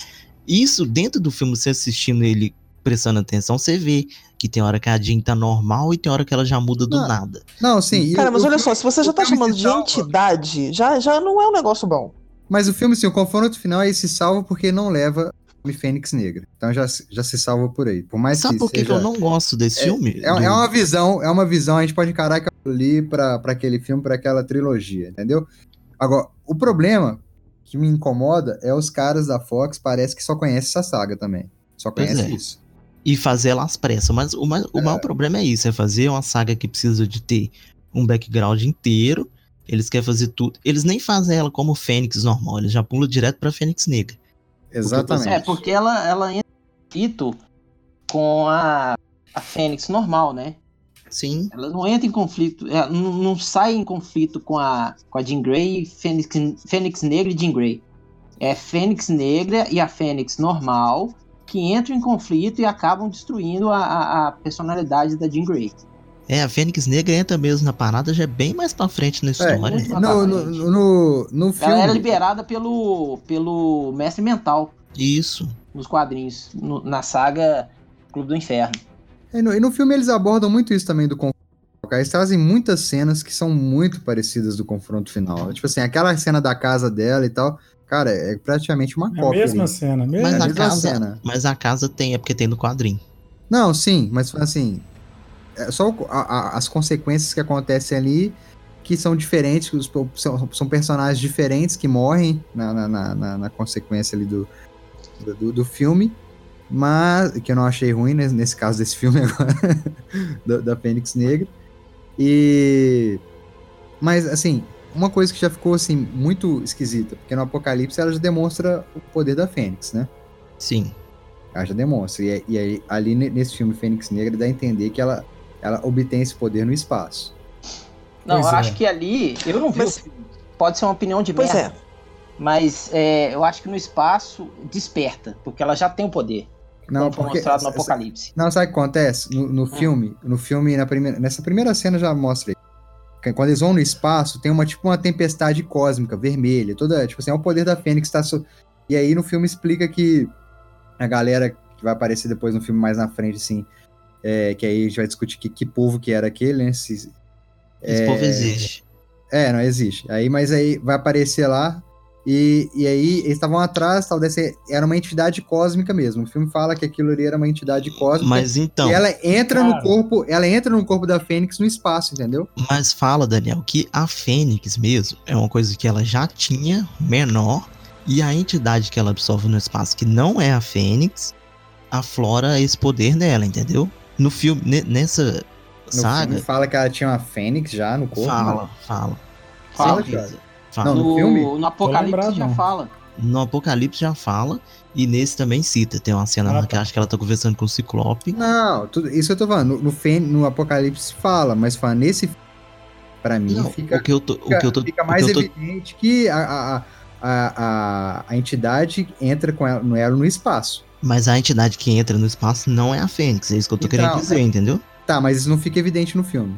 S2: Isso dentro do filme, você assistindo ele prestando atenção, você vê que tem hora que a Jean tá normal e tem hora que ela já muda do
S4: Não.
S2: nada.
S4: Não, sim. e
S5: Cara,
S4: o-
S5: mas
S4: o
S5: olha
S4: filme-
S5: só, se você já
S4: o
S5: tá
S4: filme
S5: chamando
S4: se
S5: de
S4: salva.
S5: entidade, já, já não é um negócio bom.
S4: Mas o filme, sim, o confronto final aí se salva porque não leva o Fênix Negra. Então já, se- já se salva por aí. Por mais
S2: Sabe
S4: que
S2: por que, que
S4: seja...
S2: eu não gosto desse filme?
S4: É,
S2: Do-
S4: é uma visão, é uma visão, a gente pode encarar aquilo ali pra, pra aquele filme, pra aquela trilogia, entendeu? Agora, o problema que me incomoda é os caras da Fox parece que só conhecem essa saga também. Só
S2: Pois
S4: conhece
S2: é.
S4: isso.
S2: E fazer ela às pressas. Mas o, ma- o maior problema é isso: é fazer uma saga que precisa de ter um background inteiro. Eles querem fazer tudo. Eles nem fazem ela como Fênix normal, eles já pulam direto pra Fênix Negra.
S4: Exatamente.
S3: É, porque ela, ela entra em conflito com a, a Fênix normal, né?
S2: Sim.
S3: Ela não entra em conflito, ela não, não sai em conflito com a, com a Jean Grey, Fênix, Fênix Negra e Jean Grey. É Fênix Negra e a Fênix normal que entram em conflito e acabam destruindo a, a- a personalidade da Jean Grey.
S2: É, a Fênix Negra entra mesmo na parada, já é bem mais pra frente na história.
S3: muito mais-
S4: É, No, no, no, no- no
S3: Ela era
S4: filme.
S3: liberada pelo, pelo Mestre Mental
S2: Isso.
S3: nos quadrinhos, no- na saga Clube do Inferno.
S4: É, E no, e no filme eles abordam muito isso também do confronto. cara. Eles trazem muitas cenas que são muito parecidas do confronto final. Tipo assim, aquela cena da casa dela e tal. Cara, é praticamente uma
S1: É a
S4: cópia.
S1: mesma
S4: ali.
S1: cena, a mesma
S2: Mas
S4: É
S2: a,
S4: mesma
S2: casa,
S4: cena.
S2: mas a casa tem, é porque tem no quadrinho.
S4: Não, sim, mas assim, é só o- a- a- as consequências que acontecem ali, que são diferentes, que os po- são, são personagens diferentes que morrem na, na- na- na- na consequência ali do, do, do filme, mas que eu não achei ruim né, nesse caso desse filme agora, da, da Fênix Negra. E. Mas, assim, uma coisa que já ficou assim, muito esquisita, porque no Apocalipse ela já demonstra o poder da Fênix, né?
S2: Sim.
S4: Ela já demonstra. E, é, e aí, ali ne- nesse filme Fênix Negra, dá a entender que ela, ela obtém esse poder no espaço.
S3: Não,
S1: Pois
S3: eu
S1: é.
S3: acho que ali. Eu não vi.
S5: Mas-
S3: o filme. Pode ser uma opinião de
S5: Pois
S3: merda.
S5: é.
S3: Mas é, eu acho que no espaço desperta, porque ela já tem o poder.
S4: Não,
S3: como foi
S4: porque.
S3: mostrado no Apocalipse. Ah.
S4: Não, sabe o que acontece? No, no filme, no filme, na primeira, nessa primeira cena já mostra aí. Que Quando eles vão no espaço, tem uma tipo uma tempestade cósmica, vermelha, toda. Tipo assim, é o poder da Fênix tá. so- E aí no filme explica que a galera que vai aparecer depois no filme mais na frente, assim. é, que aí a gente vai discutir que, que povo que era aquele, né? Se-
S2: Esse povo existe.
S4: É, não existe. Aí, mas aí vai aparecer lá. E, e aí eles estavam atrás, tal, desse, era uma entidade cósmica mesmo. O filme fala que aquilo ali era uma entidade cósmica.
S2: Mas então.
S4: e ela entra no
S1: Cara.
S4: corpo, ela entra no corpo da Fênix no espaço, entendeu?
S2: Mas fala, Daniel, que a Fênix mesmo é uma coisa que ela já tinha menor e a entidade que ela absorve no espaço, que não é a Fênix, aflora esse poder nela, entendeu? No filme, ne- nessa
S4: No filme
S2: saga,
S4: fala que ela tinha uma fênix já no corpo.
S2: fala,
S4: né?
S2: fala.
S3: Fala,
S2: Certeza.
S4: Não,
S2: Fala.
S4: no
S3: No,
S4: filme? é
S3: no Apocalipse
S1: Tô lembrado,
S3: já
S1: não.
S3: fala.
S2: No Apocalipse já fala, e nesse também cita. Tem uma cena
S1: Ah,
S2: lá
S1: tá.
S2: que acho que ela tá conversando com o Ciclope.
S4: Não, tudo, isso eu tô falando. No, no, Fên- no Apocalipse fala, mas fala, nesse filme, pra mim,
S2: Não,
S4: fica,
S2: o que eu tô.
S4: fica,
S2: o que eu tô,
S4: fica
S2: o
S4: mais
S2: que eu tô-
S4: evidente que a, a, a, a, a- a entidade entra com ela, no elo no espaço.
S2: Mas a entidade que entra no espaço não é a Fênix, é isso que eu tô
S4: Então,
S2: querendo dizer, entendeu?
S4: Tá, mas isso não fica evidente no filme.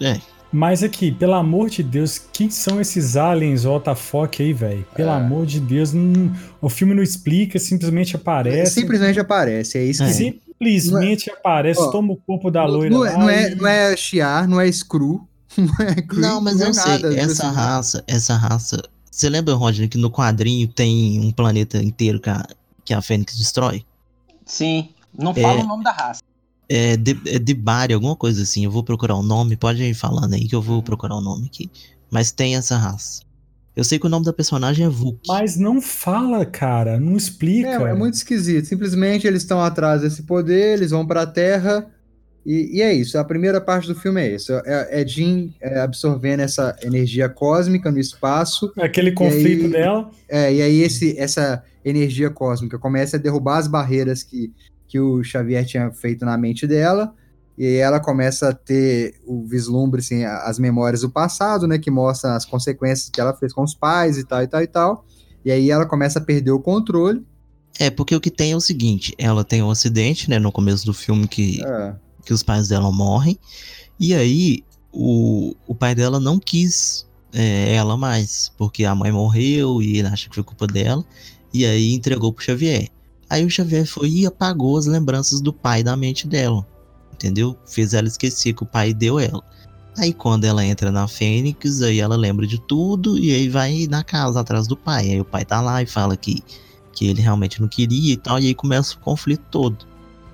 S2: É.
S1: Mas aqui, pelo amor de Deus, quem são esses aliens Otafoque aí, velho? Pelo
S4: É.
S1: amor de Deus, não- o filme não explica, simplesmente aparece.
S4: Simplesmente aparece, é isso que
S2: É.
S1: Simplesmente aparece,
S4: Ó,
S1: toma o corpo da tá loira
S4: Não,
S1: lá
S4: é, não, é,
S1: e-
S4: não é chiar, não é screw. Não, é creep,
S2: Não, mas
S4: é
S2: eu sei,
S4: nada, tipo
S2: essa
S4: assim.
S2: raça, essa raça. Você lembra, Rodney, que no quadrinho tem um planeta inteiro que a, que a Fênix destrói?
S3: Sim. Não fala
S2: É.
S3: o nome da raça.
S2: É, de, é Debari, alguma coisa assim. Eu vou procurar o nome, pode ir falando aí que eu
S4: Uhum.
S2: vou procurar o nome aqui. Mas tem essa raça. Eu sei que o nome da personagem é Vulk.
S1: Mas não fala, cara, não explica.
S4: É, é muito esquisito. Simplesmente eles estão atrás desse poder, eles vão pra Terra. E, e é isso. A primeira parte do filme é isso. É, é Jean é, absorvendo essa energia cósmica no espaço.
S1: Aquele conflito
S4: aí-
S1: dela.
S4: é, e aí esse, essa energia cósmica começa a derrubar as barreiras que, que o Xavier tinha feito na mente dela. E aí ela começa a ter o vislumbre, assim, a- as memórias do passado, né? Que mostra as consequências que ela fez com os pais e tal, e tal, e tal. E aí ela começa a perder o controle.
S2: É, porque o que tem é o seguinte: ela tem um acidente, né, no começo do filme que,
S4: É.
S2: que os pais dela morrem. E aí o, o pai dela não quis é, ela mais, porque a mãe morreu e ele acha que foi culpa dela. E aí entregou pro Xavier. Aí o Xavier foi e apagou as lembranças do pai da mente dela. Entendeu? Fez ela esquecer que o pai deu ela. Aí quando ela entra na Fênix, aí ela lembra de tudo e aí vai na casa atrás do pai. Aí o pai tá lá e fala que, que ele realmente não queria e tal, e aí começa o conflito todo.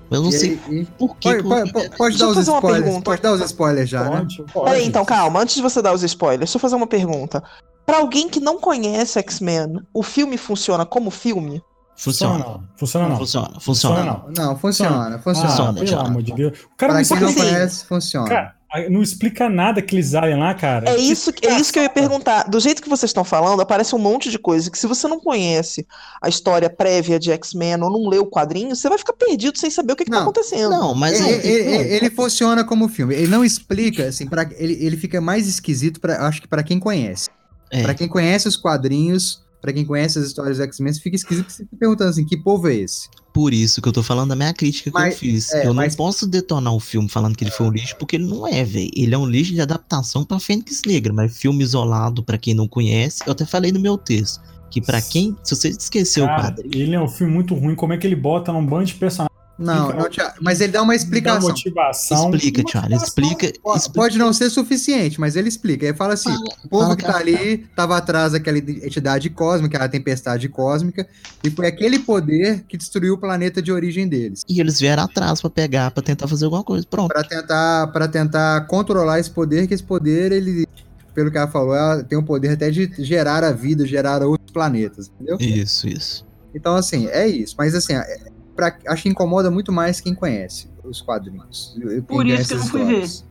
S2: Eu não
S4: E
S2: sei
S4: aí-
S2: por que. que
S4: Pode,
S2: o-
S4: pode- pode- pode
S5: Deixa
S4: dar
S5: eu
S4: os
S5: fazer uma
S4: spoilers.
S5: pergunta.
S4: Pode dar os spoilers já, né?
S1: Pode, pode.
S5: Peraí, então, calma. Antes de você dar os spoilers, deixa eu fazer uma pergunta. Pra alguém que não conhece X-Men, o filme funciona como filme?
S2: Funciona.
S1: não. Funciona não.
S2: Funciona,
S1: não.
S2: funciona.
S4: Não, funciona, funciona.
S1: Ah,
S2: Funciona,
S1: pelo
S2: funciona.
S1: amor de Deus. O cara
S4: Pra
S1: não
S4: quem não
S5: Assim,
S1: explica.
S4: conhece, funciona.
S1: Cara, não explica nada aqueles aliens lá, cara.
S5: É isso, é isso que eu ia perguntar. Do jeito que vocês estão falando, aparece um monte de coisa que se você não conhece a história prévia de X-Men ou não lê o quadrinho, você vai ficar perdido sem saber o que, que tá
S4: Não. É,
S5: acontecendo.
S2: Não, mas é,
S4: ele,
S2: aí tem-
S4: ele- ele- ele funciona como filme. Ele não explica, assim, pra, ele, ele fica mais esquisito, pra, acho que pra quem conhece.
S2: É.
S4: Pra quem conhece os quadrinhos, pra quem conhece as histórias do X-Men, fica esquisito porque você fica perguntando assim, que povo é esse?
S2: por isso que eu tô falando da minha crítica que
S4: Mas-
S2: eu fiz.
S4: é,
S2: eu não
S4: mas-
S2: posso detonar o filme falando que ele foi um lixo, porque ele não é, velho. Ele é um lixo de adaptação pra Fênix Negra, mas filme isolado pra quem não conhece. Eu até falei no meu texto que pra quem, se você esqueceu o
S1: Cara,
S2: quadrinho,
S1: ele é um filme muito ruim. Como é que ele bota num bando de personagens?
S4: Não,
S1: Então,
S4: não te- mas ele dá uma
S1: Dá
S4: explicação.
S1: motivação.
S2: explica,
S1: Uma
S2: Charlie, explica,
S4: Po-
S2: explica.
S4: Pode não ser suficiente, mas ele explica. Ele fala assim: o povo
S2: fala
S4: que
S2: que
S4: tá ali tava atrás daquela entidade cósmica, a tempestade cósmica, e foi aquele poder que destruiu o planeta de origem deles.
S2: E eles vieram atrás pra pegar, pra tentar fazer alguma coisa. Pronto.
S4: Pra tentar, pra tentar controlar esse poder, que esse poder, ele, pelo que ela falou, ela tem o poder até de gerar a vida, gerar outros planetas, entendeu?
S2: Isso, isso.
S4: Então, assim, é isso. Mas, assim, é- pra- acho que incomoda muito mais quem conhece os quadrinhos. quem
S3: Por isso
S4: conhece
S3: que eu
S4: as
S3: não fui ver.
S4: histórias.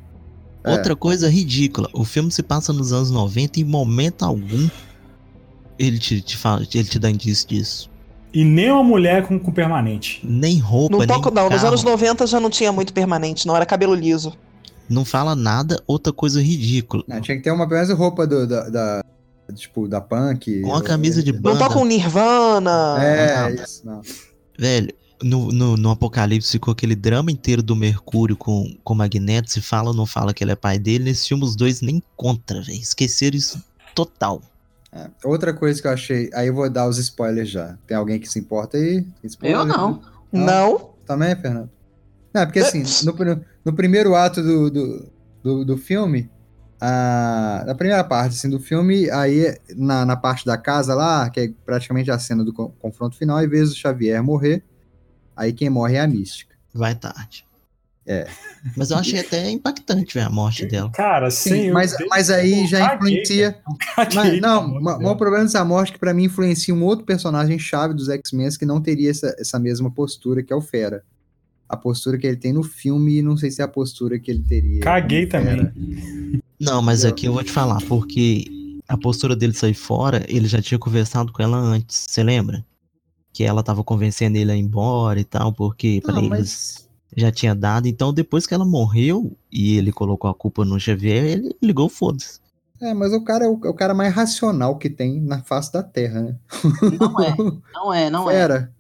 S4: É.
S2: Outra coisa ridícula, o filme se passa nos anos 90 e em momento algum ele te, te fala, ele te dá indício disso.
S1: E nem uma mulher com, com permanente.
S2: Nem roupa,
S5: Não,
S2: nem
S5: toco, não. Nos
S2: carro,
S5: anos 90 já não tinha muito permanente, não. Era cabelo liso.
S2: não fala nada, outra coisa ridícula.
S4: Não, tinha que ter uma peça roupa do- da, da- Tipo, da punk.
S2: Com a camisa de
S5: Não
S2: Banda.
S5: toca um Nirvana.
S4: É,
S2: nada.
S4: isso, não.
S2: Velho, no, no, no Apocalipse ficou aquele drama inteiro do Mercúrio com com o Magneto, se fala ou não fala que ele é pai dele, nesse filme os dois nem contra, velho. Esqueceram isso total.
S4: É. Outra coisa que eu achei. Aí eu vou dar os spoilers já. Tem alguém que se importa aí? Spoiler?
S3: Eu não.
S5: Não.
S4: Também, Fernando? Não, porque assim, no, pri- no primeiro ato do, do, do, do filme, a, na primeira parte assim, do filme, aí na, na parte da casa lá, que é praticamente a cena do co- confronto final, em vez do Xavier morrer, aí quem morre é a Mística.
S2: Vai tarde.
S4: É.
S2: Mas eu achei até impactante, velho, a morte dela.
S1: Cara, sim.
S4: Sim, mas, mas aí já influencia. Mas, não, ma- mas o problema dessa morte que pra mim influencia um outro personagem chave dos X-Men que não teria essa, essa mesma postura, que é o Fera. a postura que ele tem no filme e não sei se é a postura que ele teria.
S1: Caguei
S4: como fera.
S2: Não, mas aqui eu vou te falar, porque a postura dele sair fora, ele já tinha conversado com ela antes, você lembra? Que ela tava convencendo ele a ir embora e tal, porque pra
S4: Não,
S2: eles
S4: mas
S2: já tinha dado. Então, depois que ela morreu e ele colocou a culpa no Xavier, ele ligou, foda-se.
S4: é, mas o cara é o, é o cara mais racional que tem na face da Terra, né?
S3: Não é, não é, não é.
S4: Fera.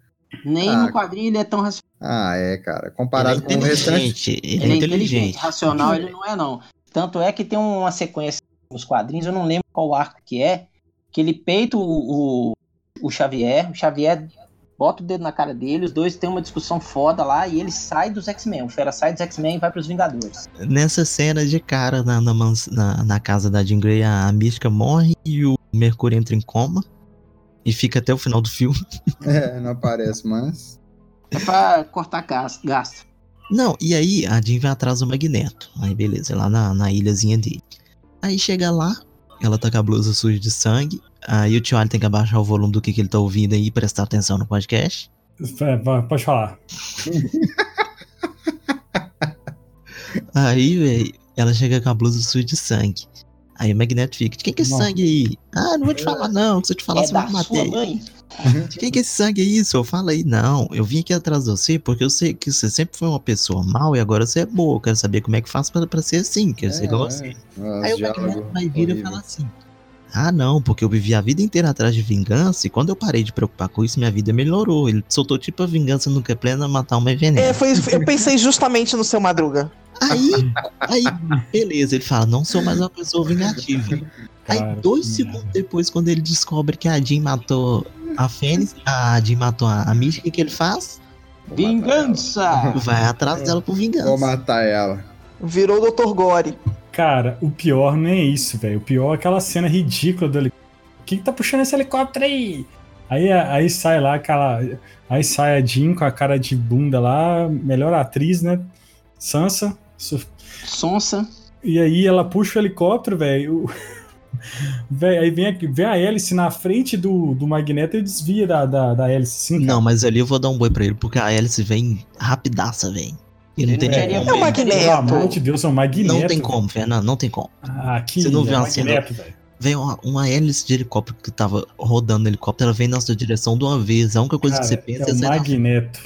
S3: Nem
S4: Ah,
S3: no quadrinho ele é tão racional.
S4: Ah, é, cara.
S2: Ele é
S4: Comparado com o restante
S2: inteligente, ele é inteligente.
S3: Racional ele não é, não. Tanto é que tem uma sequência nos quadrinhos, eu não lembro qual arco que é, que ele peita o, o, o Xavier, o Xavier bota o dedo na cara dele, os dois têm uma discussão foda lá e ele sai dos X-Men. O Fera sai dos X-Men e vai pros Vingadores.
S2: Nessa cena de cara na, na, mans- na- na casa da Jean Grey, a, a Mística morre e o Mercúrio entra em coma. E fica até o final do filme.
S4: É, não aparece, mas.
S3: É pra cortar gasto. gasto.
S2: Não, e aí a Jean vai atrás do Magneto. Aí beleza, lá na, na ilhazinha dele. Aí chega lá, ela tá com a blusa suja de sangue. Aí o tio Ali tem que abaixar o volume do que, que ele tá ouvindo aí e prestar atenção no podcast.
S1: Fa- fa- É, Pode falar.
S2: Aí, velho, ela chega com a blusa suja de sangue. Aí o Magneto fica, de quem que é esse
S1: Nossa.
S2: sangue aí? Ah, não vou te falar não, se eu te falar
S3: É
S2: você vai
S3: da
S2: me
S3: sua
S2: matar.
S3: mãe?
S2: De quem que é esse sangue aí, senhor? Fala aí. Não, eu vim aqui atrás de você porque eu sei que você sempre foi uma pessoa mal e agora você é boa. Eu quero saber como é que faz pra, pra ser assim,
S3: É,
S2: quero ser
S4: é,
S2: igual a você. Aí o Magneto vai vir e falar assim: Ah, não, porque eu vivi a vida inteira atrás de vingança e quando eu parei de preocupar com isso, minha vida melhorou. Ele soltou tipo a vingança nunca é plena, matar uma é veneno.
S5: É, foi, isso- eu pensei justamente no seu Madruga.
S2: Aí, aí, beleza, ele fala: Não sou mais uma pessoa vingativa.
S1: Cara,
S2: aí, dois
S1: que
S2: segundos
S1: merda.
S2: depois, quando ele descobre que a Jean matou a Fênix, a Jean matou a, a Mística, o que que ele faz?
S3: Vingança!
S2: Vai atrás dela por vingança.
S4: Vou matar ela.
S5: Virou o Dr. Gore.
S1: Cara, o pior não é isso, velho. O pior é aquela cena ridícula do helicóptero. Quem que tá puxando esse helicóptero aí? Aí, a- aí sai lá aquela. Aí sai a Jean com a cara de bunda lá, melhor atriz, né? Sansa. Su-
S3: Sonsa.
S1: E aí ela puxa o helicóptero, velho. o- Véi, aí vem a, vem a hélice na frente do, do Magneto e desvia da, da, da hélice, sim. cara.
S2: Não, mas ali eu vou dar um boi pra ele, porque a hélice vem rapidaça, vem. E não
S3: Ele
S2: tem
S3: não
S2: nem
S3: teria
S2: como.
S5: É o Magneto.
S1: Pelo amor de Deus, é o Magneto.
S2: Não tem como, Fernando, não tem como.
S1: Ah, que
S2: Você não viu
S1: é o
S2: a cena?
S1: Magneto, velho.
S2: Vem uma, uma hélice de helicóptero que tava rodando no helicóptero, ela vem na sua direção de uma vez. A única coisa
S1: Cara,
S2: que você pensa
S1: é
S2: é,
S1: o
S2: sair na-
S1: Magneto.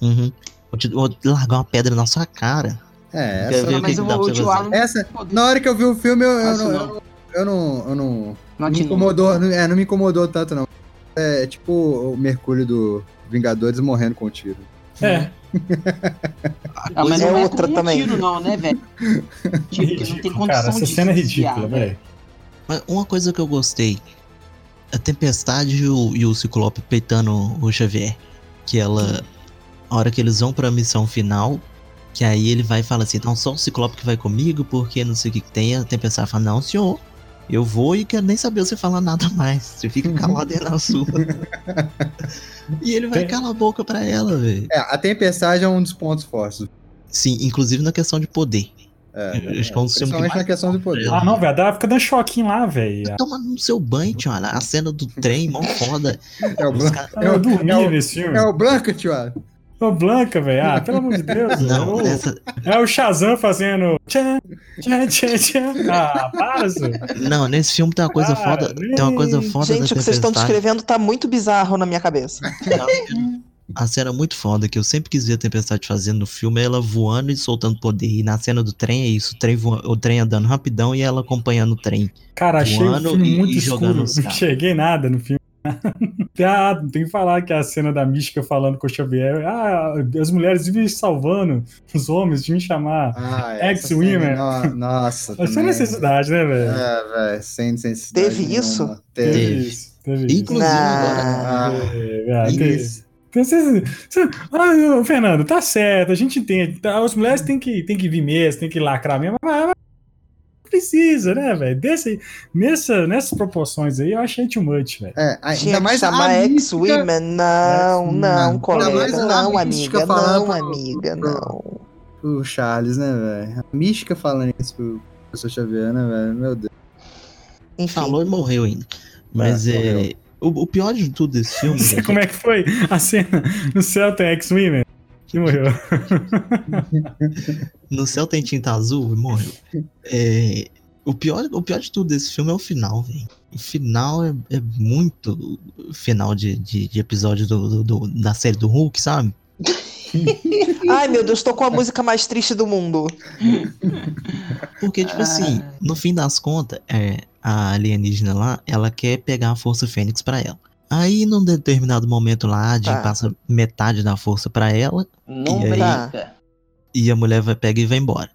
S2: Uhum. Vou, te, vou largar uma pedra na sua cara.
S4: É,
S2: Quer ver
S4: essa.
S2: o que,
S3: Mas
S2: que
S3: eu
S2: dá pra
S3: vou o
S2: você
S3: tio
S2: fazer?
S3: Alan.
S4: Essa, na hora que eu vi o filme, eu, eu,
S3: Faz isso
S4: não, eu, não- eu não. Eu não.
S3: Não
S4: me
S3: te
S4: incomodou, não- é, não me incomodou tanto, não. É tipo o Mercúrio do Vingadores morrendo com um tiro.
S1: É,
S2: A
S3: Ah, mas
S2: coisa-
S5: é
S3: não é
S5: outra
S3: com um
S5: também.
S3: Tiro, não, né, velho? Tiro que não tem
S1: ridículo,
S3: condição
S1: cara. Essa
S3: de
S1: cena é
S3: desviar,
S1: ridícula,
S3: né?
S1: velho.
S2: Mas uma coisa que eu gostei: a Tempestade e o, e o Ciclope peitando o Xavier. Que ela. A hora que eles vão pra missão final, que aí ele vai e fala assim: então só o Ciclope que vai comigo, porque não sei o que, que tem. A Tempestade fala: não, senhor, eu vou e quero nem saber você falar nada mais. Você fica calado aí na sua. e ele vai
S1: Tem-
S2: calar a boca pra ela, velho.
S4: É, a tempestade é um dos pontos fortes.
S2: Sim, inclusive na questão de poder.
S4: É,
S2: Eu acho que é um dos filmes que
S4: principalmente na
S2: mais-
S4: questão do poder.
S1: Ah, não, velho. Ela fica dando choquinho lá, velho. Ah,
S2: Toma no seu banho, tio. Alan. A cena do trem, mó foda.
S4: É o,
S2: Os
S4: Blanca,
S2: caras-
S1: Ah, Eu
S4: É o-
S1: dormi
S4: é o-
S1: nesse filme.
S4: é o Blanca, tio. Alan.
S1: Ô, Blanca, velho. Ah, pelo amor de Deus.
S2: Não,
S1: velho.
S2: essa,
S1: É o Shazam fazendo. Tchan, tchan, tchan, tchan. Ah, para, Zé.
S2: não, nesse filme tem uma coisa
S1: Cara,
S2: foda. Tem uma coisa
S1: nem-
S2: foda
S5: Gente,
S2: da
S5: o que vocês estão
S2: Tempestade.
S5: descrevendo tá muito bizarro na minha cabeça.
S2: A cena é muito foda que eu sempre quis ver a Tempestade fazendo no filme é ela voando e soltando poder. E na cena do trem é isso: o trem, voa- o trem andando rapidão e ela acompanhando o trem.
S1: Cara, achei o
S2: Voando
S1: filme
S2: e-
S1: muito
S2: e jogando
S1: escuro.
S2: os
S1: Não
S2: caras.
S1: cheguei nada no filme. ah, não tem que falar que a cena da mística falando com o Xavier. Ah, as mulheres vivem salvando os homens de me chamar.
S4: Ah, é, essa
S1: Ex-Women.
S4: cena, no- Nossa.
S1: né? Mas sem
S4: também.
S1: necessidade, né, velho?
S4: É, velho, sem necessidade.
S5: Teve isso?
S4: nenhuma. Teve.
S2: Teve.
S1: isso. Teve isso.
S2: Inclusive, agora,
S4: Ah,
S1: Teve, ah,
S2: Inclusive.
S1: teve. Então, vocês- vocês- ah, ô, Fernando, tá certo, a gente entende. Tá, as mulheres têm que, têm que vir mesmo, têm que lacrar mesmo. Mas, mas precisa, né, velho? Desse- Nessa, nessas proporções aí, eu achei too much, velho.
S4: é,
S5: Tinha
S4: ainda
S5: que
S4: mais a
S5: chamar
S4: mística-
S5: ex-women. Não, não,
S4: Ainda mais
S5: colega.
S4: a
S5: Não,
S4: mística
S5: amiga.
S4: falando
S5: Não,
S4: pro-
S5: amiga.
S4: pro-
S5: Não.
S4: O Charles, né, velho? A mística falando isso pro professor Xavier, né, velho? Meu Deus.
S5: Enfim.
S2: falou e morreu ainda. Mas
S4: É,
S2: é.
S4: morreu.
S2: O, o pior de tudo desse filme.
S1: Não sei
S2: gente,
S1: como é que foi a cena no céu tem X-Women. que morreu.
S2: No céu tem tinta azul e morreu. É, o, pior, o pior de tudo desse filme é o final, velho. O final é, é muito final de, de, de episódio do- do- do- da série do Hulk, sabe?
S1: né?
S5: Ai, meu Deus, tô
S1: É.
S5: com a música mais triste do mundo.
S2: Porque, tipo assim,
S5: Ah.
S2: no fim das contas, é, a alienígena lá, ela quer pegar a força fênix pra ela. Aí, num determinado momento lá, a Jean
S5: Tá.
S2: passa metade da força pra ela
S3: Não
S2: E aí?
S3: brinca.
S2: e a mulher vai pega e vai embora.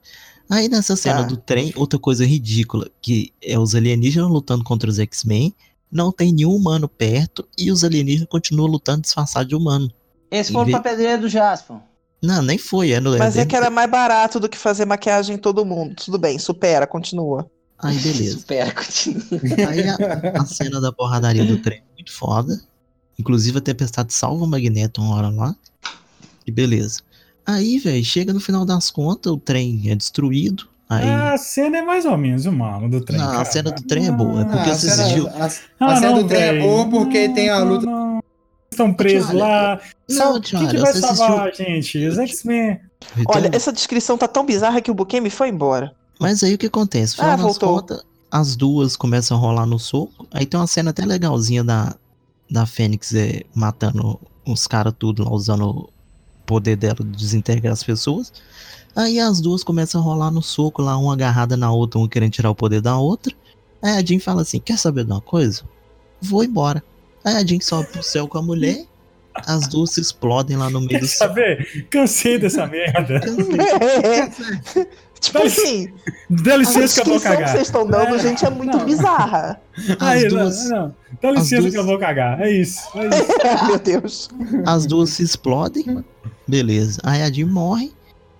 S2: Aí nessa cena
S5: Tá.
S2: do trem, outra coisa ridícula, que é os alienígenas lutando contra os X-Men, não tem nenhum humano perto e os alienígenas continuam lutando disfarçados de humano.
S3: Esse foram
S2: Ele-
S3: pra pedreira do Jasper.
S2: Não, nem foi, é no
S5: Mas é
S2: dentro-
S5: que era mais barato do que fazer maquiagem em todo mundo. Tudo bem, supera, continua.
S2: Aí beleza.
S3: Supera, continua.
S2: Aí a, a cena da porradaria do trem é muito foda. Inclusive a tempestade salva o um Magneto uma hora lá. E beleza. Aí, velho, chega no final das contas, o trem é destruído. Aí.
S1: A cena é mais ou menos o mano do trem.
S2: Não, a
S1: cara.
S2: cena do trem é boa, é
S1: Ah,
S2: porque
S4: a
S2: você
S4: cena-
S2: assistiu-
S4: a-
S1: ah,
S4: a cena
S1: não,
S4: do trem é
S1: velho.
S4: boa porque tem a
S1: Não,
S4: luta-
S1: não. Estão presos
S2: Olha,
S1: lá. Só-
S2: Não,
S1: O que,
S2: Tiara,
S1: que vai
S2: você
S1: salvar, gente? Os X-Men.
S2: Então,
S5: Olha, essa descrição tá tão bizarra que o Bukemi foi embora.
S2: Mas aí o que acontece? Final
S5: Ah,
S2: das
S5: voltou.
S2: contas, as duas começam a rolar no soco. Aí tem uma cena até legalzinha da, da Fênix é, matando uns caras tudo lá, usando o poder dela de desintegrar as pessoas. Aí as duas começam a rolar no soco lá, uma agarrada na outra, uma querendo tirar o poder da outra. Aí a Jean fala assim, quer saber de uma coisa? Vou embora. Aí a Jean sobe pro céu com a mulher, as duas se explodem lá no meio
S1: Quer
S2: do céu.
S1: saber? Cansei dessa merda.
S5: tipo
S1: Mas-
S5: assim,
S1: Dá
S5: a
S1: licença que eu
S5: descrição
S1: vou
S5: que vocês
S1: cagar.
S5: estão dando,
S1: É,
S5: gente, é muito
S1: não.
S5: bizarra.
S2: As
S1: Aí, né?
S2: duas...
S1: não, não. Dá licença
S2: duas-
S1: que eu vou cagar. É isso. É isso.
S5: Meu Deus.
S2: As duas se explodem. Beleza. Aí a Jean morre.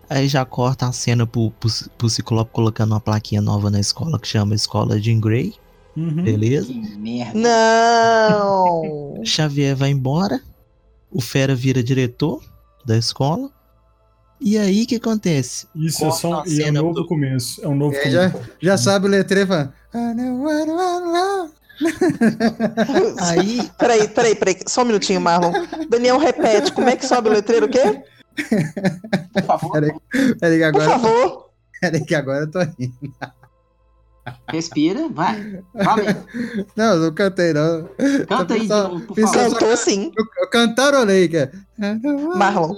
S2: Aí já corta a cena pro, pro, pro Ciclope colocando uma plaquinha nova na escola que chama Escola Jean Grey.
S1: Uhum.
S2: Beleza.
S3: Que merda.
S5: Não.
S2: Xavier vai embora. O Fera vira diretor da escola. E aí o que acontece?
S1: Isso é
S2: Corta
S1: só
S2: a
S1: e é um
S2: cena
S1: novo
S2: do-
S1: começo. É um novo
S4: E aí
S1: começo.
S4: já, já sabe o letreiro e fala. "Ah, "I don't wanna run around."
S2: Aí
S5: Peraí, peraí, peraí. Só um minutinho, Marlon. Daniel, repete. Como é que sobe o letreiro? O quê?
S3: Por favor,
S4: Peraí, peraí, É que
S5: Por
S4: agora,
S5: favor.
S4: peraí, que agora eu tô rindo.
S3: respira, vai. Vai, mesmo.
S4: Não, eu não cantei, não.
S3: canta aí de
S4: Pessoal,
S3: novo, por
S4: pessoal,
S3: favor.
S5: Cantou sim.
S4: Eu, eu cantarolei, que é.
S5: Marlon.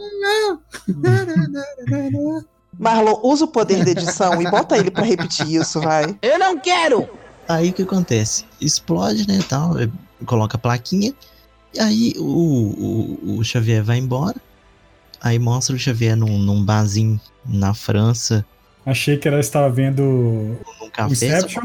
S5: Marlon, usa o poder da edição e bota ele pra repetir isso, vai.
S3: Eu não quero!
S2: Aí o que acontece? Explode, né, tal, eh, coloca a plaquinha, e aí o, o, o Xavier vai embora, aí mostra o Xavier num, num barzinho na França,
S1: Achei que ela estava vendo
S2: num café. só-
S1: Inception.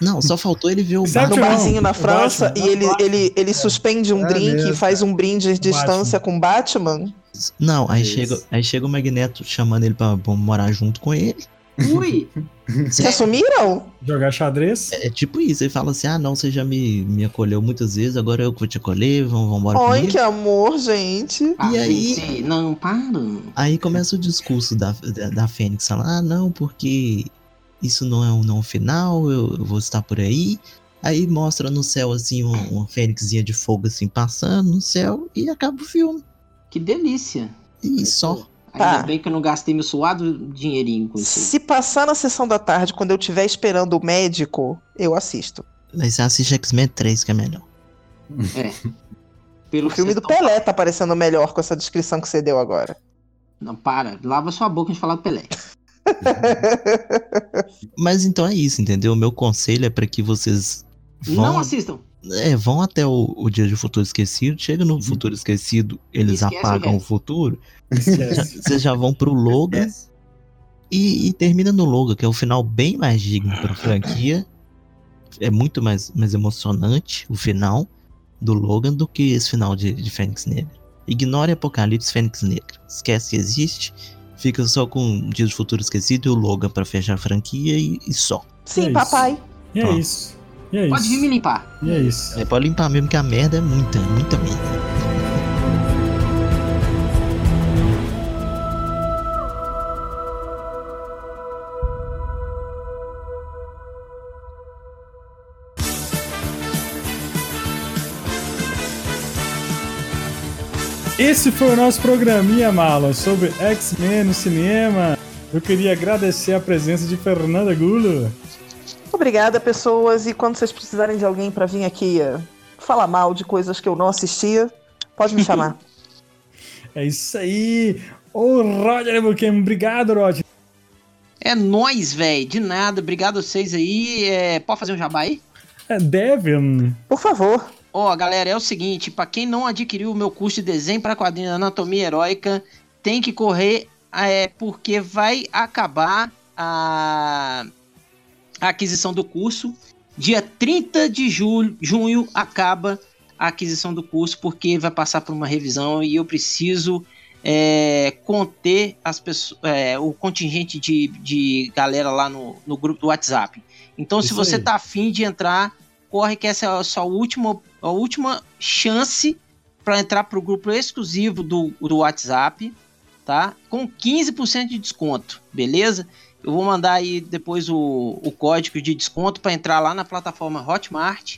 S2: não, só faltou ele ver o bar.
S1: Inception
S5: No
S1: não,
S5: barzinho na
S1: o
S5: França
S1: Batman,
S5: e ele,
S1: Batman.
S5: ele, ele suspende um
S4: É
S5: drink
S4: mesmo,
S5: e faz um brinde
S1: Batman.
S5: de distância com Batman.
S2: Não, aí
S4: Isso.
S2: chega, aí chega o Magneto chamando ele pra, pra morar junto com ele.
S3: Ui!
S5: Se assumiram?
S1: Jogar xadrez.
S2: É tipo isso, ele fala assim, ah não, você já me, me acolheu muitas vezes, agora eu que vou te acolher, vamos, vamos embora
S5: Ai,
S2: comigo.
S5: que amor, gente.
S3: Ah,
S2: E aí?
S3: pensei, Não, para.
S2: Aí começa o discurso da, da, da Fênix lá, ah, não, porque isso não é um não final, eu, eu vou estar por aí. Aí mostra no céu, assim, uma, uma Fênixinha de fogo, assim, passando no céu, e acaba o filme.
S3: Que delícia.
S2: E só.
S3: Ainda
S5: Tá.
S3: bem que eu não gastei meu suado dinheirinho com isso. aí.
S5: Se passar na sessão da tarde, quando eu estiver esperando o médico, eu assisto.
S2: Aí você assiste X-Men 3, que é melhor.
S3: Pelo
S5: O filme do Pelé tá parecendo melhor com essa descrição que você deu agora.
S3: Não, para. Lava sua boca de falar do Pelé.
S2: Mas então é isso, entendeu? Meu conselho é pra que vocês
S3: Não
S2: vão,
S3: assistam.
S2: é, vão até o, o dia de futuro esquecido, chega no futuro esquecido, eles
S3: Uhum. Esquece o
S2: apagam o
S3: resto.
S2: futuro,
S1: Esquece.
S2: vocês já vão pro Logan e, e termina no Logan, que é o final bem mais digno pra franquia. É muito mais, mais emocionante o final do Logan do que esse final de, de Fênix Negra. Ignore Apocalipse Fênix Negra. Esquece que existe. Fica só com Dias do Futuro Esquecido e o Logan pra fechar a franquia e, e só.
S5: Sim,
S1: isso.
S5: papai.
S1: E é
S2: Tá.
S1: isso. E é
S3: Pode vir me
S1: isso.
S3: limpar.
S1: E é isso.
S2: É, pode limpar mesmo que a merda é muita, muita merda.
S1: Esse foi o nosso programinha, Mala, sobre X-Men no cinema. Eu queria agradecer a presença de Fernanda Gulo.
S5: Obrigada, pessoas. E quando vocês precisarem de alguém para vir aqui eh, falar mal de coisas que eu não assistia, pode me chamar.
S1: É isso aí. Ô, Roger Buquem, obrigado, Roger.
S3: É nóis, velho. De nada. Obrigado a vocês aí. É, pode fazer um jabá aí?
S1: É Devin.
S5: Por favor.
S3: Ó, galera, é o seguinte, pra quem não adquiriu o meu curso de desenho para quadrinhos Anatomia Heróica, tem que correr, é, porque vai acabar a, a aquisição do curso. Dia 30 de julho, junho acaba a aquisição do curso, porque vai passar por uma revisão e eu preciso é, conter as pessoas, é, o contingente de, de galera lá no, no grupo do WhatsApp. Então, se
S1: Isso
S3: você
S1: aí.
S3: tá afim de entrar, corre que essa é a sua última, a última chance para entrar para o grupo exclusivo do, do WhatsApp, tá? Com 15% de desconto, beleza? Eu vou mandar aí depois o, o código de desconto para entrar lá na plataforma Hotmart.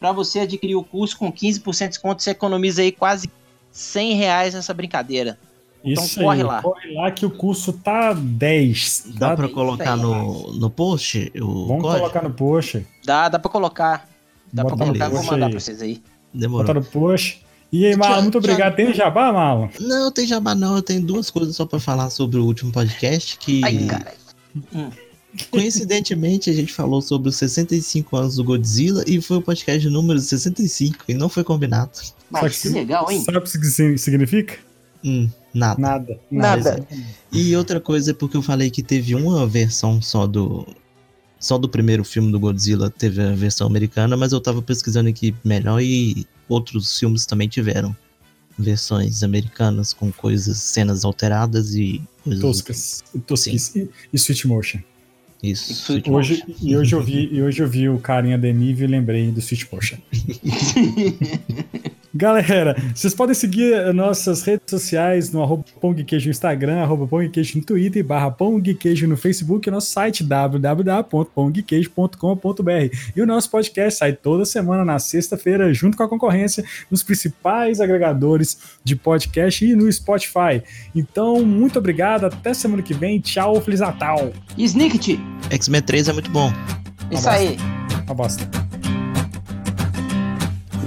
S3: Para você adquirir o curso com 15% de desconto, você economiza aí quase 100 reais nessa brincadeira. Então
S1: Isso
S3: corre
S1: aí,
S3: lá.
S1: Corre lá que o curso tá 10.
S2: Dá
S1: tá?
S2: pra colocar no, no post o
S1: Vamos
S2: código?
S1: colocar no post.
S3: Dá, dá para colocar. Dá para
S1: Bota
S2: no
S3: colocar, vou
S1: post
S3: mandar
S1: aí.
S3: para vocês aí.
S2: Demorou.
S1: Botar no post. E aí, Marlon,
S2: Tchau,
S1: muito
S2: tchau.
S1: obrigado. Tem jabá, Marlon?
S2: Não, tem jabá não. Eu tenho duas coisas só pra falar sobre o último podcast que...
S3: Ai, cara.
S2: Coincidentemente, a gente falou sobre os 65 anos do Godzilla e foi o podcast número 65 e não foi combinado.
S3: Mas que legal, hein?
S1: Sabe o que signi- significa?
S2: Hum, nada.
S1: Nada.
S2: é
S5: Nada.
S2: E outra coisa é porque eu falei que teve uma versão só do. Só do primeiro filme do Godzilla teve a versão americana, mas eu tava pesquisando aqui melhor e outros filmes também tiveram versões americanas com coisas, cenas alteradas e coisas.
S1: Toscas. Tosquis. E, e Sweet Motion.
S2: Isso.
S3: Isso é
S1: Hoje, e, hoje eu vi, e hoje eu vi o carinha da Emive e lembrei do Sweet Motion. Galera, vocês podem seguir as nossas redes sociais no arroba Pão de Queijo no Instagram, arroba Pão de Queijo no Twitter, barra Pão de Queijo no Facebook e nosso site www.pãodequeijo.com.br. E o nosso podcast sai toda semana na sexta-feira, junto com a concorrência, nos principais agregadores de podcast e no Spotify. Então, muito obrigado, até semana que vem. Tchau, Feliz Natal!
S3: Snicket,
S2: X-Men 3 é muito bom.
S3: isso aí.
S1: Uma bosta.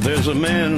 S8: There's a man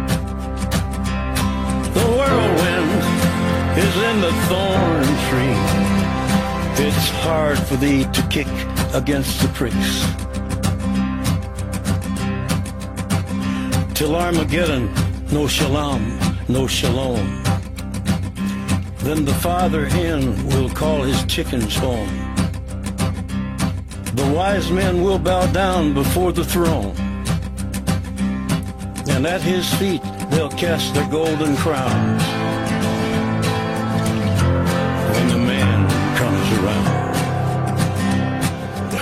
S8: The whirlwind is in the thorn tree. It's hard for thee to kick against the pricks. Till Armageddon, no shalom, no shalom. Then the father hen will call his chickens home. The wise men will bow down before the throne. And at his feet they'll cast their golden crowns. When the man comes around.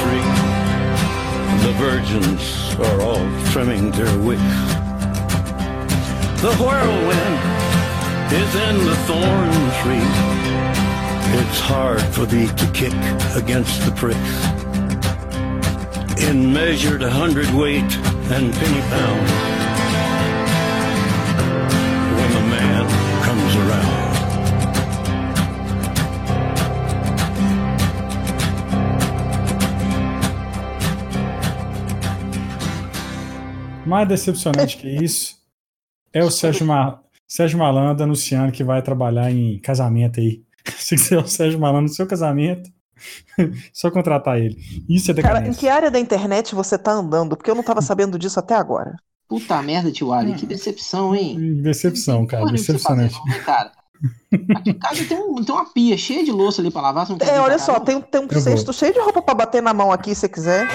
S8: tree. The virgins are all trimming their wicks. The whirlwind is in the thorn tree. It's hard for thee to kick against the pricks. In measured hundredweight and penny pound. When the man comes around.
S1: Mais decepcionante que isso é o Sérgio, Mar... Sérgio Malandro anunciando que vai trabalhar em casamento aí. Se quiser o Sérgio Malandro no seu casamento, só contratar ele. Isso é
S5: Cara, em
S1: decadência.
S5: que área da internet você tá andando? Porque eu não tava sabendo disso até agora.
S3: Puta merda, tio Ali, que decepção, hein?
S1: Hum, Decepção, cara,
S3: Porra, não precisa fazer
S1: decepcionante.
S3: não, né, cara? Aqui em casa tem, um- tem uma pia cheia de louça ali pra lavar. Você não quer vir
S5: É,
S3: pra cá,
S5: olha só,
S3: não?
S5: tem, um- tem um
S1: vou.
S5: cesto cheio de roupa pra bater na mão aqui, se quiser.